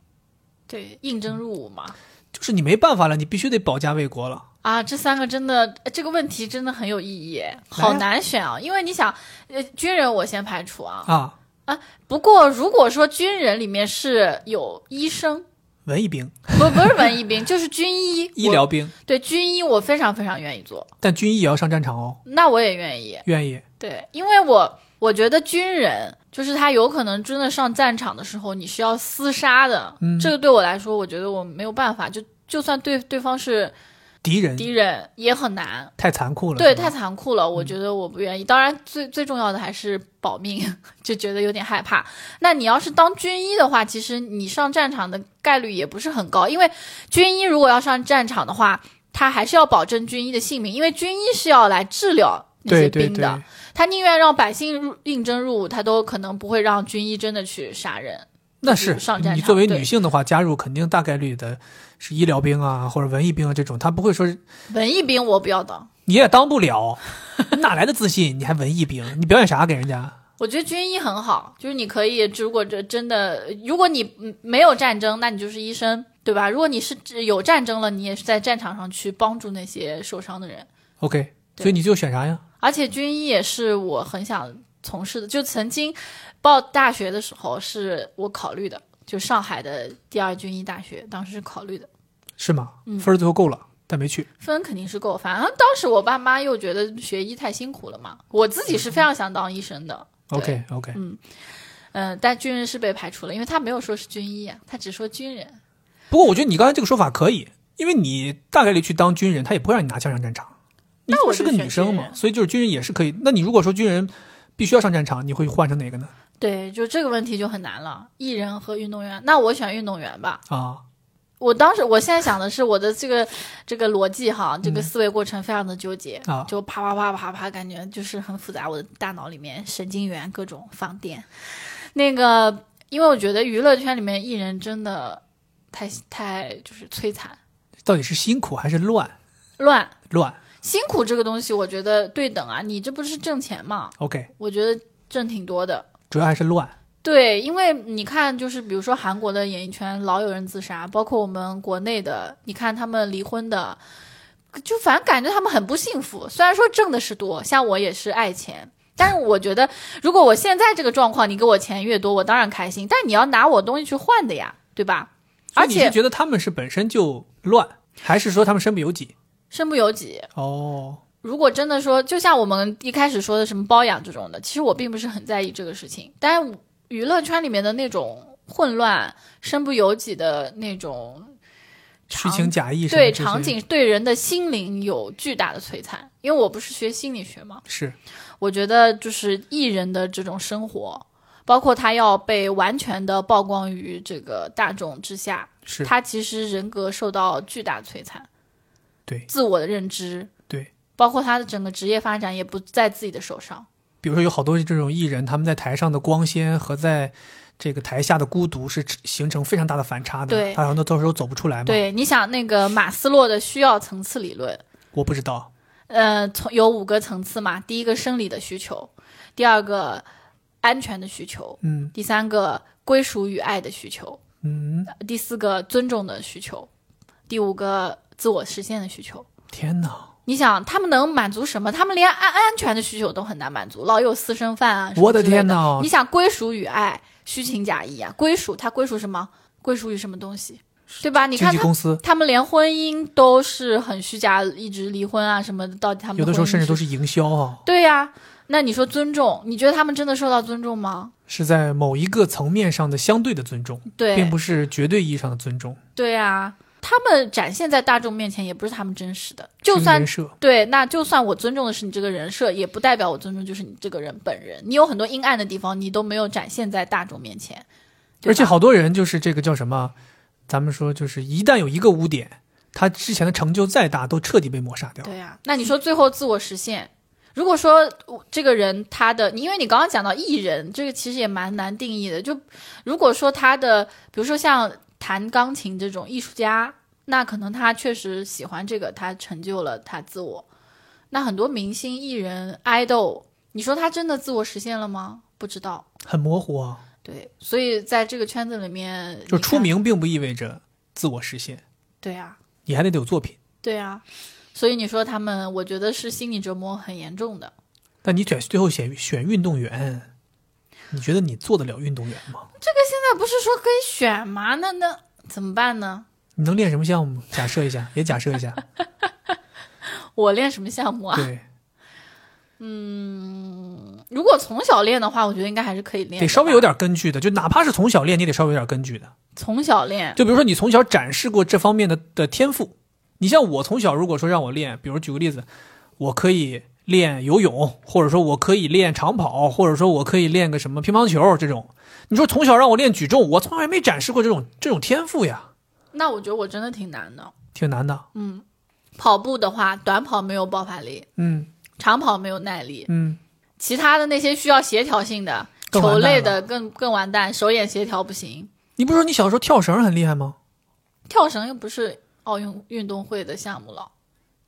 [SPEAKER 2] 对，应征入伍嘛。
[SPEAKER 1] 就是你没办法了，你必须得保家卫国了。
[SPEAKER 2] 啊，这三个真的，呃这个问题真的很有意义，好难选啊！因为你想，呃，军人我先排除啊。
[SPEAKER 1] 啊，
[SPEAKER 2] 不过如果说军人里面是有医生，
[SPEAKER 1] 文艺兵、
[SPEAKER 2] 不不是文艺兵，就是军医
[SPEAKER 1] 医
[SPEAKER 2] 我
[SPEAKER 1] 疗兵，
[SPEAKER 2] 对军医，我非常非常愿意做，
[SPEAKER 1] 但军医也要上战场哦，
[SPEAKER 2] 那我也愿意。
[SPEAKER 1] 愿意。
[SPEAKER 2] 对，因为我我觉得军人就是他有可能真的上战场的时候，你是要厮杀的。
[SPEAKER 1] 嗯
[SPEAKER 2] 这个对我来说，我觉得我没有办法，就就算对对方是
[SPEAKER 1] 敌人
[SPEAKER 2] 敌人也很难。
[SPEAKER 1] 太残酷了，
[SPEAKER 2] 对，
[SPEAKER 1] 是吧嗯
[SPEAKER 2] 太残酷了，我觉得我不愿意。当然，最最重要的还是保命， 就觉得有点害怕。那你要是当军医的话，其实你上战场的概率也不是很高，因为军医如果要上战场的话，他还是要保证军医的性命，因为军医是要来治疗那些
[SPEAKER 1] 对对
[SPEAKER 2] 兵的。
[SPEAKER 1] 对，
[SPEAKER 2] 他宁愿让百姓入应征入伍，他都可能不会让军医真的去杀人。
[SPEAKER 1] 那是
[SPEAKER 2] 上战
[SPEAKER 1] 你
[SPEAKER 2] 场
[SPEAKER 1] 作为
[SPEAKER 2] 对
[SPEAKER 1] 女性的话，加入肯定大概率的是医疗兵啊，或者文艺兵啊这种，他不会说
[SPEAKER 2] 文艺兵我不要当，
[SPEAKER 1] 你也当不了，哪来的自信？你还文艺兵，你表演啥给人家？
[SPEAKER 2] 我觉得军医很好，就是你可以，如果这真的，如果你嗯没有战争，那你就是医生，对吧？如果你是有战争了，你也是在战场上去帮助那些受伤的人。
[SPEAKER 1] OK，
[SPEAKER 2] 对
[SPEAKER 1] 所以你最后选啥呀？
[SPEAKER 2] 而且军医也是我很想从事的，就曾经报大学的时候是我考虑的，就上海的第二军医大学，当时是考虑的。
[SPEAKER 1] 是吗？
[SPEAKER 2] 嗯
[SPEAKER 1] 分儿最后够了，但没去。
[SPEAKER 2] 分肯定是够，反正当时我爸妈又觉得学医太辛苦了嘛，我自己是非常想当医生的，
[SPEAKER 1] OK OK，
[SPEAKER 2] 嗯、但军人是被排除了，因为他没有说是军医啊，他只说军人。
[SPEAKER 1] 不过我觉得你刚才这个说法可以，因为你大概率去当军人，他也不会让你拿枪上战场。你
[SPEAKER 2] 那我
[SPEAKER 1] 是
[SPEAKER 2] 就
[SPEAKER 1] 个女
[SPEAKER 2] 选
[SPEAKER 1] 生
[SPEAKER 2] 军
[SPEAKER 1] 嘛，
[SPEAKER 2] 人
[SPEAKER 1] 所以就是军人也是可以。那你如果说军人必须要上战场，你会换成哪个呢？
[SPEAKER 2] 对，就这个问题就很难了，艺人和运动员，那我选运动员吧。
[SPEAKER 1] 啊，
[SPEAKER 2] 我当时，我现在想的是我的这个这个逻辑哈，这个思维过程非常的纠结，
[SPEAKER 1] 啊
[SPEAKER 2] 就啪啪啪啪啪，感觉就是很复杂，我的大脑里面神经元各种放电。那个，因为我觉得娱乐圈里面艺人真的太太就是摧残
[SPEAKER 1] 到底是辛苦还是乱？
[SPEAKER 2] 乱。
[SPEAKER 1] 乱
[SPEAKER 2] 辛苦这个东西，我觉得对等啊，你这不是挣钱嘛？
[SPEAKER 1] OK，
[SPEAKER 2] 我觉得挣挺多的。
[SPEAKER 1] 主要还是乱。
[SPEAKER 2] 对，因为你看，就是比如说韩国的演艺圈老有人自杀，包括我们国内的，你看他们离婚的，就反正感觉他们很不幸福。虽然说挣的是多，像我也是爱钱，但是我觉得，如果我现在这个状况，你给我钱越多，我当然开心。但你要拿我东西去换的呀，对吧？
[SPEAKER 1] 所
[SPEAKER 2] 而
[SPEAKER 1] 以你是
[SPEAKER 2] 且
[SPEAKER 1] 觉得他们是本身就乱，还是说他们身不由己？
[SPEAKER 2] 身不由己。
[SPEAKER 1] 哦，
[SPEAKER 2] 如果真的说，就像我们一开始说的什么包养这种的，其实我并不是很在意这个事情。但是娱乐圈里面的那种混乱、身不由己的那种
[SPEAKER 1] 虚
[SPEAKER 2] 场
[SPEAKER 1] 情假意什么
[SPEAKER 2] 对
[SPEAKER 1] 这些
[SPEAKER 2] 场景对人的心灵有巨大的摧残。因为我不是学心理学嘛，
[SPEAKER 1] 是
[SPEAKER 2] 我觉得就是艺人的这种生活，包括他要被完全的曝光于这个大众之下，
[SPEAKER 1] 是，
[SPEAKER 2] 他其实人格受到巨大摧残，
[SPEAKER 1] 对
[SPEAKER 2] 自我的认知，
[SPEAKER 1] 对。
[SPEAKER 2] 包括他的整个职业发展也不在自己的手上。
[SPEAKER 1] 比如说有好多这种艺人，他们在台上的光鲜和在这个台下的孤独是形成非常大的反差的。
[SPEAKER 2] 对
[SPEAKER 1] 他好像到时候走不出来嘛。，
[SPEAKER 2] 对，你想那个马斯洛的需要层次理论，
[SPEAKER 1] 我不知道。
[SPEAKER 2] 呃，从有五个层次嘛，第一个生理的需求，第二个安全的需求，
[SPEAKER 1] 嗯
[SPEAKER 2] 第三个归属与爱的需求，呃
[SPEAKER 1] 嗯，
[SPEAKER 2] 第四个尊重的需求，第五个自我实现的需求。
[SPEAKER 1] 天哪！
[SPEAKER 2] 你想他们能满足什么？他们连安安全的需求都很难满足，老有私生饭啊！什么
[SPEAKER 1] 我的
[SPEAKER 2] 之类
[SPEAKER 1] 天哪
[SPEAKER 2] 你想归属与爱，虚情假意啊！归属，它归属什么？归属于什么东西？对吧？你
[SPEAKER 1] 经
[SPEAKER 2] 看
[SPEAKER 1] 纪
[SPEAKER 2] 他，
[SPEAKER 1] 公司
[SPEAKER 2] 他们连婚姻都是很虚假，一直离婚啊什么的。到底他们
[SPEAKER 1] 有的时候
[SPEAKER 2] 婚姻
[SPEAKER 1] 甚至都
[SPEAKER 2] 是
[SPEAKER 1] 是营销啊，
[SPEAKER 2] 对呀、那你说尊重，你觉得他们真的受到尊重吗？
[SPEAKER 1] 是在某一个层面上的相对的尊重，
[SPEAKER 2] 对，
[SPEAKER 1] 并不是绝对意义上的尊重。
[SPEAKER 2] 对啊，他们展现在大众面前也不是他们真实的，
[SPEAKER 1] 是
[SPEAKER 2] 就
[SPEAKER 1] 一个
[SPEAKER 2] 算
[SPEAKER 1] 人设
[SPEAKER 2] 对，那就算我尊重的是你这个人设，也不代表我尊重就是你这个人本人。你有很多阴暗的地方，你都没有展现在大众面前，对
[SPEAKER 1] 而且
[SPEAKER 2] 吧
[SPEAKER 1] 好多人就是这个叫什么，咱们说就是一旦有一个污点，他之前的成就再大都彻底被抹杀掉。
[SPEAKER 2] 对呀、那你说最后自我实现，如果说我这个人他的，因为你刚刚讲到艺人，这个其实也蛮难定义的。就如果说他的，比如说像弹钢琴这种艺术家，那可能他确实喜欢这个，他成就了他自我。那很多明星、艺人、爱豆，你说他真的自我实现了吗？不知道。
[SPEAKER 1] 很模糊啊，
[SPEAKER 2] 对，所以在这个圈子里面，
[SPEAKER 1] 就
[SPEAKER 2] 你
[SPEAKER 1] 出
[SPEAKER 2] 看。
[SPEAKER 1] 名并不意味着自我实现，
[SPEAKER 2] 对啊，
[SPEAKER 1] 你还得得有作品。
[SPEAKER 2] 对啊。所以你说他们，我觉得是心理折磨很严重的。
[SPEAKER 1] 但你选最后选选运动员，你觉得你做得了运动员吗？
[SPEAKER 2] 那不是说可以选吗？那那怎么办呢？
[SPEAKER 1] 你能练什么项目？假设一下，也假设一 下，
[SPEAKER 2] 我练什么项目啊？
[SPEAKER 1] 对，
[SPEAKER 2] 如果从小练的话，我觉得应该还是可以练的吧。
[SPEAKER 1] 得稍微有点根据的，就哪怕是从小练，你得稍微有点根据的。
[SPEAKER 2] 从小练，
[SPEAKER 1] 就比如说你从小展示过这方面的的天赋，你像我从小如果说让我练，比如举个例子，我可以练游泳，或者说我可以练长跑，或者说我可以练个什么乒乓球这种。你说从小让我练举重，我从来没展示过这种这种天赋呀，
[SPEAKER 2] 那我觉得我真的挺难的。
[SPEAKER 1] 挺难的。
[SPEAKER 2] 跑步的话，短跑没有爆发力，
[SPEAKER 1] 嗯
[SPEAKER 2] 长跑没有耐力，
[SPEAKER 1] 嗯，
[SPEAKER 2] 其他的那些需要协调性的
[SPEAKER 1] 更完
[SPEAKER 2] 球
[SPEAKER 1] 蛋
[SPEAKER 2] 类的更更完蛋，手眼协调不行。
[SPEAKER 1] 你不是说你小时候跳绳很厉害吗？
[SPEAKER 2] 跳绳又不是奥运运动会的项目了，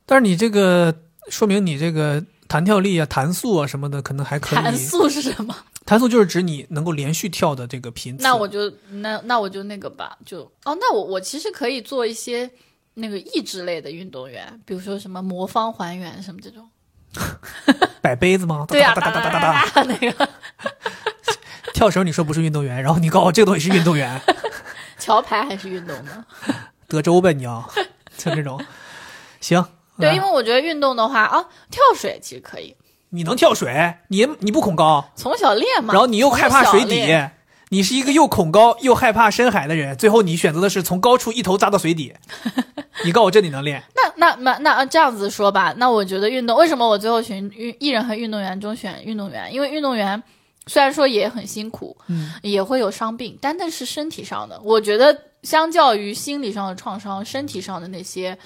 [SPEAKER 1] 但是你这个说明你这个弹跳力啊、弹速啊什么的，可能还可以。
[SPEAKER 2] 弹速是什么？
[SPEAKER 1] 弹速就是指你能够连续跳的这个频次。
[SPEAKER 2] 那我就那那我就那个吧，就哦，那我我其实可以做一些那个益智类的运动员，比如说什么魔方还原什么这种。
[SPEAKER 1] 摆杯子吗？
[SPEAKER 2] 对呀、
[SPEAKER 1] 哒
[SPEAKER 2] 哒
[SPEAKER 1] 哒哒哒哒哒。
[SPEAKER 2] 哒哒那个
[SPEAKER 1] 跳绳你说不是运动员，然后你告诉我这个东西是运动 员，
[SPEAKER 2] 桥牌还是运动的。
[SPEAKER 1] 德州呗你要，就这种。行，呃
[SPEAKER 2] 对，
[SPEAKER 1] 来
[SPEAKER 2] 因为我觉得运动的话啊，跳水其实可以，
[SPEAKER 1] 你能跳水，你你不恐高，
[SPEAKER 2] 从小练嘛。
[SPEAKER 1] 然后你又害怕水
[SPEAKER 2] 从小
[SPEAKER 1] 底
[SPEAKER 2] 练，
[SPEAKER 1] 你是一个又恐高又害怕深海的人，最后你选择的是从高处一头扎到水 底。你告诉我这你能练？
[SPEAKER 2] 那那那那啊这样子说吧，那我觉得运动为什么我最后选运艺人和运动员中选运动员？因为运动员虽然说也很辛苦，
[SPEAKER 1] 嗯，
[SPEAKER 2] 也会有伤病，但那是身体上的。我觉得相较于心理上的创伤，身体上的那些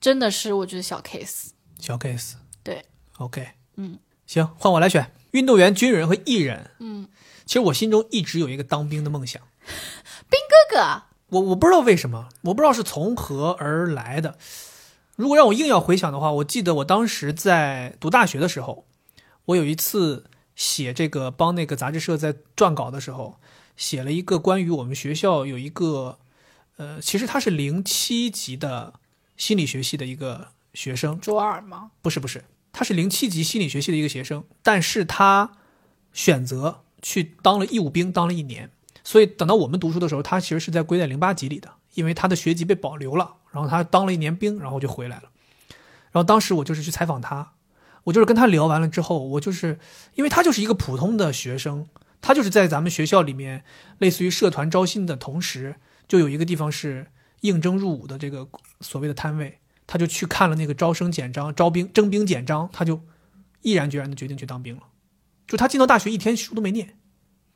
[SPEAKER 2] 真的是我觉得小 case。
[SPEAKER 1] 小 case。
[SPEAKER 2] 对
[SPEAKER 1] ，OK，
[SPEAKER 2] 嗯，
[SPEAKER 1] 行，换我来选运动员、军人和艺人。
[SPEAKER 2] 嗯，
[SPEAKER 1] 其实我心中一直有一个当兵的梦想。
[SPEAKER 2] 哥哥，
[SPEAKER 1] 我我不知道为什么，我不知道是从何而来的。如果让我硬要回想的话，我记得我当时在读大学的时候，我有一次写这个帮那个杂志社在撰稿的时候，写了一个关于我们学校有一个，呃，其实他是零七级的心理学系的一个学生，
[SPEAKER 2] 卓尔吗？
[SPEAKER 1] 不是不是，他是零七级心理学系的一个学生，但是他选择去当了义务兵，当了一年。所以等到我们读书的时候，他其实是在归在零八级里的，因为他的学籍被保留了，然后他当了一年兵，然后就回来了。然后当时我就是去采访他，我就是跟他聊完了之后，我就是因为他就是一个普通的学生，他就是在咱们学校里面，类似于社团招新的同时，就有一个地方是应征入伍的这个所谓的摊位，他就去看了那个招生简章、招兵征兵简章，他就毅然决然的决定去当兵了。就他进到大学一天书都没念，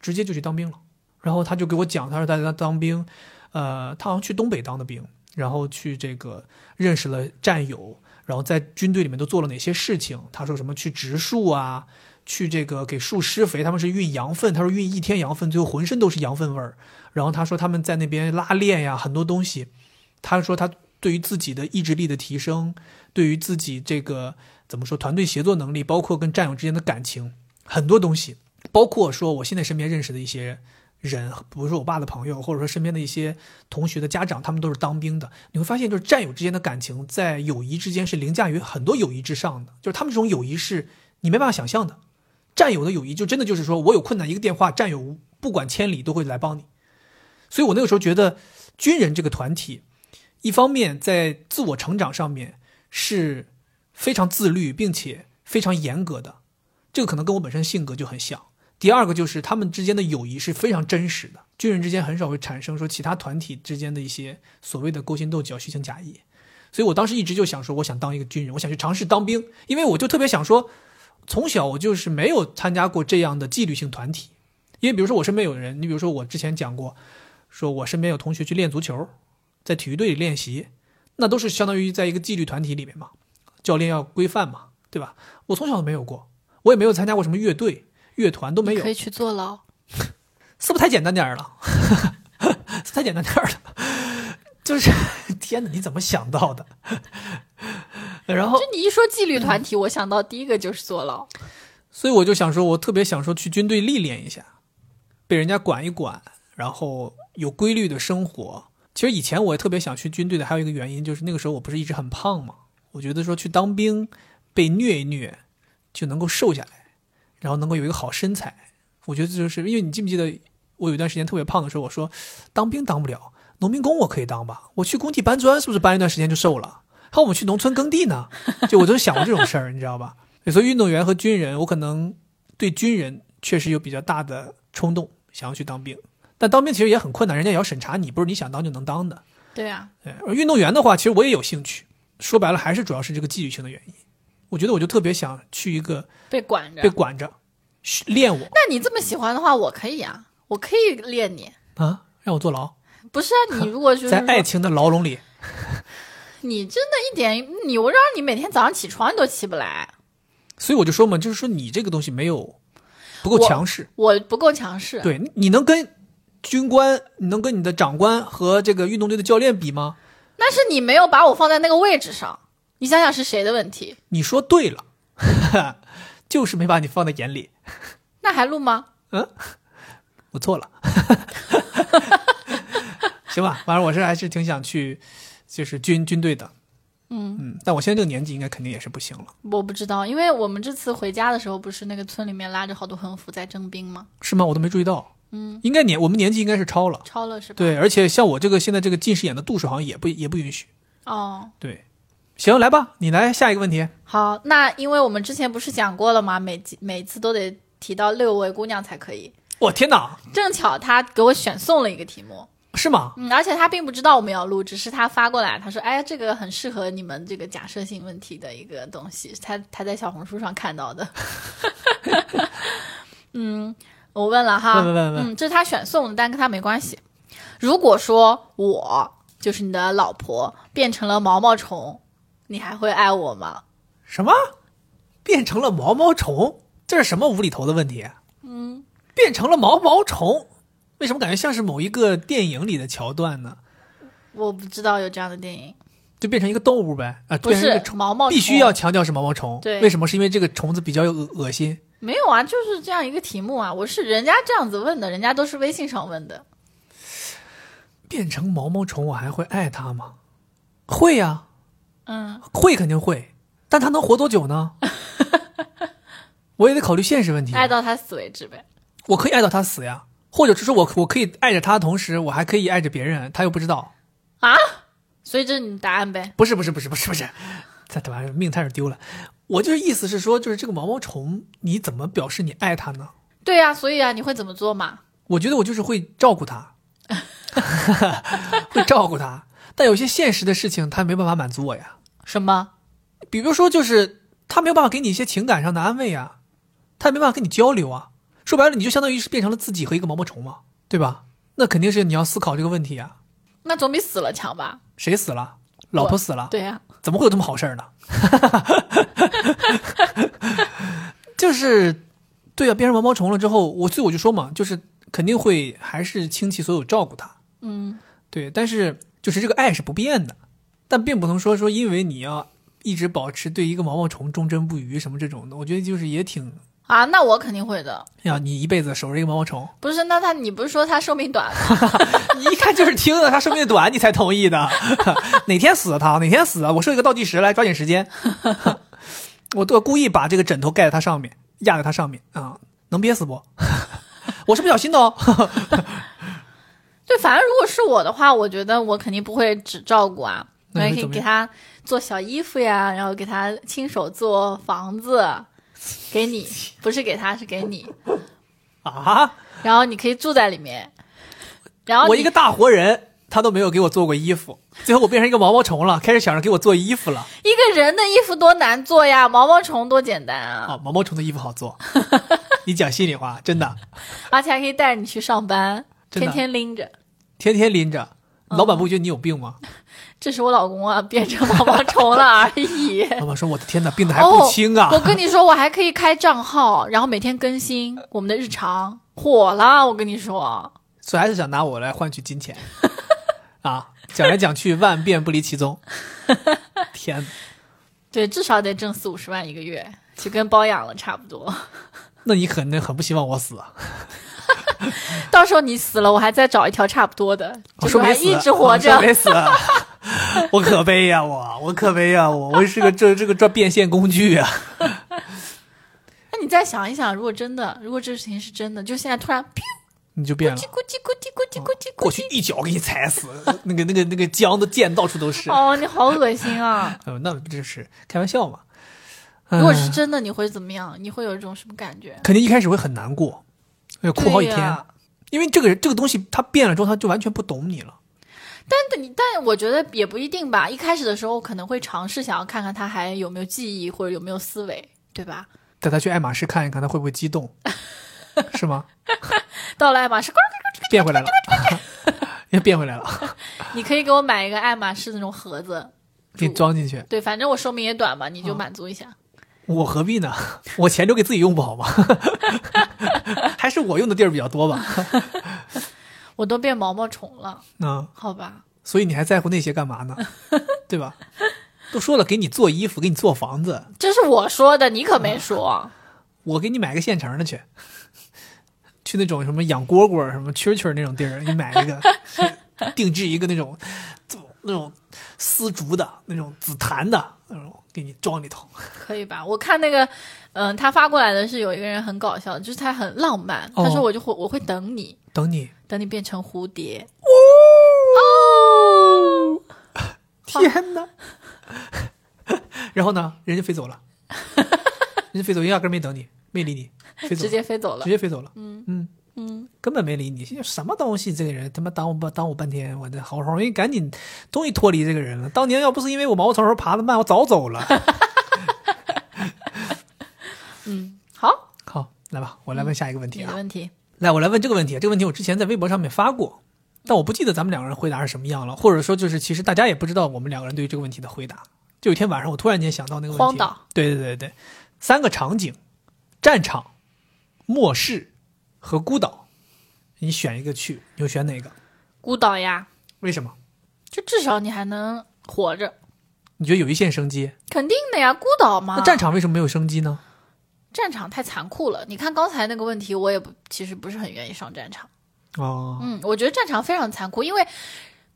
[SPEAKER 1] 直接就去当兵了。然后他就给我讲，他说他在当兵，呃，他好像去东北当的兵，然后去这个认识了战友，然后在军队里面都做了哪些事情？他说什么去植树啊，去这个给树施肥，他们是运羊粪，他说运一天羊粪，最后浑身都是羊粪味儿。然后他说他们在那边拉练呀，很多东西。他说他对于自己的意志力的提升，对于自己这个怎么说团队协作能力，包括跟战友之间的感情，很多东西，包括说我现在身边认识的一些人，比如说我爸的朋友，或者说身边的一些同学的家长，他们都是当兵的，你会发现就是战友之间的感情在友谊之间是凌驾于很多友谊之上的，就是他们这种友谊是你没办法想象的。战友的友谊就真的就是说我有困难一个电话，战友不管千里都会来帮你。所以我那个时候觉得军人这个团体，一方面在自我成长上面是非常自律并且非常严格的，这个可能跟我本身性格就很像。第二个就是他们之间的友谊是非常真实的，军人之间很少会产生说其他团体之间的一些所谓的勾心斗角、虚情假意。所以我当时一直就想说，我想当一个军人，我想去尝试当兵，因为我就特别想说，从小我就是没有参加过这样的纪律性团体。因为比如说我身边有人，你比如说我之前讲过，说我身边有同学去练足球，在体育队里练习，那都是相当于在一个纪律团体里面嘛，教练要规范嘛，对吧？我从小都没有过，我也没有参加过什么乐队、乐团都没有。
[SPEAKER 2] 可以去坐牢。
[SPEAKER 1] 是不是太简单点儿了？ 是不是太简单点儿了， 就是 天哪，你怎么想到的？ 然后
[SPEAKER 2] 就，你一说纪律团体，我想到第一个就是坐牢。
[SPEAKER 1] 所以我就想说，我特别想说去军队历练一下，被人家管一管，然后有规律的生活。其实以前我也特别想去军队的，还有一个原因就是那个时候我不是一直很胖嘛，我觉得说去当兵被虐一虐就能够瘦下来，然后能够有一个好身材。我觉得这就是因为你记不记得我有一段时间特别胖的时候，我说当兵当不了，农民工我可以当吧？我去工地搬砖是不是搬一段时间就瘦了？还有我们去农村耕地呢，就我就想过这种事儿，你知道吧？所以运动员和军人，我可能对军人确实有比较大的冲动，想要去当兵。但当兵其实也很困难，人家也要审查你，不是你想当就能当的。
[SPEAKER 2] 对啊，
[SPEAKER 1] 对，而运动员的话，其实我也有兴趣。说白了，还是主要是这个纪律性的原因。我觉得我就特别想去一个
[SPEAKER 2] 被管着
[SPEAKER 1] 被。管着，训练我
[SPEAKER 2] 那你这么喜欢的话，我可以啊，我可以练你。
[SPEAKER 1] 啊，让我坐牢，
[SPEAKER 2] 不是啊，你如果就是
[SPEAKER 1] 在
[SPEAKER 2] 说
[SPEAKER 1] 爱情的牢笼里。
[SPEAKER 2] 你真的一点，你我让你每天早上起床你都起不来，
[SPEAKER 1] 所以我就说嘛，就是说你这个东西没有不够
[SPEAKER 2] 我
[SPEAKER 1] 强势。
[SPEAKER 2] 我不够强势。
[SPEAKER 1] 对，你你能跟军官，你能跟你的长官和这个运动队的教练比吗？
[SPEAKER 2] 那是你没有把我放在那个位置上，你想想是谁的问题？
[SPEAKER 1] 你说对了， 就是没把你放在眼里，
[SPEAKER 2] 那还录吗？
[SPEAKER 1] 我错了， 行吧。反正我是还是挺想去，就是军军队的，嗯嗯。但我现在这个年纪，应该肯定也是不行了，
[SPEAKER 2] 我不知道，因为我们这次回家的时候，不是那个村里面拉着好多横幅在征兵吗？
[SPEAKER 1] 是吗？我都没注意到，嗯，应该年我们年纪应该是超了，
[SPEAKER 2] 超了是吧？
[SPEAKER 1] 对。而且像我这个现在这个近视眼的度数，好像也不也不允许，
[SPEAKER 2] 哦，
[SPEAKER 1] 对。行，来吧，你来下一个问题。
[SPEAKER 2] 好，那因为我们之前不是讲过了吗？每集每次都得提到六位姑娘才可以。
[SPEAKER 1] 我天哪，
[SPEAKER 2] 正巧他给我选送了一个题目，
[SPEAKER 1] 是吗？
[SPEAKER 2] 嗯，而且他并不知道我们要录，只是他发过来，他说：“哎，这个很适合你们这个假设性问题的一个东西。他”他在小红书上看到的。 嗯，我问了哈，
[SPEAKER 1] 问问问问
[SPEAKER 2] 嗯，这是他选送的，但跟他没关系。如果说我就是你的老婆，变成了毛毛虫，你还会爱我吗？
[SPEAKER 1] 什么？变成了毛毛虫？这是什么无厘头的问题？嗯，变成了毛毛虫，为什么感觉像是某一个电影里的桥段呢？
[SPEAKER 2] 我不知道有这样的电影，
[SPEAKER 1] 就变成一个动物呗？啊、
[SPEAKER 2] 不
[SPEAKER 1] 变成一个
[SPEAKER 2] 是
[SPEAKER 1] 虫，
[SPEAKER 2] 毛毛虫，
[SPEAKER 1] 必须要强调是毛毛虫。
[SPEAKER 2] 对
[SPEAKER 1] 为什么？是因为这个虫子比较有恶恶心。
[SPEAKER 2] 没有啊，就是这样一个题目啊。我是人家这样子问的，人家都是微信上问的。
[SPEAKER 1] 变成毛毛虫，我还会爱它吗？会呀、啊
[SPEAKER 2] 嗯，
[SPEAKER 1] 会肯定会，但它能活多久呢？我也得考虑现实问题。啊
[SPEAKER 2] 爱到他死为止呗。
[SPEAKER 1] 我可以爱到他死呀，或者是说我我可以爱着他的同时，我还可以爱着别人，他又不知道。
[SPEAKER 2] 啊，所以这是你的答案呗？
[SPEAKER 1] 不是不是不是不是不 是，他他妈命太是丢了。我就是意思是说，就是这个毛毛虫，你怎么表示你爱它呢？
[SPEAKER 2] 对呀、所以啊，你会怎么做嘛？
[SPEAKER 1] 我觉得我就是会照顾它， 会照顾它。但有些现实的事情，它没办法满足我呀。
[SPEAKER 2] 什么？
[SPEAKER 1] 比如说，就是他没有办法给你一些情感上的安慰啊，他也没办法跟你交流啊。说白了，你就相当于是变成了自己和一个毛毛虫嘛，对吧？那肯定是你要思考这个问题啊。
[SPEAKER 2] 那总比死了强吧？
[SPEAKER 1] 谁死了？老婆死了？
[SPEAKER 2] 对啊呀、
[SPEAKER 1] 怎么会有这么好事儿呢？ 就是，对啊，变成毛毛虫了之后，我所以我就说嘛，就是肯定会还是倾其所有照顾它。
[SPEAKER 2] 嗯，
[SPEAKER 1] 对，但是就是这个爱是不变的，但并不能说说因为你要一直保持对一个毛毛虫忠贞不渝什么这种的，我觉得就是也挺哎
[SPEAKER 2] 啊，那我肯定会的。
[SPEAKER 1] 呀，你一辈子守着一个毛毛虫，
[SPEAKER 2] 不是，那他你不是说他寿命短 吗？
[SPEAKER 1] 你 一看就是听了它寿命短你才同意的， 哪天死啊它，哪天死啊，我设一个倒计时来抓紧时间， 我我故意把这个枕头盖在它上面，压在它上面啊、能憋死不？ 我是不小心的哦，
[SPEAKER 2] 对，反正如果是我的话，我觉得我肯定不会只照顾啊，我
[SPEAKER 1] 那
[SPEAKER 2] 也
[SPEAKER 1] 你
[SPEAKER 2] 可
[SPEAKER 1] 会
[SPEAKER 2] 以
[SPEAKER 1] 怎么
[SPEAKER 2] 给
[SPEAKER 1] 样
[SPEAKER 2] 他做小衣服呀，然后给他亲手做房子，给你，不是给他，是给你，
[SPEAKER 1] 啊，
[SPEAKER 2] 然后你可以住在里面。然后
[SPEAKER 1] 我
[SPEAKER 2] 你
[SPEAKER 1] 一个大活人，他都没有给我做过衣服，最后我变成一个毛毛虫了，开始想着给我做衣服了。
[SPEAKER 2] 一个人的衣服多难做呀，毛毛虫多简单啊，
[SPEAKER 1] 啊，毛毛虫的衣服好做。 你讲心里话，真的，
[SPEAKER 2] 而且还可以带着你去上班，
[SPEAKER 1] 真的
[SPEAKER 2] 天天拎着。
[SPEAKER 1] 天天拎着，老
[SPEAKER 2] 哦
[SPEAKER 1] 板不觉得你有病吗？
[SPEAKER 2] 这是我老公啊， 变成毛毛虫了而已。
[SPEAKER 1] 老板说：“我的天哪，病 得还不轻啊
[SPEAKER 2] 哎哦！我跟你说，我还可以开账号，然后每天更新我们的日常，火了！我跟你说，
[SPEAKER 1] 所以还是想拿我来换取金钱。啊，讲来讲去，万变不离其宗。天哪，
[SPEAKER 2] 对，至少得挣四五十万一个月，就跟包养了差不多。
[SPEAKER 1] 那你肯定很不希望我死啊！
[SPEAKER 2] 到时候你死了，我还再找一条差不多的，
[SPEAKER 1] 我
[SPEAKER 2] 就是
[SPEAKER 1] 哦说
[SPEAKER 2] 我
[SPEAKER 1] 没
[SPEAKER 2] 还
[SPEAKER 1] 死，啊
[SPEAKER 2] 一直活
[SPEAKER 1] 我
[SPEAKER 2] 着
[SPEAKER 1] 说。没死，我可悲呀、我我可悲呀、我我是个这这个赚变现工具啊！
[SPEAKER 2] 那你再想一想，如果真的，如果这事情是真的，就现在突然噗
[SPEAKER 1] 你就变了
[SPEAKER 2] 叽，咕叽咕叽咕叽咕叽咕
[SPEAKER 1] 过去
[SPEAKER 2] 叽，
[SPEAKER 1] 一脚给你踩死，那个那个那个江的溅到处都是。
[SPEAKER 2] 哦，你好恶心 啊！
[SPEAKER 1] 呃，那不就是开玩笑嘛？嗯
[SPEAKER 2] 如果是真的，你会怎么样？你会有一种什么感觉？
[SPEAKER 1] 肯定一开始会很难过，会哭好几
[SPEAKER 2] 对
[SPEAKER 1] 天，
[SPEAKER 2] 呀
[SPEAKER 1] 因为这个人这个东西它变了之后，他就完全不懂你了。
[SPEAKER 2] 但你但我觉得也不一定吧。一开始的时候可能会尝试想要看看他还有没有记忆或者有没有思维，对吧？
[SPEAKER 1] 带他去爱马仕看一看，他会不会激动， 是吗？
[SPEAKER 2] 到了爱马仕，
[SPEAKER 1] 变回来了， 又变回来了，
[SPEAKER 2] 你可以给我买一个爱马仕的那种盒子，
[SPEAKER 1] 给你装进去。
[SPEAKER 2] 对，反正我寿命也短嘛，你就满足一下。
[SPEAKER 1] 我何必呢？我钱留给自己用不好吗？ 还是我用的地儿比较多吧？
[SPEAKER 2] 我都变毛毛虫了，
[SPEAKER 1] 嗯，
[SPEAKER 2] 好吧？
[SPEAKER 1] 所以你还在乎那些干嘛呢？对吧？都说了，给你做衣服，给你做房子，
[SPEAKER 2] 这是我说的，你可没说。
[SPEAKER 1] 我给你买个现成的去， 去那种什么养蝈蝈、什么蛐蛐那种地儿，你买一个，定制一个那种，那种丝竹的那种紫檀的那种，给你装里头。
[SPEAKER 2] 可以吧？我看那个，嗯、他发过来的是有一个人很搞笑，就是他很浪漫，
[SPEAKER 1] 哦
[SPEAKER 2] 他说我就会我会等你，
[SPEAKER 1] 等你，
[SPEAKER 2] 等你变成蝴蝶。哦
[SPEAKER 1] 天哪！然后呢，人家飞走了，人家飞走，压根儿没等你，没理你，飞走
[SPEAKER 2] 直
[SPEAKER 1] 了，
[SPEAKER 2] 接飞走了
[SPEAKER 1] 直。接飞走了。嗯嗯嗯，根本没理你，什么东西？这个人他妈耽误半耽误半天，我这好不容易赶紧，终于脱离这个人了。当年要不是因为我毛毛虫儿爬得慢，我早走了。
[SPEAKER 2] 嗯好，
[SPEAKER 1] 好，来吧，我来问下一个问题
[SPEAKER 2] 你
[SPEAKER 1] 啊
[SPEAKER 2] 的。问题。
[SPEAKER 1] 来，我来问这个问题。这个问题我之前在微博上面发过，但我不记得咱们两个人回答是什么样了，或者说就是其实大家也不知道我们两个人对于这个问题的回答。就有一天晚上，我突然间想到那个问题，
[SPEAKER 2] 荒岛，
[SPEAKER 1] 对对对对，三个场景：战场、末世和孤岛。你选一个去，你会选哪个？
[SPEAKER 2] 孤岛呀，
[SPEAKER 1] 为什么？
[SPEAKER 2] 就至少你还能活着，
[SPEAKER 1] 你觉得有一线生机？
[SPEAKER 2] 肯定的呀，孤岛嘛。
[SPEAKER 1] 那战场为什么没有生机呢？
[SPEAKER 2] 战场太残酷了，你看刚才那个问题，我也不其实不是很愿意上战场。
[SPEAKER 1] 哦，
[SPEAKER 2] 嗯，我觉得战场非常残酷，因为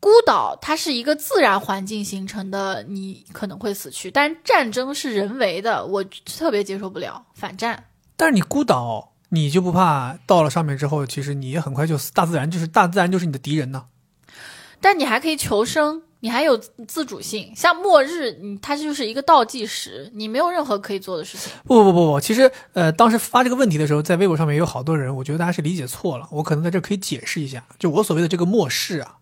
[SPEAKER 2] 孤岛它是一个自然环境形成的，你可能会死去，但战争是人为的，我特别接受不了反战。
[SPEAKER 1] 但是你孤岛，你就不怕到了上面之后，其实你也很快就死。大自然就是大自然就是你的敌人呢、
[SPEAKER 2] 但你还可以求生，你还有自主性。像末日，你它就是一个倒计时，你没有任何可以做的事情。
[SPEAKER 1] 不不不不，其实呃，当时发这个问题的时候，在微博上面也有好多人，我觉得大家是理解错了。我可能在这儿可以解释一下，就我所谓的这个末世啊，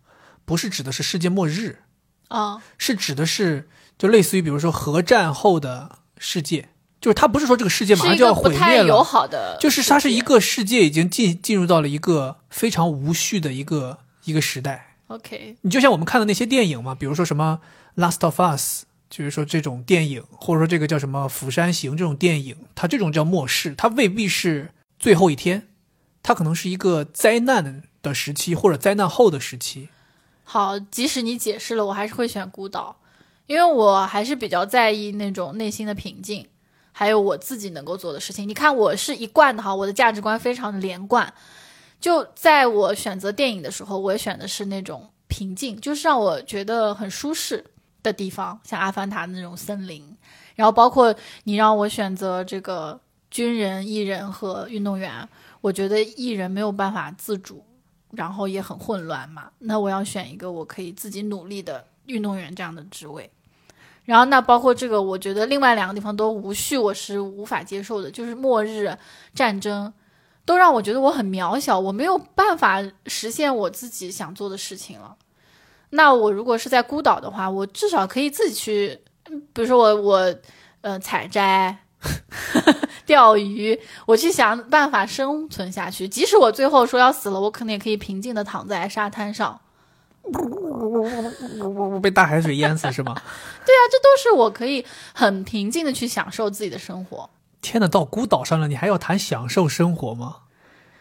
[SPEAKER 1] 不是指的是世界末日，
[SPEAKER 2] 啊、
[SPEAKER 1] 是指的是就类似于比如说核战后的世界，就是它不是说这个世界马
[SPEAKER 2] 是
[SPEAKER 1] 上
[SPEAKER 2] 一
[SPEAKER 1] 就
[SPEAKER 2] 个
[SPEAKER 1] 要
[SPEAKER 2] 不
[SPEAKER 1] 毁
[SPEAKER 2] 太
[SPEAKER 1] 灭
[SPEAKER 2] 友
[SPEAKER 1] 了，
[SPEAKER 2] 好的世界，
[SPEAKER 1] 就是它是一个世界已经进进入到了一个非常无序的一个一个时代。
[SPEAKER 2] OK，
[SPEAKER 1] 你就像我们看的那些电影嘛，比如说什么《Last of Us》，就是说这种电影，或者说这个叫什么《釜山行》这种电影，它这种叫末世，它未必是最后一天，它可能是一个灾难的时期或者灾难后的时期。
[SPEAKER 2] 好，即使你解释了，我还是会选孤岛，因为我还是比较在意那种内心的平静，还有我自己能够做的事情。你看，我是一贯的哈，我的价值观非常的连贯。就在我选择电影的时候，我也选的是那种平静，就是让我觉得很舒适的地方，像《阿凡达》的那种森林。然后包括你让我选择这个军人、艺人和运动员，我觉得艺人没有办法自主，然后也很混乱嘛。那我要选一个我可以自己努力的运动员这样的职位。然后那包括这个，我觉得另外两个地方都无序，我是无法接受的，就是末日、战争，都让我觉得我很渺小，我没有办法实现我自己想做的事情了。那我如果是在孤岛的话，我至少可以自己去，嗯比如说我我呃采摘、 钓鱼，我去想办法生存下去。即使我最后说要死了，我可能也可以平静的躺在沙滩上。
[SPEAKER 1] 被大海水淹死是吗？
[SPEAKER 2] 啊这都是我可以很平静的去享受自己的生活。
[SPEAKER 1] 天呐，到孤岛上了，你还要谈享受生活吗？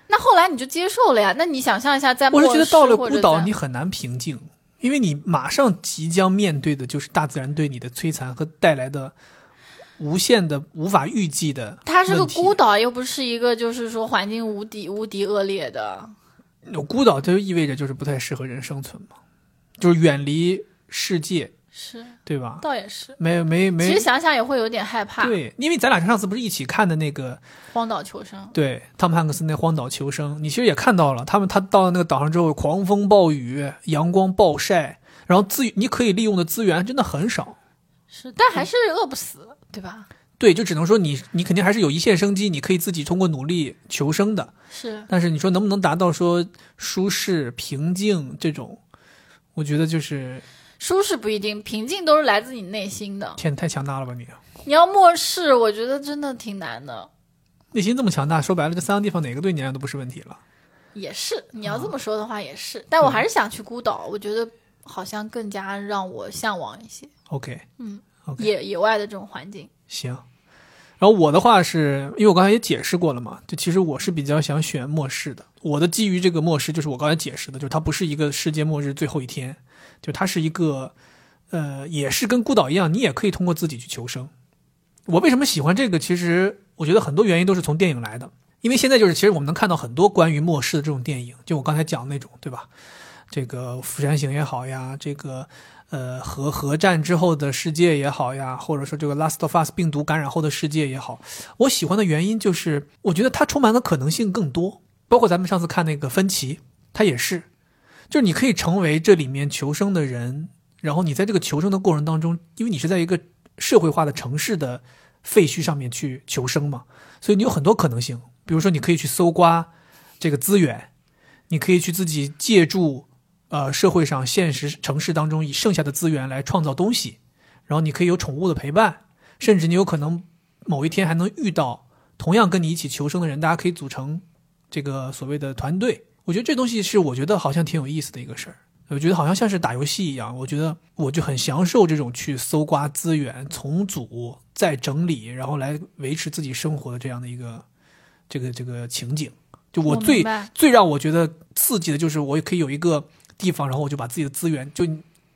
[SPEAKER 2] 那后来你就接受了呀？那你想象一下，在
[SPEAKER 1] 我是
[SPEAKER 2] 末
[SPEAKER 1] 觉得
[SPEAKER 2] 世
[SPEAKER 1] 到了
[SPEAKER 2] 或
[SPEAKER 1] 孤
[SPEAKER 2] 者
[SPEAKER 1] 岛，
[SPEAKER 2] 在
[SPEAKER 1] 你很难平静，因为你马上即将面对的就是大自然对你的摧残和带来的无限的、无法预计的。
[SPEAKER 2] 它是个
[SPEAKER 1] 问题
[SPEAKER 2] 孤岛，又不是一个就是说环境无敌无敌恶劣的。
[SPEAKER 1] 有孤岛就意味着就是不太适合人生存嘛，就是远离世界，
[SPEAKER 2] 是，
[SPEAKER 1] 对吧？
[SPEAKER 2] 倒也是。
[SPEAKER 1] 没没
[SPEAKER 2] 其
[SPEAKER 1] 啊没
[SPEAKER 2] 实，想想也会有点害怕，《
[SPEAKER 1] 对，因为咱俩上次不是一起看的那个，
[SPEAKER 2] 荒岛求生》
[SPEAKER 1] 对，汤姆汉克斯那《荒岛求生》，你其实也看到了，他们他到那个岛上之后，狂风暴雨，阳光暴晒，然后资你可以利用的资源真的很少，
[SPEAKER 2] 是，但还是饿不死，对吧？
[SPEAKER 1] 对，就只能说你你肯定还是有一线生机，你可以自己通过努力求生的，
[SPEAKER 2] 是，
[SPEAKER 1] 但是你说能不能达到说舒适平静这种，我觉得就是
[SPEAKER 2] 舒适不一定，平静都是来自你内心的。
[SPEAKER 1] 天太强大了吧你。啊
[SPEAKER 2] 你要漠视，我觉得真的挺难的。
[SPEAKER 1] 内心这么强大，说白了，这三个地方哪个对你来讲都不是问题了。
[SPEAKER 2] 也是，你要这么说的话也
[SPEAKER 1] 嗯
[SPEAKER 2] 是，但我还是想去孤岛，我觉得好像更加让我向往一些
[SPEAKER 1] OK，OK
[SPEAKER 2] 野野外的这种环境。
[SPEAKER 1] 行。然后我的话是因为我刚才也解释过了嘛，就其实我是比较想选末世的。我的基于这个末世，就是我刚才解释的，就是它不是一个世界末日最后一天，就它是一个，呃，也是跟孤岛一样，你也可以通过自己去求生。我为什么喜欢这个？其实我觉得很多原因都是从电影来的，因为现在就是其实我们能看到很多关于末世的这种电影，就我刚才讲的那种，对吧？这个《釜山行》也好呀，这个呃核核战之后的世界也好呀，或者说这个《Last of Us》病毒感染后的世界也好，我喜欢的原因就是我觉得它充满了可能性更多。包括咱们上次看那个芬奇，它也是，就是你可以成为这里面求生的人，然后你在这个求生的过程当中，因为你是在一个社会化的城市的废墟上面去求生嘛，所以你有很多可能性。比如说，你可以去搜刮这个资源，你可以去自己借助呃社会上现实城市当中以剩下的资源来创造东西，然后你可以有宠物的陪伴，甚至你有可能某一天还能遇到同样跟你一起求生的人，大家可以组成这个所谓的团队。我觉得这东西是我觉得好像挺有意思的一个事儿，我觉得好像像是打游戏一样，我觉得我就很享受这种去搜刮资源、重组、再整理，然后来维持自己生活的这样的一个这个这个情景。就我最
[SPEAKER 2] 明白
[SPEAKER 1] 最让我觉得刺激的就是，我也可以有一个地方，然后我就把自己的资源，就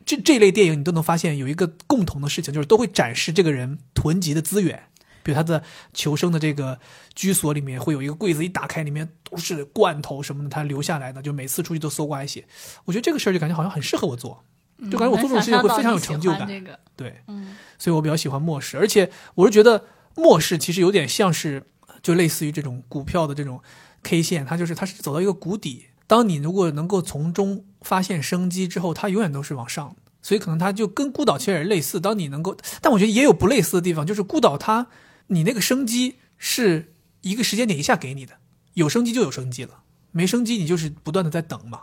[SPEAKER 1] 这这类电影，你都能发现有一个共同的事情，就是都会展示这个人囤积的资源，比如他的求生的这个居所里面会有一个柜子，一打开里面都是罐头什么的，他留下来的，就每次出去都搜刮一些。我觉得这个事儿就感觉好像很适合我做，
[SPEAKER 2] 嗯
[SPEAKER 1] 就感觉我做这种事情会非常有成就
[SPEAKER 2] 能
[SPEAKER 1] 感
[SPEAKER 2] 想象到你喜欢这个，
[SPEAKER 1] 对，
[SPEAKER 2] 嗯，
[SPEAKER 1] 所以我比较喜欢末世，而且我是觉得末世其实有点像是就类似于这种股票的这种 K 线，它就是它是走到一个谷底。当你如果能够从中发现生机之后，它永远都是往上的。所以可能它就跟孤岛其实也类似。当你能够，但我觉得也有不类似的地方，就是孤岛它你那个生机是一个时间点一下给你的，有生机就有生机了，没生机你就是不断的在等嘛。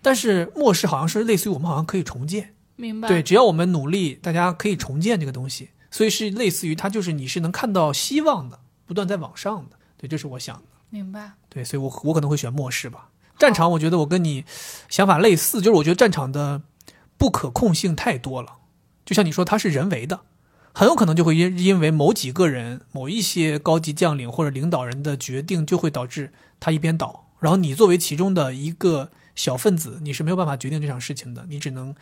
[SPEAKER 1] 但是末世好像是类似于我们好像可以重建，
[SPEAKER 2] 明白？
[SPEAKER 1] 对，，只要我们努力，大家可以重建这个东西，所以是类似于它就是你是能看到希望的，不断在往上的，对，这是我想的，
[SPEAKER 2] 明白。
[SPEAKER 1] 对，所以我我可能会选末世吧。战场，我觉得我跟你想法类似，就是我觉得战场的不可控性太多了，就像你说它是人为的，很有可能就会因因为某几个人、某一些高级将领或者领导人的决定，就会导致他一边倒。然后你作为其中的一个小分子，你是没有办法决定这场事情的，你只能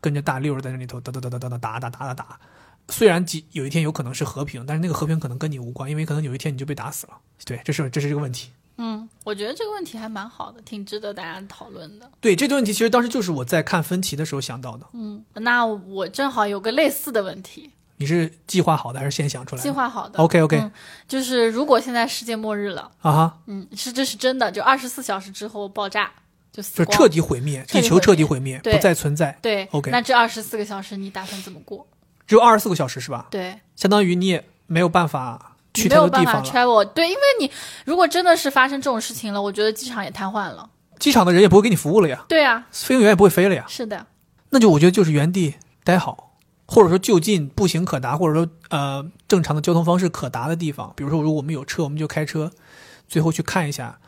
[SPEAKER 1] 跟着大溜儿在那里头哒哒哒哒哒哒打打打打打。虽然几有一天有可能是和平，但是那个和平可能跟你无关，因为可能有一天你就被打死了。对，这是这是这个问题。
[SPEAKER 2] 嗯，我觉得这个问题还蛮好的，挺值得大家讨论的。
[SPEAKER 1] 对这个问题，其实当时就是我在看分歧的时候想到的。
[SPEAKER 2] 嗯，那我正好有个类似的问题，
[SPEAKER 1] 你是计划好的还是先想出来的？
[SPEAKER 2] 计划好的。
[SPEAKER 1] OK OK
[SPEAKER 2] 嗯就是如果现在世界末日了，
[SPEAKER 1] 啊哈，
[SPEAKER 2] 嗯，是这是真的，就二十四小时之后爆炸就
[SPEAKER 1] 就
[SPEAKER 2] 死光。
[SPEAKER 1] 彻底毁灭，
[SPEAKER 2] 彻
[SPEAKER 1] 地
[SPEAKER 2] 底
[SPEAKER 1] 球彻底
[SPEAKER 2] 毁
[SPEAKER 1] 毁灭，
[SPEAKER 2] 对
[SPEAKER 1] 不再存在，
[SPEAKER 2] 对
[SPEAKER 1] OK
[SPEAKER 2] 那这二十四个小时你打算怎么过？
[SPEAKER 1] 只有二十四个小时是吧？
[SPEAKER 2] 对，
[SPEAKER 1] 相当于你也没有办法去
[SPEAKER 2] 你没
[SPEAKER 1] 太
[SPEAKER 2] 有
[SPEAKER 1] 多
[SPEAKER 2] 办
[SPEAKER 1] 地
[SPEAKER 2] 法
[SPEAKER 1] 方了。
[SPEAKER 2] travel。对，因为你如果真的是发生这种事情了，我觉得机场也瘫痪了。
[SPEAKER 1] 机场的人也不会给你服务了呀，
[SPEAKER 2] 对啊，
[SPEAKER 1] 飞行员也不会飞了呀。
[SPEAKER 2] 是的，
[SPEAKER 1] 那就我觉得就是原地待好，或者说就近步行可达，或者说呃正常的交通方式可达的地方。比如说，如果我们有车，我们就开车，最后去看一下，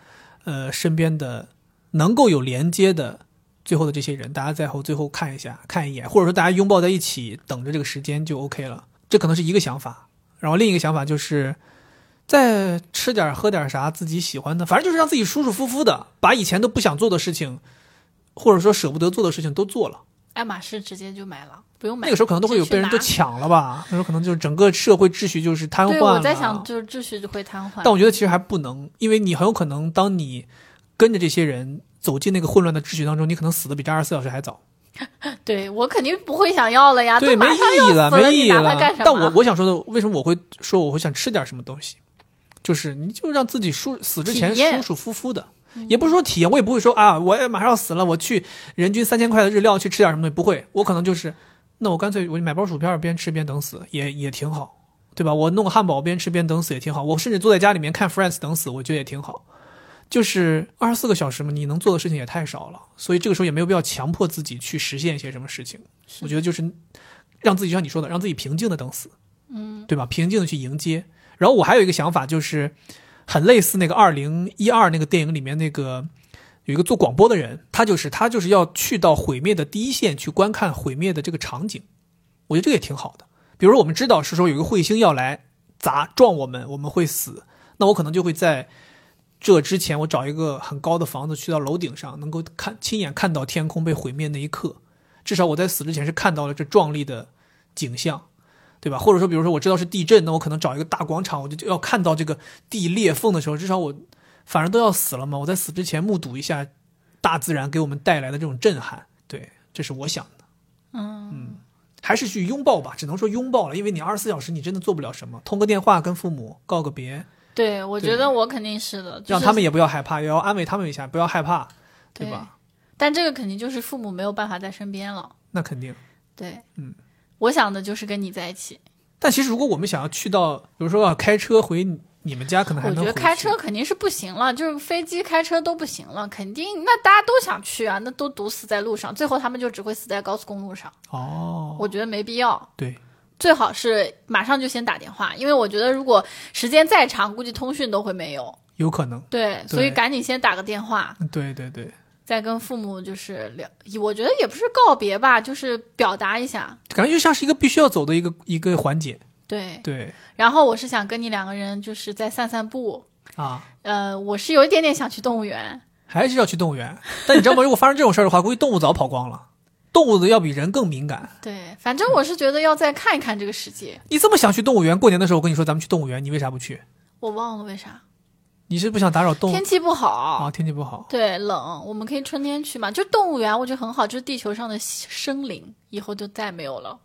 [SPEAKER 1] 呃身边的能够有连接的最后的这些人，大家在后最后看一下看一眼，或者说大家拥抱在一起，等着这个时间就 OK 了。这可能是一个想法，然后另一个想法就是。再吃点儿喝点儿啥自己喜欢的，反正就是让自己舒舒服服的，把以前都不想做的事情，或者说舍不得做的事情都做了。
[SPEAKER 2] 爱马仕直接就买了，不用买。
[SPEAKER 1] 那个时候可能都会有被人都
[SPEAKER 2] 直接去
[SPEAKER 1] 抢了吧？那时候可能就是整个社会秩序就是瘫
[SPEAKER 2] 拿。
[SPEAKER 1] 痪
[SPEAKER 2] 对，
[SPEAKER 1] 了。
[SPEAKER 2] 我在想，就是秩序就会瘫痪。
[SPEAKER 1] 但我觉得其实还不能，因为你很有可能当你跟着这些人走进那个混乱的秩序当中，你可能死的比这二十四小时还早。
[SPEAKER 2] 对我肯定不会想要了呀，
[SPEAKER 1] 对，
[SPEAKER 2] 都
[SPEAKER 1] 没
[SPEAKER 2] 啊马上
[SPEAKER 1] 意义了，
[SPEAKER 2] 死了
[SPEAKER 1] 没意
[SPEAKER 2] 你
[SPEAKER 1] 义
[SPEAKER 2] 拿它
[SPEAKER 1] 了
[SPEAKER 2] 干什么。
[SPEAKER 1] 但我我想说的，为什么我会说我会想吃点什么东西，就是你就让自己舒死之前
[SPEAKER 2] 体验
[SPEAKER 1] 舒舒服服的，也不是说体验，我也不会说啊，我也马上要死了，我去人均三千块的日料去吃点什么东西，不会，我可能就是，那我干脆我就买包薯片边吃边等死，也也挺好，对吧？我弄个汉堡边吃边等死也挺好，我甚至坐在家里面看 Friends 等死，我觉得也挺好。就是二十四个小时嘛，你能做的事情也太少了，所以这个时候也没有必要强迫自己去实现一些什么事情。我觉得就是让自己就像你说的，让自己平静的等死，嗯，对吧？平静的去迎接。然后我还有一个想法，就是很类似那个二零一二那个电影里面那个有一个做广播的人，他就是他就是要去到毁灭的第一线去观看毁灭的这个场景，我觉得这个也挺好的。比如说我们知道是说有一个彗星要来砸撞我们，我们会死，那我可能就会在。这之前，我找一个很高的房子，去到楼顶上，能够看亲眼看到天空被毁灭那一刻。至少我在死之前是看到了这壮丽的景象，对吧？或者说，比如说我知道是地震，那我可能找一个大广场，我就要看到这个地裂缝的时候，至少我反正都要死了嘛，我在死之前目睹一下大自然给我们带来的这种震撼。对，这是我想的。嗯还是去拥抱吧，只能说拥抱了，因为你二十四小时你真的做不了什么，通个电话跟父母告个别，
[SPEAKER 2] 对我
[SPEAKER 1] 对
[SPEAKER 2] 觉得我肯定是的，就是
[SPEAKER 1] 让他们也不要害怕，也要安慰他们一下，不要害怕，对吧？
[SPEAKER 2] 但这个肯定就是父母没有办法在身边了。
[SPEAKER 1] 那肯定。
[SPEAKER 2] 对，
[SPEAKER 1] 嗯，
[SPEAKER 2] 我想的就是跟你在一起。
[SPEAKER 1] 但其实如果我们想要去到，比如说要开车回你你们家，可能还
[SPEAKER 2] 我
[SPEAKER 1] 能
[SPEAKER 2] 觉得
[SPEAKER 1] 回
[SPEAKER 2] 开
[SPEAKER 1] 去
[SPEAKER 2] 车肯定是不行了，就是飞机、开车都不行了，肯定那大家都想去啊，那都堵死在路上，最后他们就只会死在高速公路上。
[SPEAKER 1] 哦，
[SPEAKER 2] 我觉得没必要，
[SPEAKER 1] 对，
[SPEAKER 2] 最好是马上就先打电话，因为我觉得如果时间再长，估计通讯都会没有。
[SPEAKER 1] 有可能，
[SPEAKER 2] 对，所以
[SPEAKER 1] 对
[SPEAKER 2] 赶紧先打个电话，
[SPEAKER 1] 对对对，
[SPEAKER 2] 再跟父母就是聊，我觉得也不是告别吧，就是表达一下。
[SPEAKER 1] 感觉就像是一个必须要走的一个一个环节，
[SPEAKER 2] 对，
[SPEAKER 1] 对
[SPEAKER 2] 然后我是想跟你两个人就是在散散步，
[SPEAKER 1] 啊，
[SPEAKER 2] 呃，我是有一点点想去动物园，
[SPEAKER 1] 还是要去动物园。但你知道吗？如果发生这种事儿的话，估计动物早跑光了，动物的要比人更敏感。
[SPEAKER 2] 对，反正我是觉得要再看一看这个世界。
[SPEAKER 1] 你这么想去动物园，过年的时候我跟你说咱们去动物园，你为啥不去？
[SPEAKER 2] 我忘了为啥，
[SPEAKER 1] 你是不想打扰动物
[SPEAKER 2] 天气不
[SPEAKER 1] 啊？
[SPEAKER 2] 好，
[SPEAKER 1] 天气不好，
[SPEAKER 2] 对，冷，我们可以春天去嘛。就动物园，我觉得很好，就是地球上的生灵，以后就再没有了。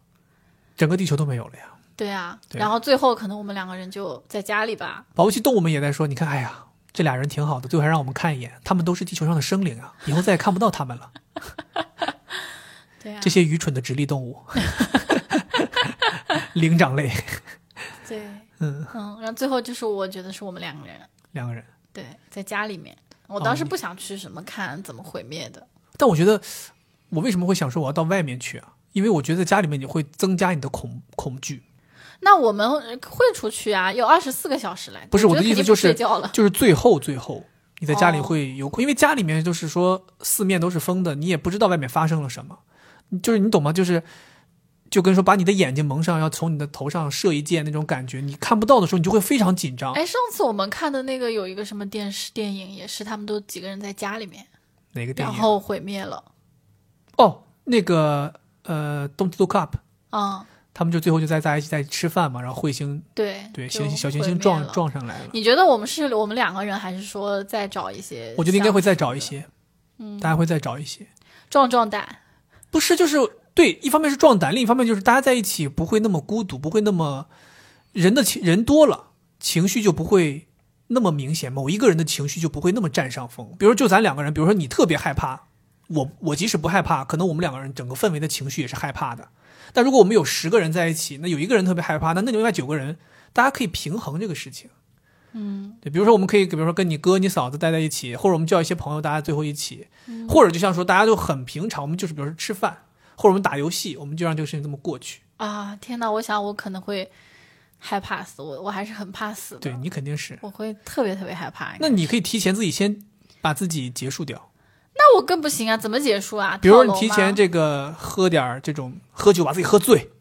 [SPEAKER 1] 整个地球都没有了呀。
[SPEAKER 2] 对啊，
[SPEAKER 1] 对
[SPEAKER 2] 然后最后可能我们两个人就在家里吧。
[SPEAKER 1] 保不齐动物们也在说，你看，哎呀，这俩人挺好的，最后还让我们看一眼，他们都是地球上的生灵啊，以后再也看不到他们了。
[SPEAKER 2] 对啊
[SPEAKER 1] 这，些愚蠢的直立动 物，灵长类，
[SPEAKER 2] 对，
[SPEAKER 1] 嗯，
[SPEAKER 2] 嗯，然后最后就是我觉得是我们两个人
[SPEAKER 1] 两个人。
[SPEAKER 2] 对在家里面，我
[SPEAKER 1] 哦
[SPEAKER 2] 当时
[SPEAKER 1] 你
[SPEAKER 2] 不想去什么看怎么毁灭的，
[SPEAKER 1] 但我觉得，我为什么会想说我要到外面去啊？因为我觉得在家里面你会增加你的恐恐惧，
[SPEAKER 2] 那我们呃会出去啊，有二十四个小时来。
[SPEAKER 1] 不是
[SPEAKER 2] 我
[SPEAKER 1] 我的
[SPEAKER 2] 觉得
[SPEAKER 1] 意思
[SPEAKER 2] 肯定
[SPEAKER 1] 就
[SPEAKER 2] 不
[SPEAKER 1] 是
[SPEAKER 2] 睡觉了。
[SPEAKER 1] 就是最后最后你在家里
[SPEAKER 2] 啊哦
[SPEAKER 1] 会有，因为家里面就是说四面都是封的，你也不知道外面发生了什么，就是你懂吗？就是就跟说把你的眼睛蒙上，要从你的头上射一箭那种感觉，你看不到的时候你就会非常紧张。
[SPEAKER 2] 哎，上次我们看的那个有一个什么电视电影，也是他们都几个人在家里面，
[SPEAKER 1] 哪个电
[SPEAKER 2] 然
[SPEAKER 1] 影？
[SPEAKER 2] 后毁灭了。
[SPEAKER 1] 哦，那个呃，Don't Look Up，
[SPEAKER 2] 嗯，
[SPEAKER 1] 他们就最后就在在一起在一起吃饭嘛，然后彗星
[SPEAKER 2] 对
[SPEAKER 1] 对
[SPEAKER 2] 哎就
[SPEAKER 1] 行星小行
[SPEAKER 2] 毁
[SPEAKER 1] 星
[SPEAKER 2] 灭
[SPEAKER 1] 撞
[SPEAKER 2] 了。
[SPEAKER 1] 撞上来了。
[SPEAKER 2] 你觉得我们是我们两个人，还是说再找一些？
[SPEAKER 1] 我觉得应该会再找一，些，嗯，大家会再找一些。
[SPEAKER 2] 壮壮胆。
[SPEAKER 1] 不是，就是对，一方面是壮胆，另一方面就是大家在一起不会那么孤独，不会那么人的情人多了，情绪就不会那么明显，某一个人的情绪就不会那么占上风。比如说，就咱两个人，比如说你特别害怕，我我即使不害怕，可能我们两个人整个氛围的情绪也是害怕的。但如果我们有十个人在一起，那有一个人特别害怕，那那另外九个人，大家可以平衡这个事情。
[SPEAKER 2] 嗯，
[SPEAKER 1] 对，比如说我们可以，比如说跟你哥、你嫂子待在一起，或者我们叫一些朋友，大家最后一起，或者就像说大家就很平常，我们就是比如说吃饭，或者我们打游戏，我们就让这个事情这么过去。
[SPEAKER 2] 啊，天哪！我想我可能会害怕死，我我还是很怕死的。
[SPEAKER 1] 对，你肯定是，
[SPEAKER 2] 我会特别特别害怕。
[SPEAKER 1] 那你可以提前自己先把自己结束掉，
[SPEAKER 2] 那我更不行啊！怎么结束啊？
[SPEAKER 1] 比如说你
[SPEAKER 2] 跳楼
[SPEAKER 1] 提
[SPEAKER 2] 吗
[SPEAKER 1] 前这个喝点儿这种喝酒把自己喝醉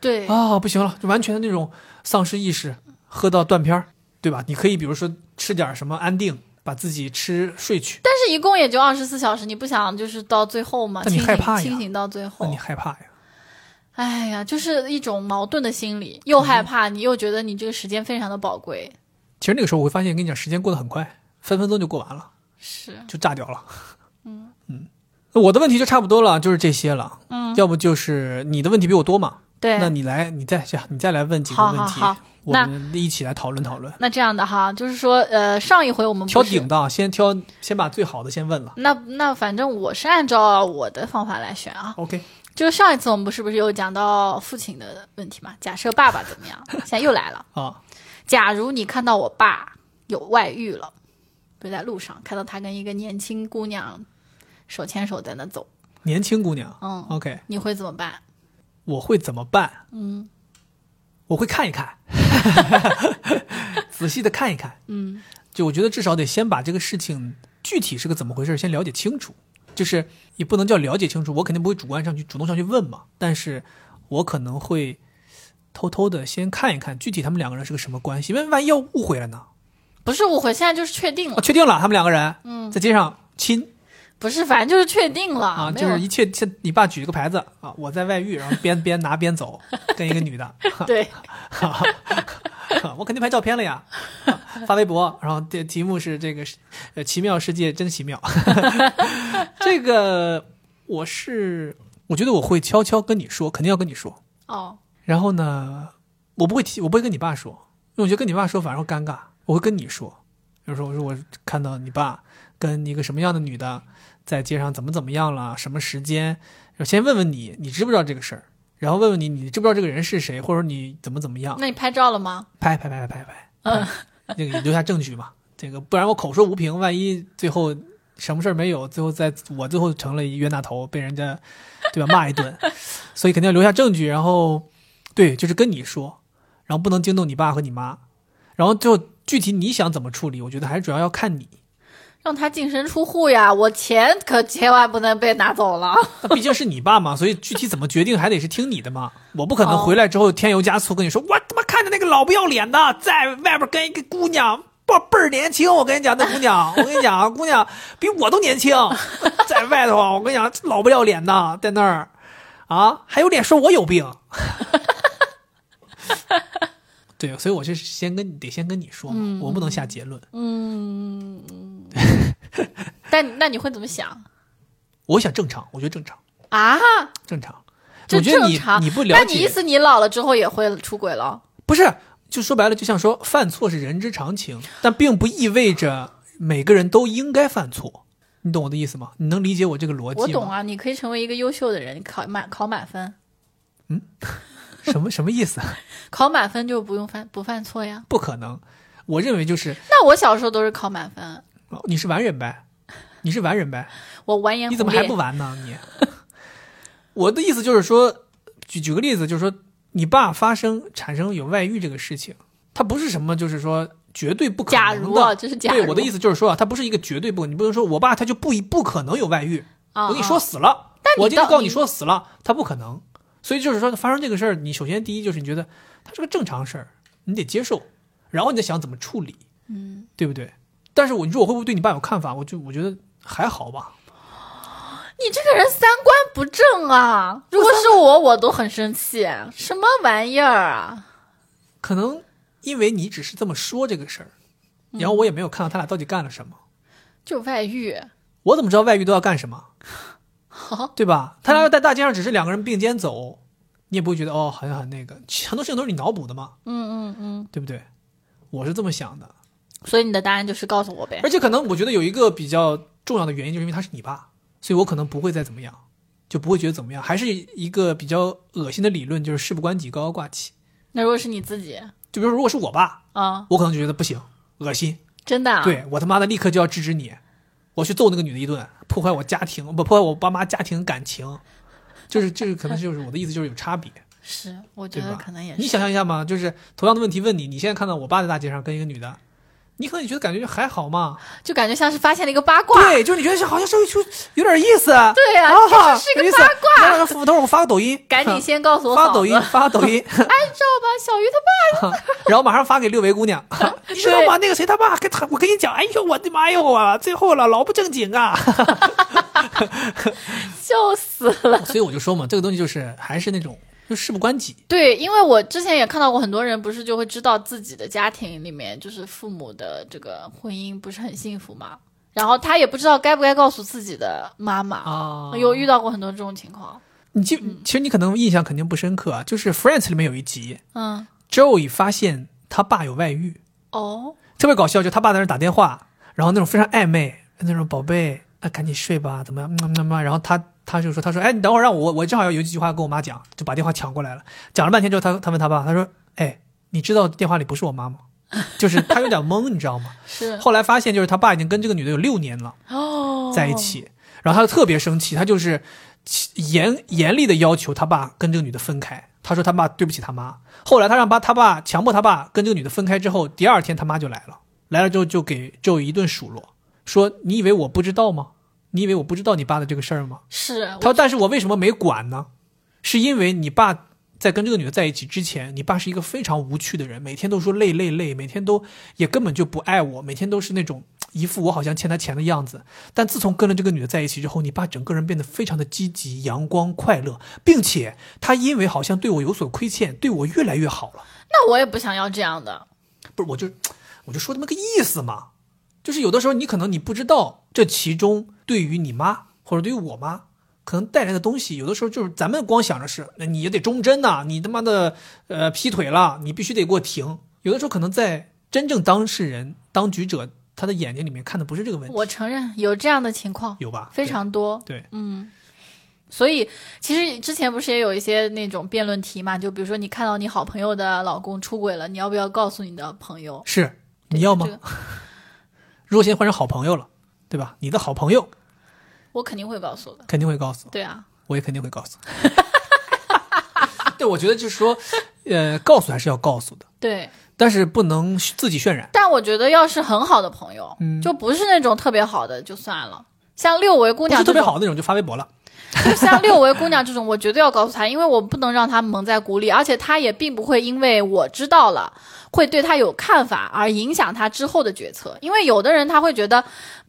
[SPEAKER 2] 对
[SPEAKER 1] 啊，不行了，就完全的那种丧失意识，喝到断片儿，对吧？你可以比如说吃点儿什么安定，把自己吃睡去，
[SPEAKER 2] 但是一共也就二十四小时，你不想就是到最后吗？
[SPEAKER 1] 但你
[SPEAKER 2] 清
[SPEAKER 1] 害
[SPEAKER 2] 醒
[SPEAKER 1] 怕呀
[SPEAKER 2] 清醒到最
[SPEAKER 1] 那
[SPEAKER 2] 后
[SPEAKER 1] 你，害怕呀？
[SPEAKER 2] 哎呀，就是一种矛盾的心理，又
[SPEAKER 1] 嗯
[SPEAKER 2] 害怕你，又觉得你这个时间非常的宝贵，
[SPEAKER 1] 其实那个时候我会发现，跟你讲，时间过得很快，分分钟就过完了。
[SPEAKER 2] 是
[SPEAKER 1] 就炸掉了。嗯 嗯，我的问题就差不多了，就是这些了。
[SPEAKER 2] 嗯，
[SPEAKER 1] 要不就是你的问题比我多嘛？
[SPEAKER 2] 对。
[SPEAKER 1] 那你来，你再想，你再来问几个问题，
[SPEAKER 2] 好好好
[SPEAKER 1] 我们一起来讨论讨论。
[SPEAKER 2] 那这样的哈，就是说，呃，上一回我们不
[SPEAKER 1] 挑
[SPEAKER 2] 是
[SPEAKER 1] 顶的啊，先挑，先把最好的先问了。
[SPEAKER 2] 那那反正我是按照我的方法来选啊，
[SPEAKER 1] OK，
[SPEAKER 2] 就是上一次我们不是不是有讲到父亲的问题嘛？假设爸爸怎么样？现在又来了。
[SPEAKER 1] 啊，
[SPEAKER 2] 假如你看到我爸有外遇了，就在路上看到他跟一个年轻姑娘手牵手在那走，
[SPEAKER 1] 年轻姑娘
[SPEAKER 2] 嗯，
[SPEAKER 1] ，OK，
[SPEAKER 2] 你会怎么办？
[SPEAKER 1] 我会怎么办？嗯，我会看一看， 仔细的看一看。
[SPEAKER 2] 嗯，
[SPEAKER 1] 就我觉得至少得先把这个事情具体是个怎么回事先了解清楚，就是也不能叫了解清楚，我肯定不会主观上去主动上去问嘛，但是我可能会偷偷的先看一看具体他们两个人是个什么关系，因为万一要误会了呢？
[SPEAKER 2] 不是误会，现在就是确定
[SPEAKER 1] 哦，
[SPEAKER 2] 了，
[SPEAKER 1] 确定了，他们两个人嗯在街上亲
[SPEAKER 2] 不是，反正就是确定了，
[SPEAKER 1] 啊，
[SPEAKER 2] 没
[SPEAKER 1] 就
[SPEAKER 2] 有
[SPEAKER 1] 是一切，切你爸举了个牌子啊，我在外遇，然后边边拿边走，跟一个女的，
[SPEAKER 2] 对，
[SPEAKER 1] 我肯定拍照片了呀，啊发微博，然后这题目是这个，呃，奇妙世界真奇妙。 这个我是，我觉得我会悄悄跟你说，肯定要跟你说。
[SPEAKER 2] 哦，
[SPEAKER 1] 然后呢，我不会提，我不会跟你爸说，因为我觉得跟你爸说反而会尴尬。我会跟你说，比如说我说我看到你爸跟一个什么样的女的在街上怎么怎么样了，什么时间，先问问你，你知不知道这个事儿，然后问问你，你知不知道这个人是谁，或者你怎么怎么样。
[SPEAKER 2] 那你拍照了吗？
[SPEAKER 1] 拍拍拍拍拍，嗯，这个留下证据嘛，这个不然我口说无凭，万一最后什么事儿没有，最后在我最后成了一冤大头，被人家对吧骂一顿，所以肯定要留下证据，然后对，就是跟你说，然后不能惊动你爸和你妈，然后最后具体你想怎么处理，我觉得还是主要要看你，
[SPEAKER 2] 让他净身出户呀！我钱可千万不能被拿走了。
[SPEAKER 1] 那毕竟是你爸嘛，所以具体怎么决定还得是听你的嘛。我不可
[SPEAKER 2] 哦
[SPEAKER 1] 能回来之后添油加醋跟你说，我他妈看着那个老不要脸的在外边跟一个姑娘，哇倍儿年轻。我跟你讲，那姑娘，我跟你讲，啊姑娘比我都年轻，在外头啊，我跟你讲，老不要脸的在那儿啊，还有脸说我有病。对，所以我是先跟你得先跟你说嘛，
[SPEAKER 2] 嗯
[SPEAKER 1] 我不能下结论。
[SPEAKER 2] 但那你会怎么想
[SPEAKER 1] 我想正常，我觉得正常，
[SPEAKER 2] 啊？
[SPEAKER 1] 正常。我
[SPEAKER 2] 就
[SPEAKER 1] 觉得
[SPEAKER 2] 正
[SPEAKER 1] 你
[SPEAKER 2] 常。
[SPEAKER 1] 你不了
[SPEAKER 2] 那你意
[SPEAKER 1] 解，
[SPEAKER 2] 思你老了之后也会出轨了？
[SPEAKER 1] 不是就说白了，就像说犯错是人之常情，但并不意味着每个人都应该犯错。你懂我的意思吗？你能理解我这个逻辑吗？
[SPEAKER 2] 我懂啊，你可以成为一个优秀的人，考满考满分，
[SPEAKER 1] 什么什么意思？
[SPEAKER 2] 考满分就不用犯不犯错呀。
[SPEAKER 1] 不可能。我认为就是
[SPEAKER 2] 那我小时候都是考满分，
[SPEAKER 1] 哦你是完人呗，你是完人呗，
[SPEAKER 2] 我完颜
[SPEAKER 1] 你
[SPEAKER 2] 胡
[SPEAKER 1] 怎么还不
[SPEAKER 2] 烈，
[SPEAKER 1] 完呢？你， 我的意思就是说，举举个例子，就是说你爸发生产生有外遇这个事情，他不是什么就是说绝对不可能
[SPEAKER 2] 假
[SPEAKER 1] 的。
[SPEAKER 2] 如啊，这是假如。
[SPEAKER 1] 对我的意思就是说啊，他不是一个绝对不，你不能说我爸他就不一不可能有外遇，
[SPEAKER 2] 啊，
[SPEAKER 1] 我跟你
[SPEAKER 2] 啊
[SPEAKER 1] 说死了，
[SPEAKER 2] 你
[SPEAKER 1] 我今天
[SPEAKER 2] 到
[SPEAKER 1] 告诉你
[SPEAKER 2] 你
[SPEAKER 1] 说死了，他不可能。所以就是说发生这个事儿，你首先第一就是你觉得它是个正常事儿，你得接受，然后你再想怎么处理，嗯，对不对？但是我你说我会不会对你爸有看法？我就我觉得还好吧，
[SPEAKER 2] 你这个人三观不正啊！如果是我，我都很生气，什么玩意儿啊？
[SPEAKER 1] 可能因为你只是这么说这个事儿，然后我也没有看到他俩到底干了什么，
[SPEAKER 2] 就外遇，
[SPEAKER 1] 我怎么知道外遇都要干什么？对吧？他俩要在大街上只是两个人并肩走，你也不会觉得哦，好像很那个，其很多事情都是你脑补的嘛，
[SPEAKER 2] 嗯嗯嗯。
[SPEAKER 1] 对不对？我是这么想的，
[SPEAKER 2] 所以你的答案就是告诉我呗。
[SPEAKER 1] 而且可能我觉得有一个比较重要的原因，就是因为他是你爸，所以我可能不会再怎么样，就不会觉得怎么样，还是一个比较恶心的理论，就是事不关己高高挂起。
[SPEAKER 2] 那如果是你自己
[SPEAKER 1] 就比如说，如果是我爸，
[SPEAKER 2] 啊，
[SPEAKER 1] 我可能就觉得不行，恶心，
[SPEAKER 2] 真的、啊？，
[SPEAKER 1] 对我他妈的立刻就要制止你，我去揍那个女的一顿，破坏我家庭，不破坏我爸妈家庭感情，就是这个可能就是我的意思，就是有差别。
[SPEAKER 2] 是，我觉
[SPEAKER 1] 对吧
[SPEAKER 2] 得可 能也是。
[SPEAKER 1] 你想象一下嘛，就是同样的问题问你，你现在看到我爸在大街上跟一个女的，你可能你觉得感觉就还好嘛，
[SPEAKER 2] 就感觉像是发现了一个八卦。
[SPEAKER 1] 对，啊就是你觉得好像稍微就有点意思，
[SPEAKER 2] 对呀、
[SPEAKER 1] 啊哈，
[SPEAKER 2] 这是
[SPEAKER 1] 有
[SPEAKER 2] 一
[SPEAKER 1] 意
[SPEAKER 2] 个
[SPEAKER 1] 思
[SPEAKER 2] 八卦。
[SPEAKER 1] 然后等会儿我发个抖音，
[SPEAKER 2] 赶紧先告诉我
[SPEAKER 1] 发
[SPEAKER 2] 嫂
[SPEAKER 1] 抖
[SPEAKER 2] 子哎
[SPEAKER 1] 音，发抖 音，
[SPEAKER 2] 按照吧，小鱼他爸。
[SPEAKER 1] 然后马上发给六维姑娘。 你知道吗？那个谁他爸跟他，我跟你讲，哎呦我的妈呦啊，最后了，老不正经 啊。
[SPEAKER 2] 笑死了。
[SPEAKER 1] 所以我就说嘛，这个东西就是还是那种就事不关己。
[SPEAKER 2] 对，因为我之前也看到过很多人，不是就会知道自己的家庭里面就是父母的这个婚姻不是很幸福嘛，然后他也不知道该不该告诉自己的妈妈
[SPEAKER 1] 啊
[SPEAKER 2] 有遇到过很多这种情况。
[SPEAKER 1] 你记，
[SPEAKER 2] 嗯
[SPEAKER 1] 其实你可能印象肯定不深刻啊，就是《Friends》里面有一集
[SPEAKER 2] 嗯，
[SPEAKER 1] ，Joey 发现他爸有外遇，
[SPEAKER 2] 哦，
[SPEAKER 1] 特别搞笑，就他爸在那儿打电话，然后那种非常暧昧，那种宝贝，啊，赶紧睡吧，怎么样？嗯嗯嗯然后他他就说，他说，哎，你等会儿让我，我正好要有几句话跟我妈讲，就把电话抢过来了。讲了半天之后，他他问他爸，他说，哎，你知道电话里不是我妈吗？就是他有点懵，你知道吗？
[SPEAKER 2] 是
[SPEAKER 1] 后来发现就是他爸已经跟这个女的有六年了。
[SPEAKER 2] 哦，
[SPEAKER 1] 在一起，然后他就特别生气，他就是起严严厉的要求他爸跟这个女的分开。他说他爸对不起他妈。后来他让爸他爸强迫他爸跟这个女的分开之后，第二天他妈就来了，来了之后就给周一顿数落，说你以为我不知道吗？你以为我不知道你爸的这个事儿吗？
[SPEAKER 2] 是
[SPEAKER 1] 他说但是我为什么没管呢？是因为你爸在跟这个女的在一起之前，你爸是一个非常无趣的人，每天都说累累累，每天都也根本就不爱我，每天都是那种一副我好像欠他钱的样子。但自从跟了这个女的在一起之后，你爸整个人变得非常的积极、阳光、快乐，并且他因为好像对我有所亏欠，对我越来越好了。
[SPEAKER 2] 那我也不想要这样的。
[SPEAKER 1] 不是，我就我就说这么个意思嘛，就是有的时候你可能你不知道这其中对于你妈或者对于我妈可能带来的东西，有的时候就是咱们光想着是，那你也得忠贞呐、你他妈的呃劈腿了，你必须得给我停。有的时候可能在真正当事人、当局者他的眼睛里面看的不是这个问题，
[SPEAKER 2] 我承认有这样的情况
[SPEAKER 1] 有吧？
[SPEAKER 2] 非常多，
[SPEAKER 1] 对，
[SPEAKER 2] 嗯。所以，其实之前不是也有一些那种辩论题嘛？就比如说，你看到你好朋友的老公出轨了，你要不要告诉你的朋友？
[SPEAKER 1] 是你要吗？
[SPEAKER 2] 这个
[SPEAKER 1] 如果现在换成好朋友了，对吧？你的好朋友
[SPEAKER 2] 我肯定会告诉的。
[SPEAKER 1] 肯定会告诉。
[SPEAKER 2] 对啊，
[SPEAKER 1] 我也肯定会告诉。 对，我觉得就是说，呃，告诉还是要告诉的，
[SPEAKER 2] 对。
[SPEAKER 1] 但是不能自己渲染。
[SPEAKER 2] 但我觉得要是很好的朋友，
[SPEAKER 1] 嗯
[SPEAKER 2] 就不是那种特别好的就算了。像六维姑
[SPEAKER 1] 不
[SPEAKER 2] 娘
[SPEAKER 1] 是特
[SPEAKER 2] 这
[SPEAKER 1] 别
[SPEAKER 2] 种，
[SPEAKER 1] 好的那种就发微博了。
[SPEAKER 2] 就像六维姑娘这种，我绝对要告诉她，因为我不能让她蒙在鼓里，而且她也并不会因为我知道了会对她有看法而影响她之后的决策。因为有的人他会觉得，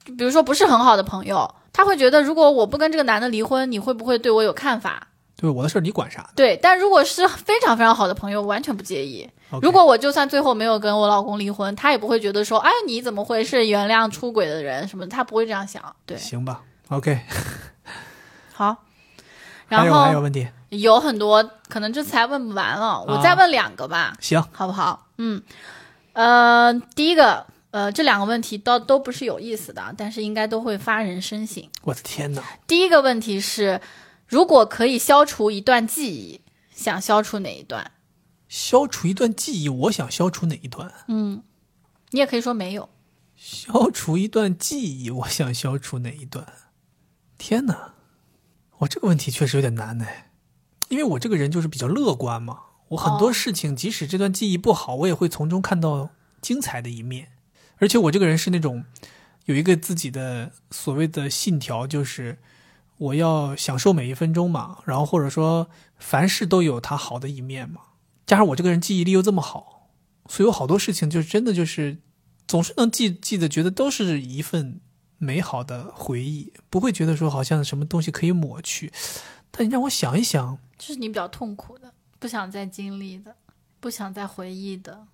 [SPEAKER 2] 比如说不是很好的朋友，他会觉得如果我不跟这个男的离婚，你会不会对我有看法？
[SPEAKER 1] 对我的事儿你管啥
[SPEAKER 2] 对，但如果是非常非常好的朋友，完全不介意。
[SPEAKER 1] o
[SPEAKER 2] 如果我就算最后没有跟我老公离婚，他也不会觉得说，哎，你怎么会是原谅出轨的人什么的？他不会这样想。对，
[SPEAKER 1] 行吧，OK，
[SPEAKER 2] 好。
[SPEAKER 1] 嗯还
[SPEAKER 2] 然
[SPEAKER 1] 有还有
[SPEAKER 2] 后
[SPEAKER 1] 问题？
[SPEAKER 2] 有很多可能这次还问不完了，我再问两个吧，
[SPEAKER 1] 行，
[SPEAKER 2] 好不好？嗯，呃，第一个，呃，这两个问题都都不是有意思的，但是应该都会发人深省。
[SPEAKER 1] 我的天哪！
[SPEAKER 2] 第一个问题是，如果可以消除一段记忆，想消除哪一段？
[SPEAKER 1] 消除一段记忆，我想消除哪一段？
[SPEAKER 2] 嗯，你也可以说没有。
[SPEAKER 1] 消除一段记忆，我 想消除哪一段？天哪，我这个问题确实有点难呢，因为我这个人就是比较乐观嘛，我很多
[SPEAKER 2] 哦
[SPEAKER 1] 事情、即使这段记忆不好，我也会从中看到精彩的一面。而且我这个人是那种有一个自己的所谓的信条，就是我要享受每一分钟嘛，然后或者说凡事都有它好的一面嘛。加上我这个人记忆力又这么好，所以有好多事情就真的就是总是能记记得，觉得都是一份美好的回忆，不会觉得说好像什么东西可以抹去。但你让我想一想，
[SPEAKER 2] 这是你比较痛苦的，不想再经历的，不想再回忆的。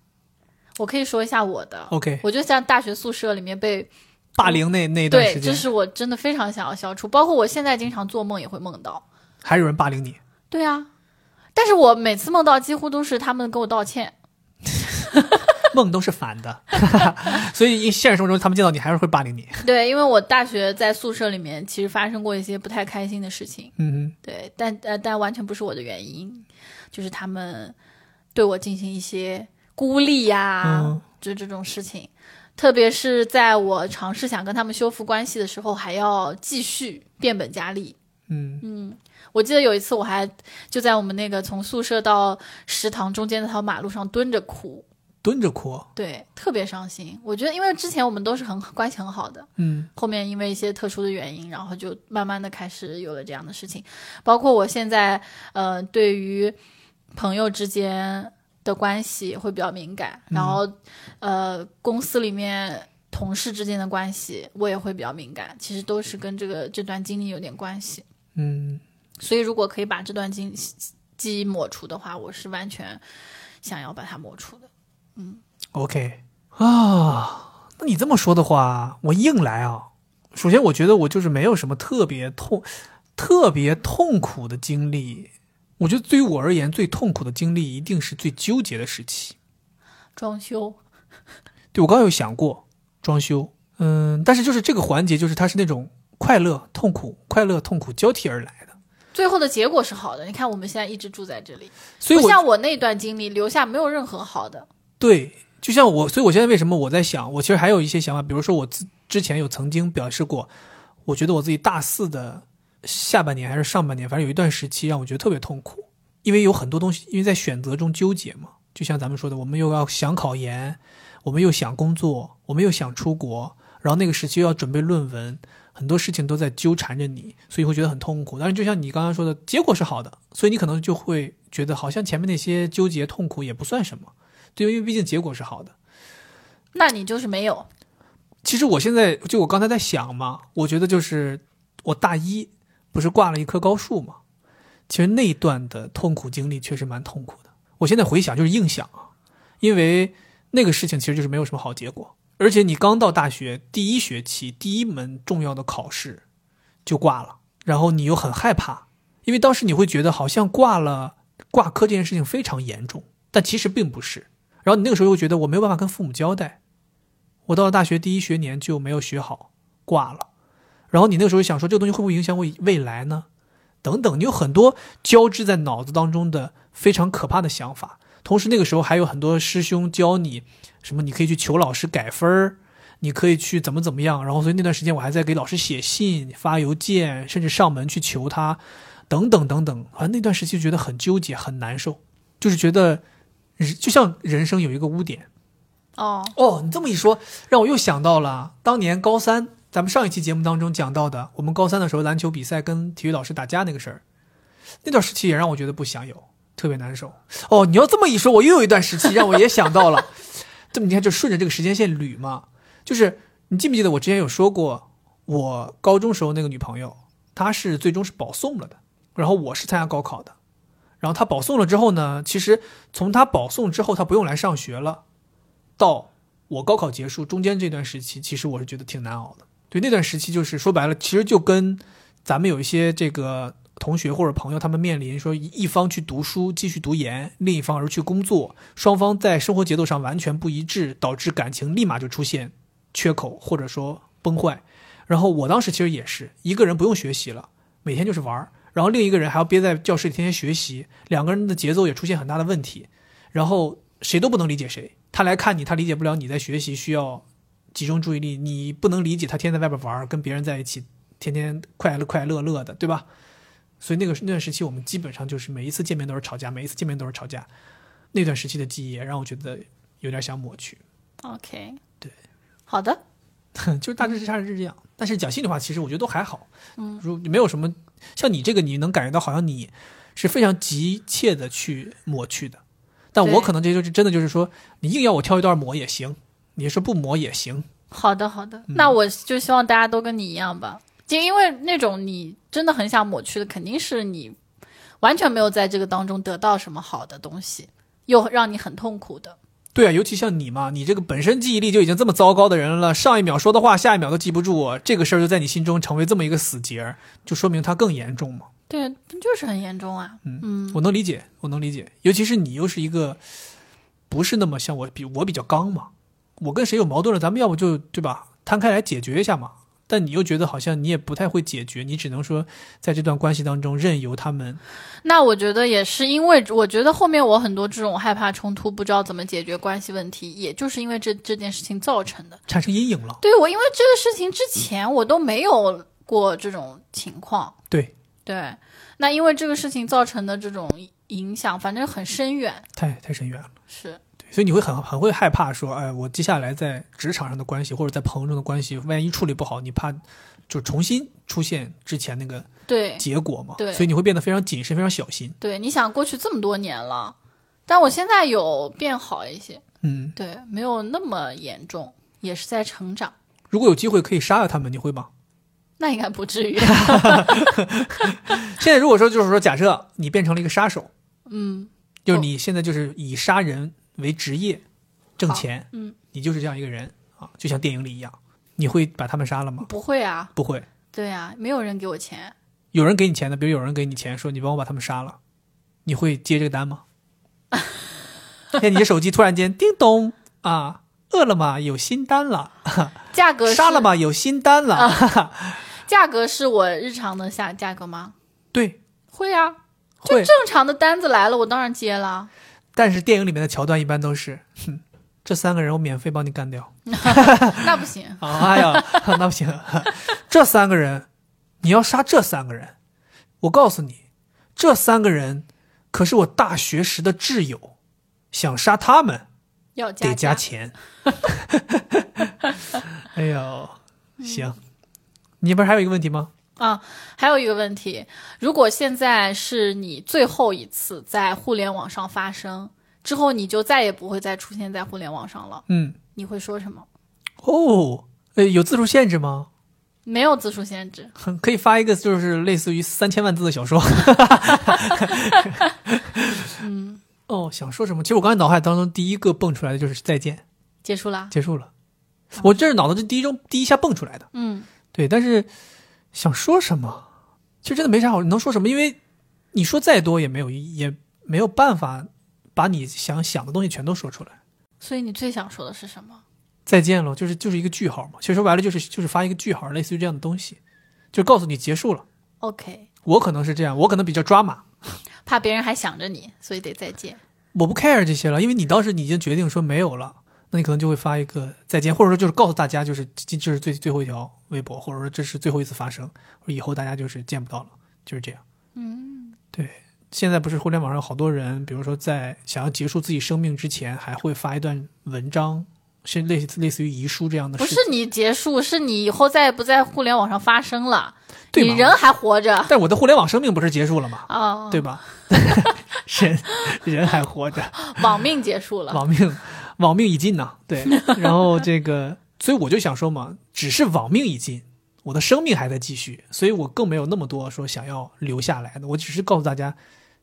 [SPEAKER 2] 我可以说一下我的
[SPEAKER 1] OK
[SPEAKER 2] 我就像大学宿舍里面被
[SPEAKER 1] 霸凌那哎那一段
[SPEAKER 2] 对，
[SPEAKER 1] 时
[SPEAKER 2] 这
[SPEAKER 1] 间，
[SPEAKER 2] 是我真的非常想要消除，包括我现在经常做梦也会梦到。
[SPEAKER 1] 还有人霸凌你，
[SPEAKER 2] 对啊，但是我每次梦到几乎都是他们给我道歉。
[SPEAKER 1] 梦都是反的， 所以现实生活中他们见到你还是会霸凌你。
[SPEAKER 2] 对，因为我大学在宿舍里面其实发生过一些不太开心的事情，
[SPEAKER 1] 嗯
[SPEAKER 2] 对，但呃但完全不是我的原因，就是他们对我进行一些孤立呀、
[SPEAKER 1] 嗯
[SPEAKER 2] 就这种事情。特别是在我尝试想跟他们修复关系的时候，还要继续变本加厉。
[SPEAKER 1] 嗯嗯，
[SPEAKER 2] 我记得有一次，我还就在我们那个从宿舍到食堂中间那条马路上蹲着哭，
[SPEAKER 1] 蹲着哭，
[SPEAKER 2] 对，特别伤心。我觉得，因为之前我们都是很关系很好的，
[SPEAKER 1] 嗯
[SPEAKER 2] 后面因为一些特殊的原因，然后就慢慢的开始有了这样的事情。包括我现在，呃，对于朋友之间的关系会比较敏感，然后，呃，公司里面同事之间的关系我也会比较敏感，其实都是跟这个这段经历有点关系。
[SPEAKER 1] 嗯，
[SPEAKER 2] 所以，如果可以把这段经记忆抹除的话，我是完全想要把它抹除的。
[SPEAKER 1] OK 啊，那你这么说的话，我硬来啊。首先，我觉得我就是没有什么特别痛、特别痛苦的经历。我觉得对于我而言，最痛苦的经历一定是最纠结的时期。
[SPEAKER 2] 装修，
[SPEAKER 1] 对我刚刚有想过装修，嗯，但是就是这个环节，就是它是那种快乐、痛苦、快乐、痛苦交替而来的。
[SPEAKER 2] 最后的结果是好的。你看，我们现在一直住在这里，
[SPEAKER 1] 所以
[SPEAKER 2] 不
[SPEAKER 1] 我
[SPEAKER 2] 像我那段经历留下没有任何好的。
[SPEAKER 1] 对，就像我，所以我现在为什么我在想，我其实还有一些想法，比如说我之之前有曾经表示过，我觉得我自己大四的下半年还是上半年，反正有一段时期让我觉得特别痛苦，因为有很多东西，因为在选择中纠结嘛。就像咱们说的，我们又要想考研，我们又想工作，我们又想出国，然后那个时期又要准备论文，很多事情都在纠缠着你，所以会觉得很痛苦。但是就像你刚刚说的，结果是好的，所以你可能就会觉得好像前面那些纠结痛苦也不算什么。对，因为毕竟结果是好的。
[SPEAKER 2] 那你就是没有，
[SPEAKER 1] 其实我现在就我刚才在想嘛，我觉得就是我大一不是挂了一棵高树嘛，其实那一段的痛苦经历确实蛮痛苦的。我现在回想就是硬想啊，因为那个事情其实就是没有什么好结果，而且你刚到大学第一学期第一门重要的考试就挂了，然后你又很害怕，因为当时你会觉得好像挂了挂科这件事情非常严重，但其实并不是。然后你那个时候又觉得我没有办法跟父母交代，我到了大学第一学年就没有学好，挂了。然后你那个时候想说，这个东西会不会影响我未来呢？等等，你有很多交织在脑子当中的非常可怕的想法。同时，那个时候还有很多师兄教你什么，你可以去求老师改分儿，你可以去怎么怎么样。然后，所以那段时间我还在给老师写信、发邮件，甚至上门去求他，等等等等。啊，那段时期觉得很纠结、很难受，就是觉得人就像人生有一个污点，
[SPEAKER 2] 哦，
[SPEAKER 1] 哦，你这么一说，让我又想到了当年高三，咱们上一期节目当中讲到的，我们高三的时候篮球比赛跟体育老师打架那个事儿，那段时期也让我觉得不享有，特别难受。哦，你要这么一说，我又有一段时期让我也想到了， 这么你看就顺着这个时间线捋嘛，就是你记不记得我之前有说过，我高中时候那个女朋友，她是最终是保送了的，然后我是参加高考的。然后她保送了之后呢，其实从她保送之后，她不用来上学了，到我高考结束中间这段时期，其实我是觉得挺难熬的。对，那段时期就是说白了，其实就跟咱们有一些这个同学或者朋友他们面临说一一方去读书继续读研，另一方而去工作，双方在生活节奏上完全不一致，导致感情立马就出现缺口或者说崩坏。然后我当时其实也是一个人不用学习了，每天就是玩儿，然后另一个人还要憋在教室里天天学习，两个人的节奏也出现很大的问题，然后谁都不能理解谁。他来看你，他理解不了你在学习需要集中注意力，你不能理解他天天在外边玩儿，跟别人在一起天天快乐快乐乐的，对吧？所以那个那段时期，我们基本上就是每一次见面都是吵架，每一次见面都是吵架。那段时期的记忆也让我觉得有点想抹去，
[SPEAKER 2] 哦 OK，
[SPEAKER 1] 对，
[SPEAKER 2] 好的，
[SPEAKER 1] 就是大致上是这样。但是讲心里话，其实我觉得都还好。嗯，如没有什么像你这个，你能感觉到好像你是非常急切的去抹去的。但我
[SPEAKER 2] 对
[SPEAKER 1] 可能这就是真的就是说，你硬要我挑一段抹也行，你说不抹也行。
[SPEAKER 2] 好的，好
[SPEAKER 1] 嗯
[SPEAKER 2] 的。那我就希望大家都跟你一样吧，就因为那种你真的很想抹去的，肯定是你完全没有在这个当中得到什么好的东西，又让你很痛苦的。
[SPEAKER 1] 对啊，尤其像你嘛，你这个本身记忆力就已经这么糟糕的人了，上一秒说的话，下一秒都记不住，这个事儿就在你心中成为这么一个死结儿，就说明它更严重嘛。
[SPEAKER 2] 对，就是很严重啊。嗯，
[SPEAKER 1] 我能理解，我能理解，尤其是你又是一个不是那么像我比我比较刚嘛，我跟谁有矛盾了，咱们要不就对吧，摊开来解决一下嘛。但你又觉得好像你也不太会解决，你只能说在这段关系当中任由他们。
[SPEAKER 2] 那我觉得也是因为，我觉得后面我很多这种害怕冲突、不知道怎么解决关系问题，也就是因为这这件事情造成的。
[SPEAKER 1] 产生阴影了，
[SPEAKER 2] 对我，因为这个事情之前我都没有过这种情况。
[SPEAKER 1] 对，
[SPEAKER 2] 对，那因为这个事情造成的这种影响，反正很深远，
[SPEAKER 1] 太太深远了。
[SPEAKER 2] 是
[SPEAKER 1] 所以你会很很会害怕说，哎，我接下来在职场上的关系或者在朋友中的关系，万一处理不好，你怕就重新出现之前那个
[SPEAKER 2] 对
[SPEAKER 1] 结果嘛？
[SPEAKER 2] 对
[SPEAKER 1] 所以你会变得非常谨慎，非常小心。
[SPEAKER 2] 对。你想过去这么多年了，但我现在有变好一些，
[SPEAKER 1] 嗯，
[SPEAKER 2] 对，没有那么严重，也是在成长。
[SPEAKER 1] 如果有机会可以杀了他们，你会吗？
[SPEAKER 2] 那应该不至于，
[SPEAKER 1] 现在如果说就是说，假设你变成了一个杀手，
[SPEAKER 2] 嗯，
[SPEAKER 1] 就是你现在就是以杀人为职业挣钱，
[SPEAKER 2] 嗯，
[SPEAKER 1] 你就是这样一个人啊，就像电影里一样，你会把他们杀了吗？
[SPEAKER 2] 不会啊，
[SPEAKER 1] 不会，
[SPEAKER 2] 对啊，没有人给我钱，
[SPEAKER 1] 有人给你钱的，比如有人给你钱说你帮我把他们杀了，你会接这个 单吗？哎，你的手机突然间叮咚啊，饿了么有新单了，
[SPEAKER 2] 价格是啊
[SPEAKER 1] 杀了？么有新单了，
[SPEAKER 2] 价格是我日常能下价格吗？
[SPEAKER 1] 对，
[SPEAKER 2] 会啊，
[SPEAKER 1] 会。
[SPEAKER 2] 正常的单子来了，我当然接 了。
[SPEAKER 1] 但是电影里面的桥段一般都是，哼，这三个人我免费帮你干掉。
[SPEAKER 2] 那不行，
[SPEAKER 1] 啊，哎呀， 那不行，这三个人，你要杀这三个人，我告诉你，这三个人可是我大学时的挚友，想杀他们。
[SPEAKER 2] 要
[SPEAKER 1] 得
[SPEAKER 2] 价
[SPEAKER 1] 加钱。 哎呦，行，你不是还有一个问题吗？
[SPEAKER 2] 啊，还有一个问题，如果现在是你最后一次在互联网上发声，之后你就再也不会再出现在互联网上了，
[SPEAKER 1] 嗯，
[SPEAKER 2] 你会说什么？
[SPEAKER 1] 哦，呃，有字数限制吗？
[SPEAKER 2] 没有字数限制，
[SPEAKER 1] 很可以发一个就是类似于三千万字的小说。
[SPEAKER 2] 嗯，
[SPEAKER 1] 哦，想说什么？其实我刚才脑海当中第一个蹦出来的就是再见，
[SPEAKER 2] 结束啦。
[SPEAKER 1] 结束了。我这是脑子这第一中第一下蹦出来的。
[SPEAKER 2] 嗯，
[SPEAKER 1] 对，但是想说什么，其实真的没啥好能说什么，因为你说再多也没有意义也没有办法把你想想的东西全都说出来。
[SPEAKER 2] 所以你最想说的是什么？
[SPEAKER 1] 再见了，就是就是一个句号嘛。其实说白了就是就是发一个句号，类似于这样的东西，就告诉你结束了。
[SPEAKER 2] OK，
[SPEAKER 1] 我可能是这样，我可能比较抓马，
[SPEAKER 2] 怕别人还想着你，所以得再见。
[SPEAKER 1] 我不 care 这些了，因为你当时你已经决定说没有了，那你可能就会发一个再见，或者说就是告诉大家就是这这是最最后一条微博，或者说这是最后一次发生，或者以后大家就是见不到了，就是这样。
[SPEAKER 2] 嗯，
[SPEAKER 1] 对，现在不是互联网上有好多人，比如说在想要结束自己生命之前，还会发一段文章，是类似类似于遗书这样的
[SPEAKER 2] 不
[SPEAKER 1] 事
[SPEAKER 2] 是
[SPEAKER 1] 情。
[SPEAKER 2] 你结束，是你以后再也不在互联网上发声了，
[SPEAKER 1] 对
[SPEAKER 2] 你
[SPEAKER 1] 嘛
[SPEAKER 2] 人还活着
[SPEAKER 1] 但我的互联网生命不是结束了吗？
[SPEAKER 2] 啊，
[SPEAKER 1] 对吧？ 人人还活着，
[SPEAKER 2] 网命结束了。
[SPEAKER 1] 网 命网命已尽呐、对，然后这个，所以我就想说嘛，只是网命已尽，我的生命还在继续，所以我更没有那么多说想要留下来的。我只是告诉大家，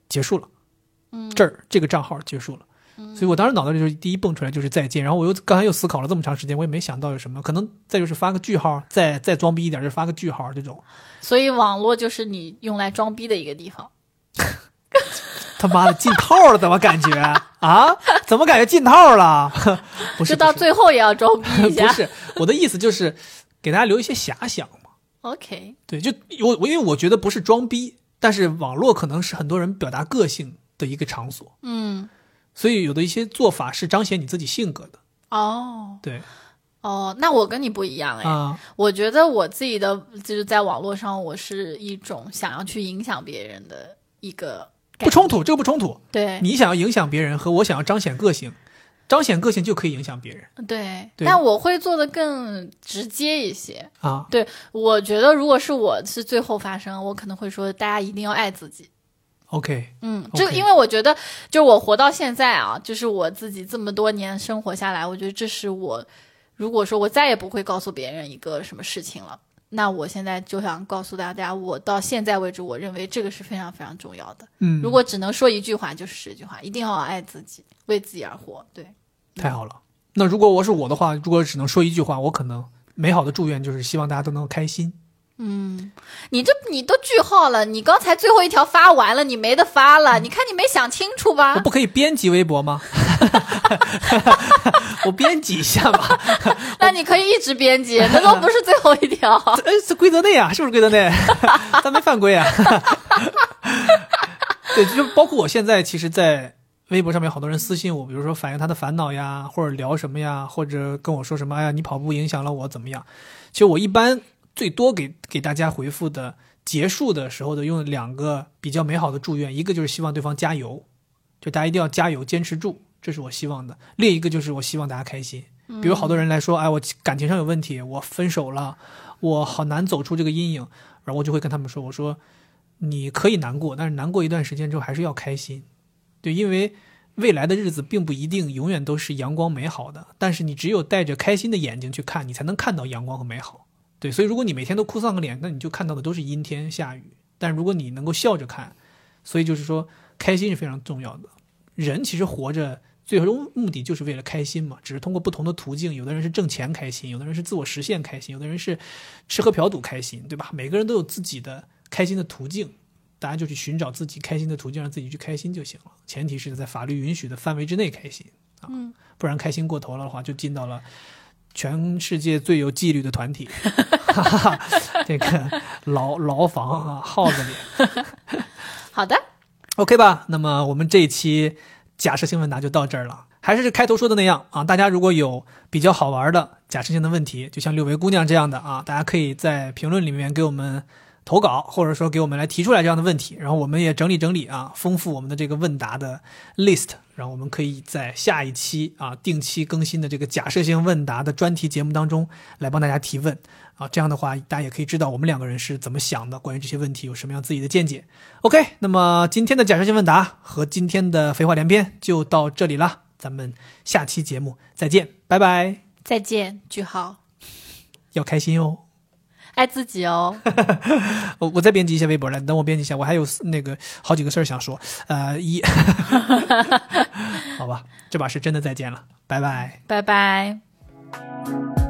[SPEAKER 1] 结束了，
[SPEAKER 2] 嗯
[SPEAKER 1] 这儿这个账号结束了。所以我当时脑袋里就是第一蹦出来就是再见，然后我又刚才又思考了这么长时间，我也没想到有什么，可能再就是发个句号，再再装逼一点就是发个句号这种，
[SPEAKER 2] 所以网络就是你用来装逼的一个地方。
[SPEAKER 1] 他妈的进套了，怎么感觉啊？怎么感觉进套了？ 不是
[SPEAKER 2] 就到
[SPEAKER 1] 不是
[SPEAKER 2] 最后也要装逼一
[SPEAKER 1] 不
[SPEAKER 2] 下。
[SPEAKER 1] 是我的意思，就是给大家留一些遐想嘛。
[SPEAKER 2] OK，
[SPEAKER 1] 对，就我我因为我觉得不是装逼，但是网络可能是很多人表达个性的一个场所，
[SPEAKER 2] 嗯，
[SPEAKER 1] 所以有的一些做法是彰显你自己性格的。
[SPEAKER 2] 哦
[SPEAKER 1] 对
[SPEAKER 2] 哦，那我跟你不一样哎，
[SPEAKER 1] 啊，
[SPEAKER 2] 我觉得我自己的就是在网络上，我是一种想要去影响别人的一个
[SPEAKER 1] 不冲突，这个不冲突。
[SPEAKER 2] 对
[SPEAKER 1] 你想要影响别人和我想要彰显个性，彰显个性就可以影响别人
[SPEAKER 2] 对，
[SPEAKER 1] 对
[SPEAKER 2] 但我会做的更直接一些。
[SPEAKER 1] 啊。
[SPEAKER 2] 对，我觉得如果是我是最后发声，我可能会说大家一定要爱自己。
[SPEAKER 1] OK，
[SPEAKER 2] 嗯，
[SPEAKER 1] OK
[SPEAKER 2] 这个因为我觉得，就是我活到现在啊，就是我自己这么多年生活下来，我觉得这是我，如果说我再也不会告诉别人一个什么事情了，那我现在就想告诉大家，我到现在为止，我认为这个是非常非常重要的。
[SPEAKER 1] 嗯，
[SPEAKER 2] 如果只能说一句话，就是这句话，一定要爱自己，为自己而活。对，
[SPEAKER 1] 太好了。那如果我是我的话，如果只能说一句话，我可能美好的祝愿就是希望大家都能够开心。
[SPEAKER 2] 你这你都句号了，你刚才最后一条发完了，你没得发了，你看你没想清楚
[SPEAKER 1] 嗯
[SPEAKER 2] 吧
[SPEAKER 1] 我？不可以编辑微博吗？ 我编辑一下吧。
[SPEAKER 2] 那你可以一直编辑，那都不是最后一条。
[SPEAKER 1] 哎， 这规则内啊，是不是规则内？ 咱没犯规啊。 对，就包括我现在，其实，在微博上面，好多人私信我，比如说反映他的烦恼呀，或者聊什么呀，或者跟我说什么，哎呀，你跑步影响了我，怎么样？其实我一般最多给给大家回复的结束的时候的，用两个比较美好的祝愿，一个就是希望对方加油，就大家一定要加油，坚持住，这是我希望的；另一个就是我希望大家开心。比如好多人来说，哎，我感情上有问题，我分手了，我好难走出这个阴影，然后我就会跟他们说，我说你可以难过，但是难过一段时间之后还是要开心，对，因为未来的日子并不一定永远都是阳光美好的，但是你只有带着开心的眼睛去看，你才能看到阳光和美好。对，所以如果你每天都哭丧个脸，那你就看到的都是阴天下雨。但如果你能够笑着看，所以就是说，开心是非常重要的。人其实活着最终目的就是为了开心嘛，只是通过不同的途径，有的人是挣钱开心，有的人是自我实现开心，有的人是吃喝嫖赌开心，对吧？每个人都有自己的开心的途径，大家就去寻找自己开心的途径，让自己去开心就行了。前提是在法律允许的范围之内开心啊，不然开心过头了的话，就进到了。全世界最有纪律的团体，哈哈哈，这个牢牢房啊，耗子脸，
[SPEAKER 2] 好的，
[SPEAKER 1] OK 吧？那么我们这一期假设性问答就到这儿了。还是开头说的那样啊，大家如果有比较好玩的假设性的问题，就像六维姑娘这样的啊，大家可以在评论里面给我们投稿，或者说给我们来提出来这样的问题，然后我们也整理整理啊，丰富我们的这个问答的 list，然后我们可以在下一期啊定期更新的这个假设性问答的专题节目当中来帮大家提问啊，这样的话大家也可以知道我们两个人是怎么想的，关于这些问题有什么样自己的见解。OK，那么今天的假设性问答和今天的废话连篇就到这里啦，咱们下期节目再见，拜拜，
[SPEAKER 2] 再见，句号，
[SPEAKER 1] 要开心哦。
[SPEAKER 2] 爱自己哦。
[SPEAKER 1] 我我再编辑一下微博来，等我编辑一下，我还有四那个好几个事儿想说。呃，一， 好吧，这把是真的再见了，拜拜。
[SPEAKER 2] 拜拜。